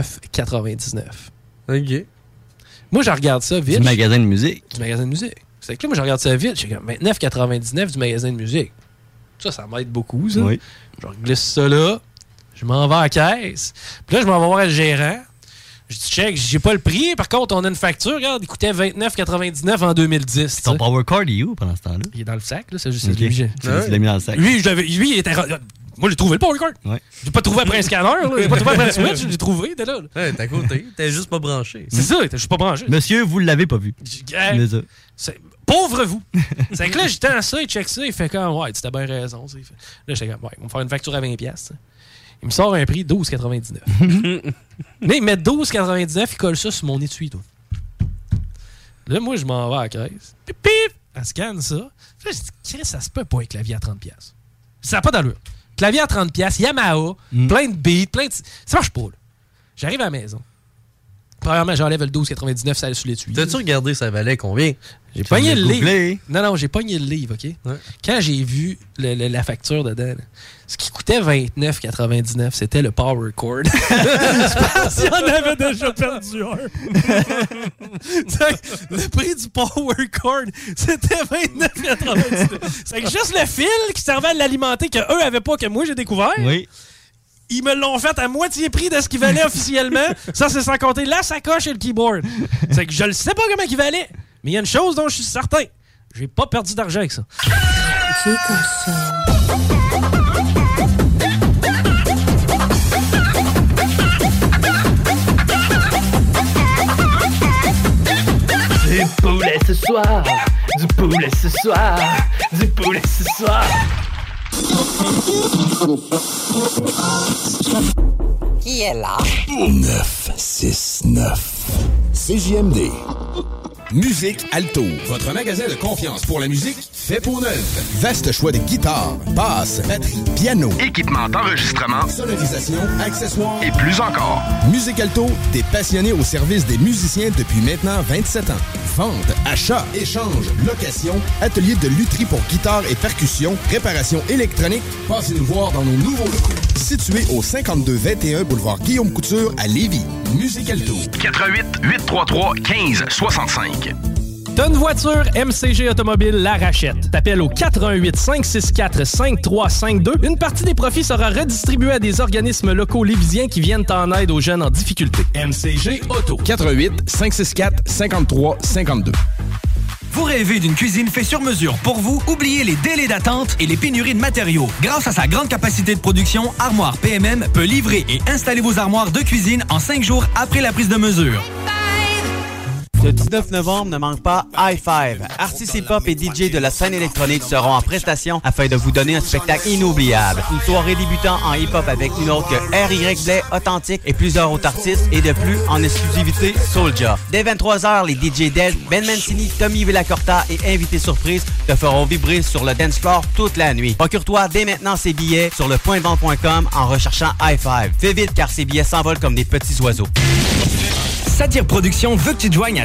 Speaker 1: 29,99.
Speaker 12: OK.
Speaker 1: Moi, je regarde ça vite.
Speaker 2: Du magasin de musique.
Speaker 1: Du magasin de musique. C'est que là, moi, je regarde ça vite. J'ai comme 29,99 du magasin de musique. Ça, ça m'aide beaucoup, ça.
Speaker 2: Oui.
Speaker 1: Je glisse ça là. Je m'en vais à la caisse. Puis là, je m'en vais voir le gérant. Je dis, check, j'ai pas le prix. Par contre, on a une facture. Regarde, il coûtait 29,99 en 2010. tu
Speaker 2: Ton
Speaker 1: sais.
Speaker 2: power card est où pendant ce temps-là? Hmm.
Speaker 1: Il est dans le sac, là. C'est juste
Speaker 2: Ok.
Speaker 1: lui. j'ai-
Speaker 2: Tu l'as- tu l'as mis dans le sac.
Speaker 1: Lui, je l'avais- lui, il était. Moi, j'ai trouvé le power card.
Speaker 2: Ouais.
Speaker 1: J'ai pas trouvé après un scanner, là. J'ai pas trouvé après un switch. J'ai trouvé, t'es là. là.
Speaker 12: Ouais, t'es à côté. T'es juste pas branché.
Speaker 1: C'est ça, je suis pas branché.
Speaker 2: Mm. Monsieur, vous l'avez pas vu.
Speaker 1: Hey,
Speaker 2: Mais ça.
Speaker 1: c'est- Pauvre vous! c'est que là, j'étais à ça, il check ça, il fait comme, ouais, tu t'as bien raison. tu sais. Là, j'étais comme, ouais, ils vont me faire une facture à 20$. piastres, tu sais. Il me sort un prix 12,99$. Mais ils mettent 12,99$, ils collent ça sur mon étui, toi. Là, moi, je m'en vais à la caisse. Pip, pip! Elle scanne ça. Puis là, je dis, Chris, ça se peut pas un clavier à 30$. piastres. Ça n'a pas d'allure. Clavier à 30$, piastres, Yamaha, plein de beats, plein de. Ça marche pas, là. J'arrive à la maison. Premièrement, j'enlève le 12,99$, ça allait sur l'étui.
Speaker 12: T'as-tu regardé ça valait combien?
Speaker 1: J'ai pogné le livre. Non, non, j'ai pogné le livre, OK? Quand j'ai vu le- le- la facture dedans, là, ce qui coûtait 29,99, c'était le power cord. si on avait déjà perdu un. Fait que le prix du power cord, c'était 29,99. C'est que juste le fil qui servait à l'alimenter que eux avaient pas, que moi j'ai découvert.
Speaker 2: Oui.
Speaker 1: Ils me l'ont fait à moitié prix de ce qu'il valait officiellement. Ça, c'est sans compter la sacoche et le keyboard. C'est que je le sais pas comment il valait. Mais il y a une chose dont je suis certain. J'ai pas perdu d'argent avec ça.
Speaker 21: Du poulet ce soir, du poulet ce soir, du poulet ce soir.
Speaker 29: Qui est là?
Speaker 14: 969. CJMD. Musique Alto, votre magasin de confiance pour la musique fait pour neuf. Vaste choix de guitares, basses, batteries, piano, équipement d'enregistrement, sonorisation, accessoires et plus encore. Musique Alto, des passionnés au service des musiciens depuis maintenant 27 ans. Vente, achat, échange, location, atelier de lutherie pour guitare et percussion, réparation électronique. Passez nous voir dans nos nouveaux locaux. Situés au 5221 boulevard Guillaume Couture à Lévis. Musique Alto.
Speaker 13: 88 833 15 65.
Speaker 1: T'as une voiture, MCG Automobile la rachète. T'appelles au 418 564 5352. Une partie des profits sera redistribuée à des organismes locaux lévisiens qui viennent en aide aux jeunes en difficulté. MCG Auto.
Speaker 14: 88 564 53 52.
Speaker 4: Vous rêvez d'une cuisine fait sur mesure pour vous? Oubliez les délais d'attente et les pénuries de matériaux. Grâce à sa grande capacité de production, Armoire PMM peut livrer et installer vos armoires de cuisine en cinq jours après la prise de mesure.
Speaker 30: Le 19 novembre ne manque pas High Five. Artistes hip-hop et DJ de la scène électronique seront en prestation afin de vous donner un spectacle inoubliable. Une soirée débutant en hip-hop avec une autre que RY Blais authentique et plusieurs autres artistes et de plus en exclusivité Soulja. Dès 23h, les DJ Del, Ben Mancini, Tommy Villacorta et invités surprises te feront vibrer sur le dance floor toute la nuit. Procure-toi dès maintenant ces billets sur le lepointdevente.com en recherchant High Five. Fais vite car ces billets s'envolent comme des petits oiseaux.
Speaker 4: Satire Productions veut que tu te joignes à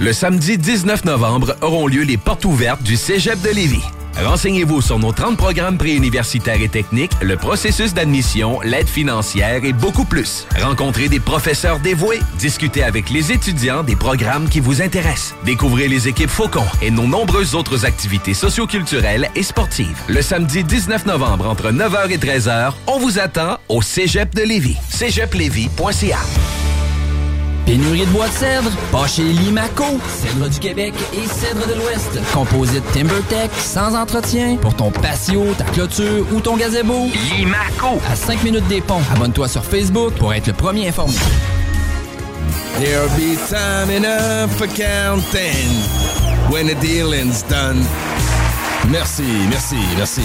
Speaker 14: Le samedi 19 novembre auront lieu les portes ouvertes du Cégep de Lévis. Renseignez-vous sur nos 30 programmes préuniversitaires et techniques, le processus d'admission, l'aide financière et beaucoup plus. Rencontrez des professeurs dévoués, discutez avec les étudiants des programmes qui vous intéressent. Découvrez les équipes Faucon et nos nombreuses autres activités socioculturelles et sportives. Le samedi 19 novembre entre 9h et 13h, on vous attend au Cégep de Lévis. cégeplevis.ca
Speaker 7: Pénurie de bois de cèdre, pas chez Limaco. Cèdre du Québec et cèdre de l'Ouest. Composite TimberTech, sans entretien. Pour ton patio, ta clôture ou ton gazebo. Limaco. À 5 minutes des ponts. Abonne-toi sur Facebook pour être le premier informé.
Speaker 14: There'll be time enough for counting when the dealing's done. Merci, merci, merci.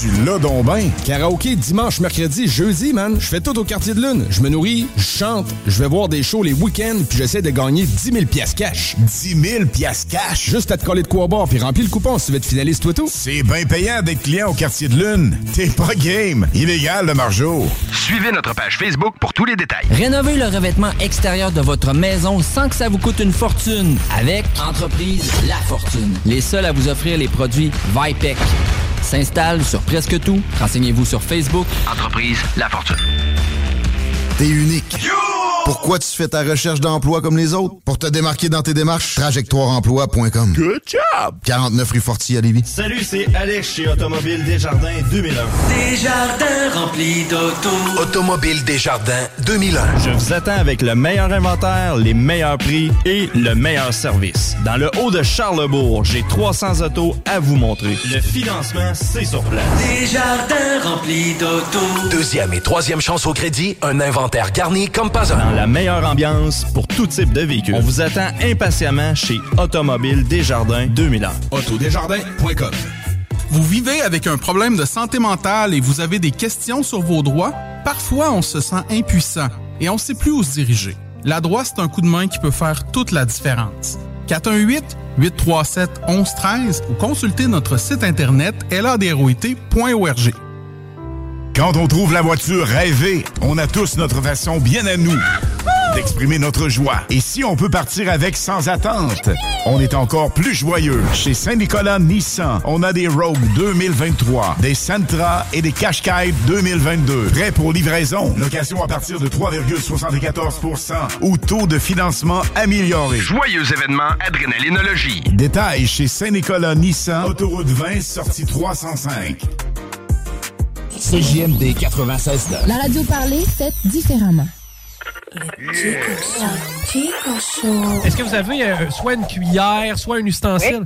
Speaker 14: Tu l'as donc ben. Karaoké dimanche, mercredi, jeudi, man. Je fais tout au quartier de lune. Je me nourris, je chante, je vais voir des shows les week-ends, puis j'essaie de gagner 10 000 piastres cash. 10 000 piastres cash? Juste à te coller de quoi boire, puis remplis le coupon si tu veux être finaliste, toi tout.
Speaker 11: C'est bien payant d'être client au quartier de lune. T'es pas game. Illégal, le margeau.
Speaker 13: Suivez notre page Facebook pour tous les détails.
Speaker 7: Rénovez le revêtement extérieur de votre maison sans que ça vous coûte une fortune avec Entreprise La Fortune. Les seuls à vous offrir les produits Vipec. S'installe sur presque tout. Renseignez-vous sur Facebook.
Speaker 13: Entreprise La Fortune.
Speaker 27: T'es unique. Pourquoi tu fais ta recherche d'emploi comme les autres? Pour te démarquer dans tes démarches, trajectoireemploi.com. Good job! 49 rue Forti à Lévis.
Speaker 10: Salut, c'est Alex chez Automobile Desjardins 2001.
Speaker 21: Desjardins remplis d'auto.
Speaker 10: Automobile Desjardins 2001. Je vous attends avec le meilleur inventaire, les meilleurs prix et le meilleur service. Dans le haut de Charlebourg, j'ai 300 autos à vous montrer. Le financement, c'est sur place.
Speaker 21: Desjardins remplis d'auto.
Speaker 13: Deuxième et troisième chance au crédit, un inventaire garni comme pas un.
Speaker 10: Dans la meilleure ambiance pour tout type de véhicule. On vous attend impatiemment chez Automobile Desjardins 2001.
Speaker 14: Autodesjardins.com
Speaker 31: Vous vivez avec un problème de santé mentale et vous avez des questions sur vos droits? Parfois, on se sent impuissant et on ne sait plus où se diriger. La droite, c'est un coup de main qui peut faire toute la différence. 418-837-1113 ou consultez notre site internet ladroit.org.
Speaker 11: Quand on trouve la voiture rêvée, on a tous notre façon bien à nous d'exprimer notre joie. Et si on peut partir avec sans attente, on est encore plus joyeux. Chez Saint-Nicolas Nissan, on a des Rogue 2023, des Sentra et des Qashqai 2022. Prêts pour livraison, location à partir de 3,74 ou taux de financement amélioré.
Speaker 13: Joyeux événement Adrénalinologie.
Speaker 11: Détails chez Saint-Nicolas Nissan, autoroute 20, sortie 305.
Speaker 13: CJMD 96
Speaker 5: La radio parlée, faite différemment.
Speaker 1: Est-ce que vous avez euh, soit une cuillère, soit un ustensile?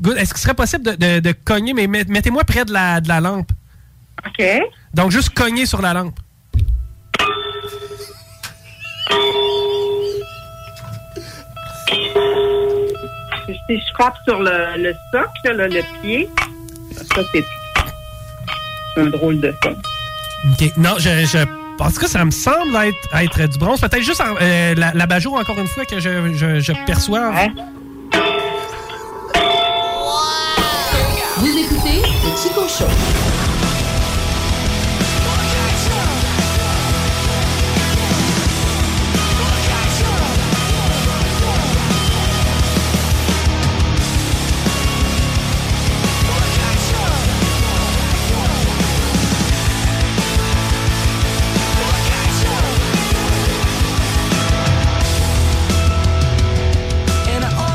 Speaker 1: Good. Est-ce qu'il serait possible de, de- de cogner, mais met- mettez-moi près de la, de la lampe. OK. Donc, juste cogner sur la lampe.
Speaker 32: Si je frappe sur le, le soc, là, le, le pied, ça, c'est c'est un drôle de son.
Speaker 1: OK. Non, je... je... En tout cas, ça me semble être, être du bronze. Peut-être juste en- euh, la, la Bajo, encore une fois, que je, je- je perçois.
Speaker 5: Vous écoutez le Chico Show.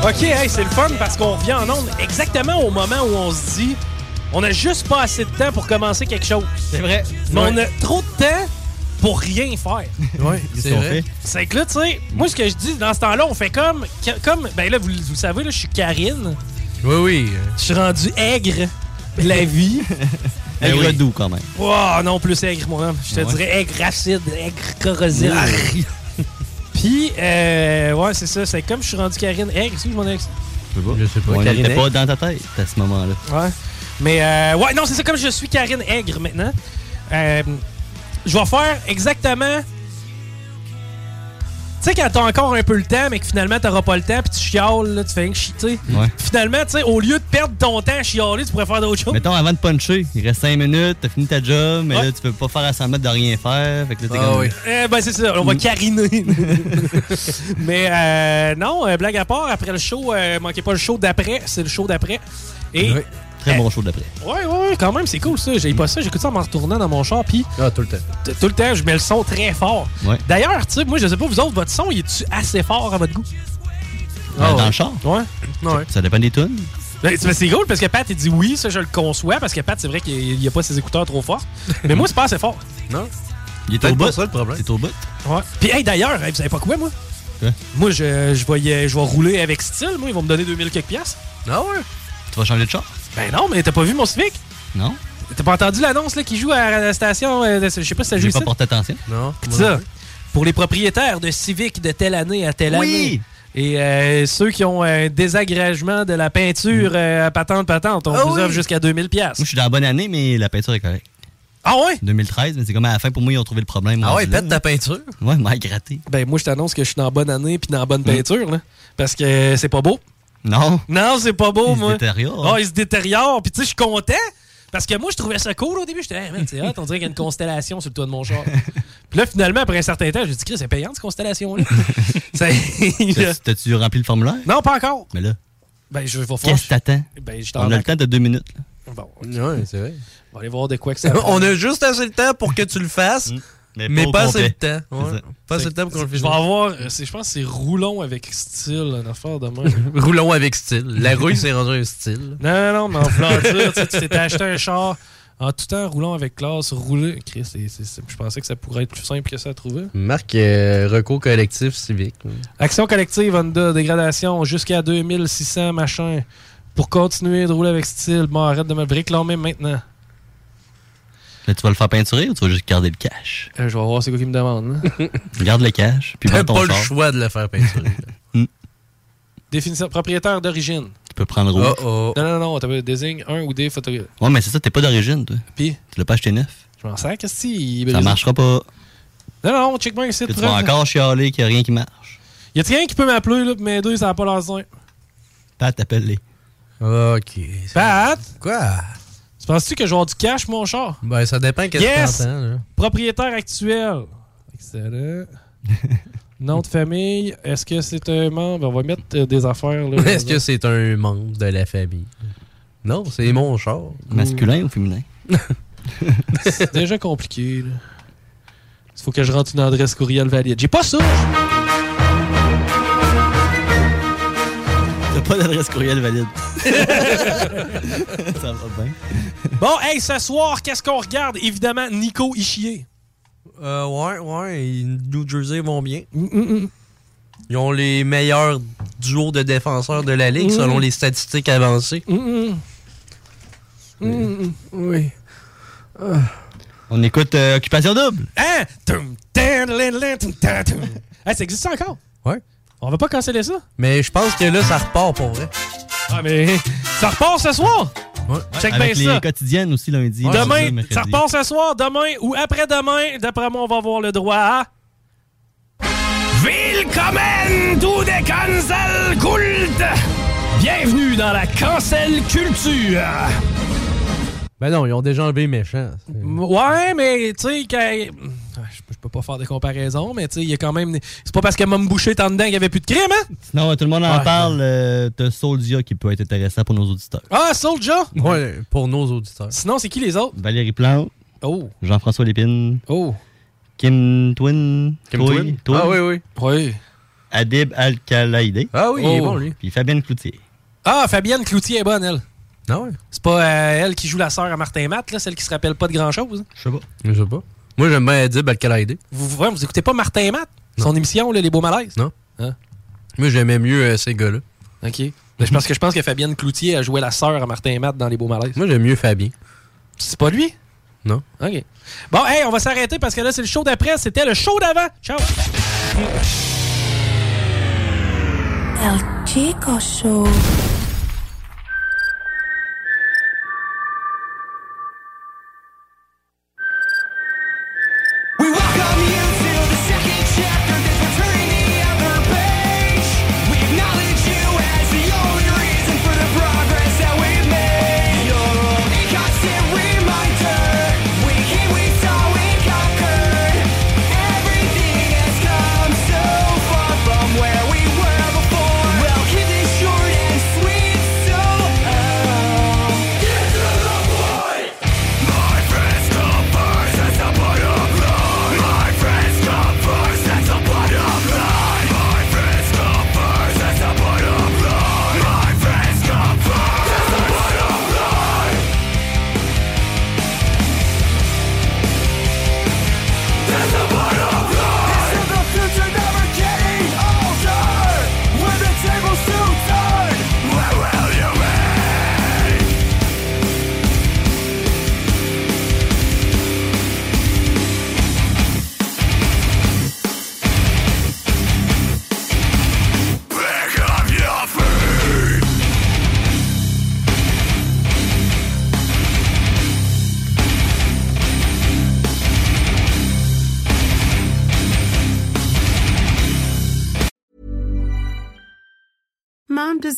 Speaker 1: OK, hey, c'est le fun parce qu'on revient en onde exactement au moment où on se dit on a juste pas assez de temps pour commencer quelque chose. C'est vrai. Mais on a
Speaker 25: Ouais.
Speaker 1: trop de temps pour rien faire. Oui,
Speaker 25: c'est vrai.
Speaker 1: C'est que là, tu sais, moi, ce que je dis, dans ce temps-là, on fait comme. comme ben là, vous, vous le savez, là, je suis Karine.
Speaker 12: Oui, oui.
Speaker 1: Je suis rendu aigre de la vie. Eh
Speaker 2: Aigre doux quand même.
Speaker 1: Oh non, plus aigre, mon homme. Je te
Speaker 2: Ah Ouais.
Speaker 1: dirais aigre acide, aigre corrosif. Puis, euh, ouais, c'est ça. C'est comme je suis rendu Karine aigre. Est-ce que je m'en ai
Speaker 2: Je sais pas.
Speaker 12: pas,
Speaker 2: On
Speaker 12: Karine
Speaker 2: n'était pas
Speaker 12: Aigre.
Speaker 2: dans ta tête à ce moment-là.
Speaker 1: Ouais. Mais euh, ouais, non, c'est ça. Comme je suis Karine Aigre maintenant, euh, je vais faire exactement. Tu sais, quand t'as encore un peu le temps, mais que finalement t'auras pas le temps, puis tu chiales, là, tu fais rien que chier, tu sais.
Speaker 2: Ouais.
Speaker 1: Finalement, tu sais, au lieu de perdre ton temps à chialer, tu pourrais faire d'autres choses.
Speaker 2: Mettons, avant de puncher, il reste 5 minutes, t'as fini ta job, mais là, tu peux pas faire à 100 mètres de rien faire. Fait que là, t'es comme...
Speaker 1: Eh ben, c'est ça,
Speaker 2: Mm.
Speaker 1: on va cariner. Mais euh, non, euh, blague à part, après le show, euh, manquez pas le show d'après, c'est le show d'après. Et
Speaker 2: Ouais. Très
Speaker 1: Eh.
Speaker 2: bon show d'après.
Speaker 1: Ouais, ouais, ouais, quand même, c'est cool ça. J'ai pas ça, j'écoute ça en me retournant dans mon char, puis. Ah, tout le temps. Tout le temps, je mets le son très fort.
Speaker 2: Ouais.
Speaker 1: D'ailleurs, tu sais, moi, je sais pas, vous autres, votre son, il est-tu assez fort à votre goût?
Speaker 2: Euh,
Speaker 1: Ah,
Speaker 2: dans
Speaker 1: ouais.
Speaker 2: le char?
Speaker 1: Ouais. ouais.
Speaker 2: Ça dépend des tunes.
Speaker 1: Ben, c'est- ben, c'est cool parce que Pat, il dit oui, ça, je le conçois, parce que Pat, c'est vrai qu'il n'y a pas ses écouteurs trop forts. Mais moi, c'est pas assez fort. Non?
Speaker 2: Il est au bout. ça le problème. C'est au bout.
Speaker 1: Ouais. Puis, hey, d'ailleurs, hey, vous savez pas quoi, moi? Moi, je, je, voyais, je vais rouler avec style, moi, ils vont me donner 2000 quelques piastres. Ah ouais?
Speaker 2: Tu vas changer de char?
Speaker 1: Ben non, mais t'as pas vu mon Civic?
Speaker 2: Non.
Speaker 1: T'as pas entendu l'annonce là, qui joue à la station? euh, de- je sais pas si ça joue
Speaker 2: J'ai pas
Speaker 1: ici.
Speaker 2: porté attention.
Speaker 12: Non.
Speaker 1: Puis ça, pour les propriétaires de Civic de telle année à telle année. Et euh, ceux qui ont un désagrégement de la peinture euh, à patente patente, on
Speaker 2: Mm. Ah
Speaker 1: vous
Speaker 2: oui.
Speaker 1: offre jusqu'à 2000 pièces.
Speaker 2: Moi, je suis dans la bonne année, mais la peinture est correcte.
Speaker 1: Ah ouais?
Speaker 2: 2013, mais c'est comme à la fin, pour moi, ils ont trouvé le problème.
Speaker 1: Ah ouais,
Speaker 2: rendu là.
Speaker 1: pète ta peinture?
Speaker 2: Ouais, m'a gratté.
Speaker 1: Ben moi je t'annonce que je suis dans bonne année puis dans bonne peinture là, parce que c'est pas beau.
Speaker 2: Non.
Speaker 1: Non, c'est pas beau
Speaker 2: Il se
Speaker 1: moi.
Speaker 2: détériore.
Speaker 1: Ah, il se détériore puis tu sais je suis content parce que moi je trouvais ça cool au début, j'étais hey, man, c'est hot, on dirait qu'il y a une constellation sur le toit de mon char. puis là finalement après un certain temps, j'ai dit Chris, c'est payant cette constellation là.
Speaker 2: T'as- T'as-tu rempli le formulaire?
Speaker 1: non, pas encore.
Speaker 2: Mais là,
Speaker 1: Ben je vais faire
Speaker 2: qu'est-ce que t'attends?
Speaker 1: Ben, je t'en
Speaker 2: On a le
Speaker 1: raconte.
Speaker 2: temps de deux minutes. là.
Speaker 1: Bon, ok.
Speaker 12: Ouais, c'est vrai.
Speaker 1: On va aller voir de quoi que ça
Speaker 12: On a juste assez le temps pour que tu le fasses,
Speaker 2: mais,
Speaker 1: pas au
Speaker 12: pas assez le
Speaker 1: complet.
Speaker 12: temps. Ouais.
Speaker 1: C'est ça.
Speaker 12: Pas assez le temps pour qu'on le
Speaker 1: Je
Speaker 12: finisse.
Speaker 1: vais avoir, euh, c'est- je pense que c'est Roulon avec style, une affaire de même.
Speaker 12: Roulons avec style. La rouille, c'est rendu un style.
Speaker 1: Non, non, non, mais en voulant dire, tu sais, tu t'étais acheté un char en tout temps roulant avec classe, roulé. Chris, c'est- c'est- c'est- je pensais que ça pourrait être plus simple que ça à trouver.
Speaker 12: Marque euh, recours collectif civique.
Speaker 1: Action collective, Honda, dégradation jusqu'à 2600, machin. Pour continuer de rouler avec style, bon, arrête de me réclamer maintenant.
Speaker 2: Là, tu vas le faire peinturer ou tu vas juste garder le cash?
Speaker 1: Euh, je vais voir c'est quoi qui me demande. hein.
Speaker 2: Garde le cash, puis vends
Speaker 12: T'as
Speaker 2: ton
Speaker 12: pas le
Speaker 2: char. Hmm.
Speaker 12: choix de le faire peinturer.
Speaker 1: Définition propriétaire d'origine.
Speaker 2: Tu peux prendre
Speaker 1: Ah,
Speaker 2: rouge.
Speaker 12: Oh,
Speaker 1: Non, non, non, t'as- désigne un ou des photographes.
Speaker 2: Ouais, mais c'est ça, t'es pas d'origine, toi.
Speaker 1: Puis?
Speaker 2: Tu l'as pas acheté neuf.
Speaker 1: Je m'en sers, qu'est-ce que
Speaker 2: Ça marchera pas.
Speaker 1: Non, non, check bien ici.
Speaker 2: Que tu vas encore chialer qu'il y a rien qui marche.
Speaker 1: Y a rien qui peut m'appeler, là, pour m'aider, ça n'a pas l'air sain.
Speaker 2: Pat, appelle-les.
Speaker 12: OK.
Speaker 1: Pat?
Speaker 12: Quoi?
Speaker 1: Tu Penses-tu que je vais avoir du cash, mon char?
Speaker 12: Ben, ça dépend qu'est-ce
Speaker 1: yes!
Speaker 12: que t'entends. là.
Speaker 1: Propriétaire actuel. Excellent. Nom de famille. Est-ce que c'est un membre? On va mettre euh, des affaires. Là,
Speaker 12: Est-ce que c'est un membre de la famille? Non, c'est mon char.
Speaker 2: Masculin ou féminin?
Speaker 1: c'est déjà compliqué. là. Il faut que je rentre une adresse courriel valide. J'ai pas ça!
Speaker 2: T'as pas d'adresse courriel valide. ça va bien.
Speaker 1: Bon, hey, ce soir, qu'est-ce qu'on regarde? Évidemment, Nico Ishier.
Speaker 12: Euh, ouais, ouais. et New Jersey vont bien.
Speaker 1: Mm,
Speaker 12: Ils ont les meilleurs duos de défenseurs de la Ligue
Speaker 1: Mm.
Speaker 12: selon les statistiques avancées. mm.
Speaker 1: mm, Oui. Ah.
Speaker 2: On écoute euh, Occupation Double.
Speaker 1: Hein? Tum, tan, lin, lin, tum, tan, tum. Hey, ça existe ça encore?
Speaker 12: Ouais.
Speaker 1: On va pas canceller ça?
Speaker 12: Mais je pense que là, ça repart pour vrai.
Speaker 1: Ah, mais ça repart ce soir?
Speaker 12: Ouais.
Speaker 1: Check
Speaker 2: Avec
Speaker 1: bien
Speaker 2: les
Speaker 1: ça.
Speaker 2: quotidiennes aussi lundi. mardi,
Speaker 1: Demain,
Speaker 2: mercredi.
Speaker 1: ça repart ce soir, demain ou après-demain. D'après moi, on va avoir le droit à.
Speaker 33: Willkommen to the Cancel Cult! Bienvenue dans la Cancel Culture!
Speaker 12: Ben non, ils ont déjà enlevé les méchants.
Speaker 1: Ouais, mais tu sais, quand- Ah, je peux- je peux pas faire de comparaison, mais tu sais, il y a quand même. C'est pas parce que Mom Boucher est en dedans qu'il y avait plus de crime, hein?
Speaker 2: Sinon, euh, tout le monde en
Speaker 1: Ouais.
Speaker 2: parle. euh, T'as Soldia qui peut être intéressant pour nos auditeurs.
Speaker 1: Ah, Soulja!
Speaker 12: Ouais, pour nos auditeurs.
Speaker 1: Sinon, c'est qui les autres?
Speaker 2: Valérie Plante.
Speaker 1: Oh.
Speaker 2: Jean-François Lépine.
Speaker 1: Oh.
Speaker 2: Kim Twin.
Speaker 12: Kim
Speaker 2: Toy,
Speaker 12: Twin? Ah oui, oui.
Speaker 1: Oui.
Speaker 2: Adib Al-Khalaïdé.
Speaker 12: Ah
Speaker 1: oui, il est Oh. bon, lui.
Speaker 2: Puis Fabienne Cloutier.
Speaker 1: Ah, Fabienne Cloutier est bonne, elle.
Speaker 12: Ah ouais?
Speaker 1: C'est pas euh, elle qui joue la sœur à Martin Matt, là, celle qui se rappelle pas de grand-chose.
Speaker 2: Je sais pas.
Speaker 12: Je sais pas. Moi, j'aime bien Adib Al-Khalaïdi.
Speaker 1: Vous, vous, vous écoutez pas Martin Matt? Son émission, là, Les Beaux Malaises?
Speaker 12: Non.
Speaker 1: Hein?
Speaker 12: Moi, j'aimais mieux euh, ces gars-là.
Speaker 1: OK. Ben, je pense que je pense que Fabienne Cloutier a joué la sœur à Martin Matt dans Les Beaux Malaises.
Speaker 12: Moi, j'aime mieux Fabien.
Speaker 1: C'est pas lui?
Speaker 12: Non.
Speaker 1: OK. Bon, hey, on va s'arrêter parce que là, c'est le show d'après. C'était le show d'avant. Ciao!
Speaker 34: El Chico Show.
Speaker 3: We walk on the into the second chapter, then we're turning the other page. We acknowledge you as the only reason for the progress that we've made. You're a constant reminder. We came, we saw, we conquered. Everything has come so far from where we were before. Well, keep this short and sweet, so oh. Get to the point. My friends come first, that's the bottom line. My friends come first, that's the bottom line. My friends come first, that's the bottom line. My friends come first, that's the bottom line. That's the bottom line. This is the future never getting older. When the tables do turn, where will you be? Pick up your feet.
Speaker 35: Mom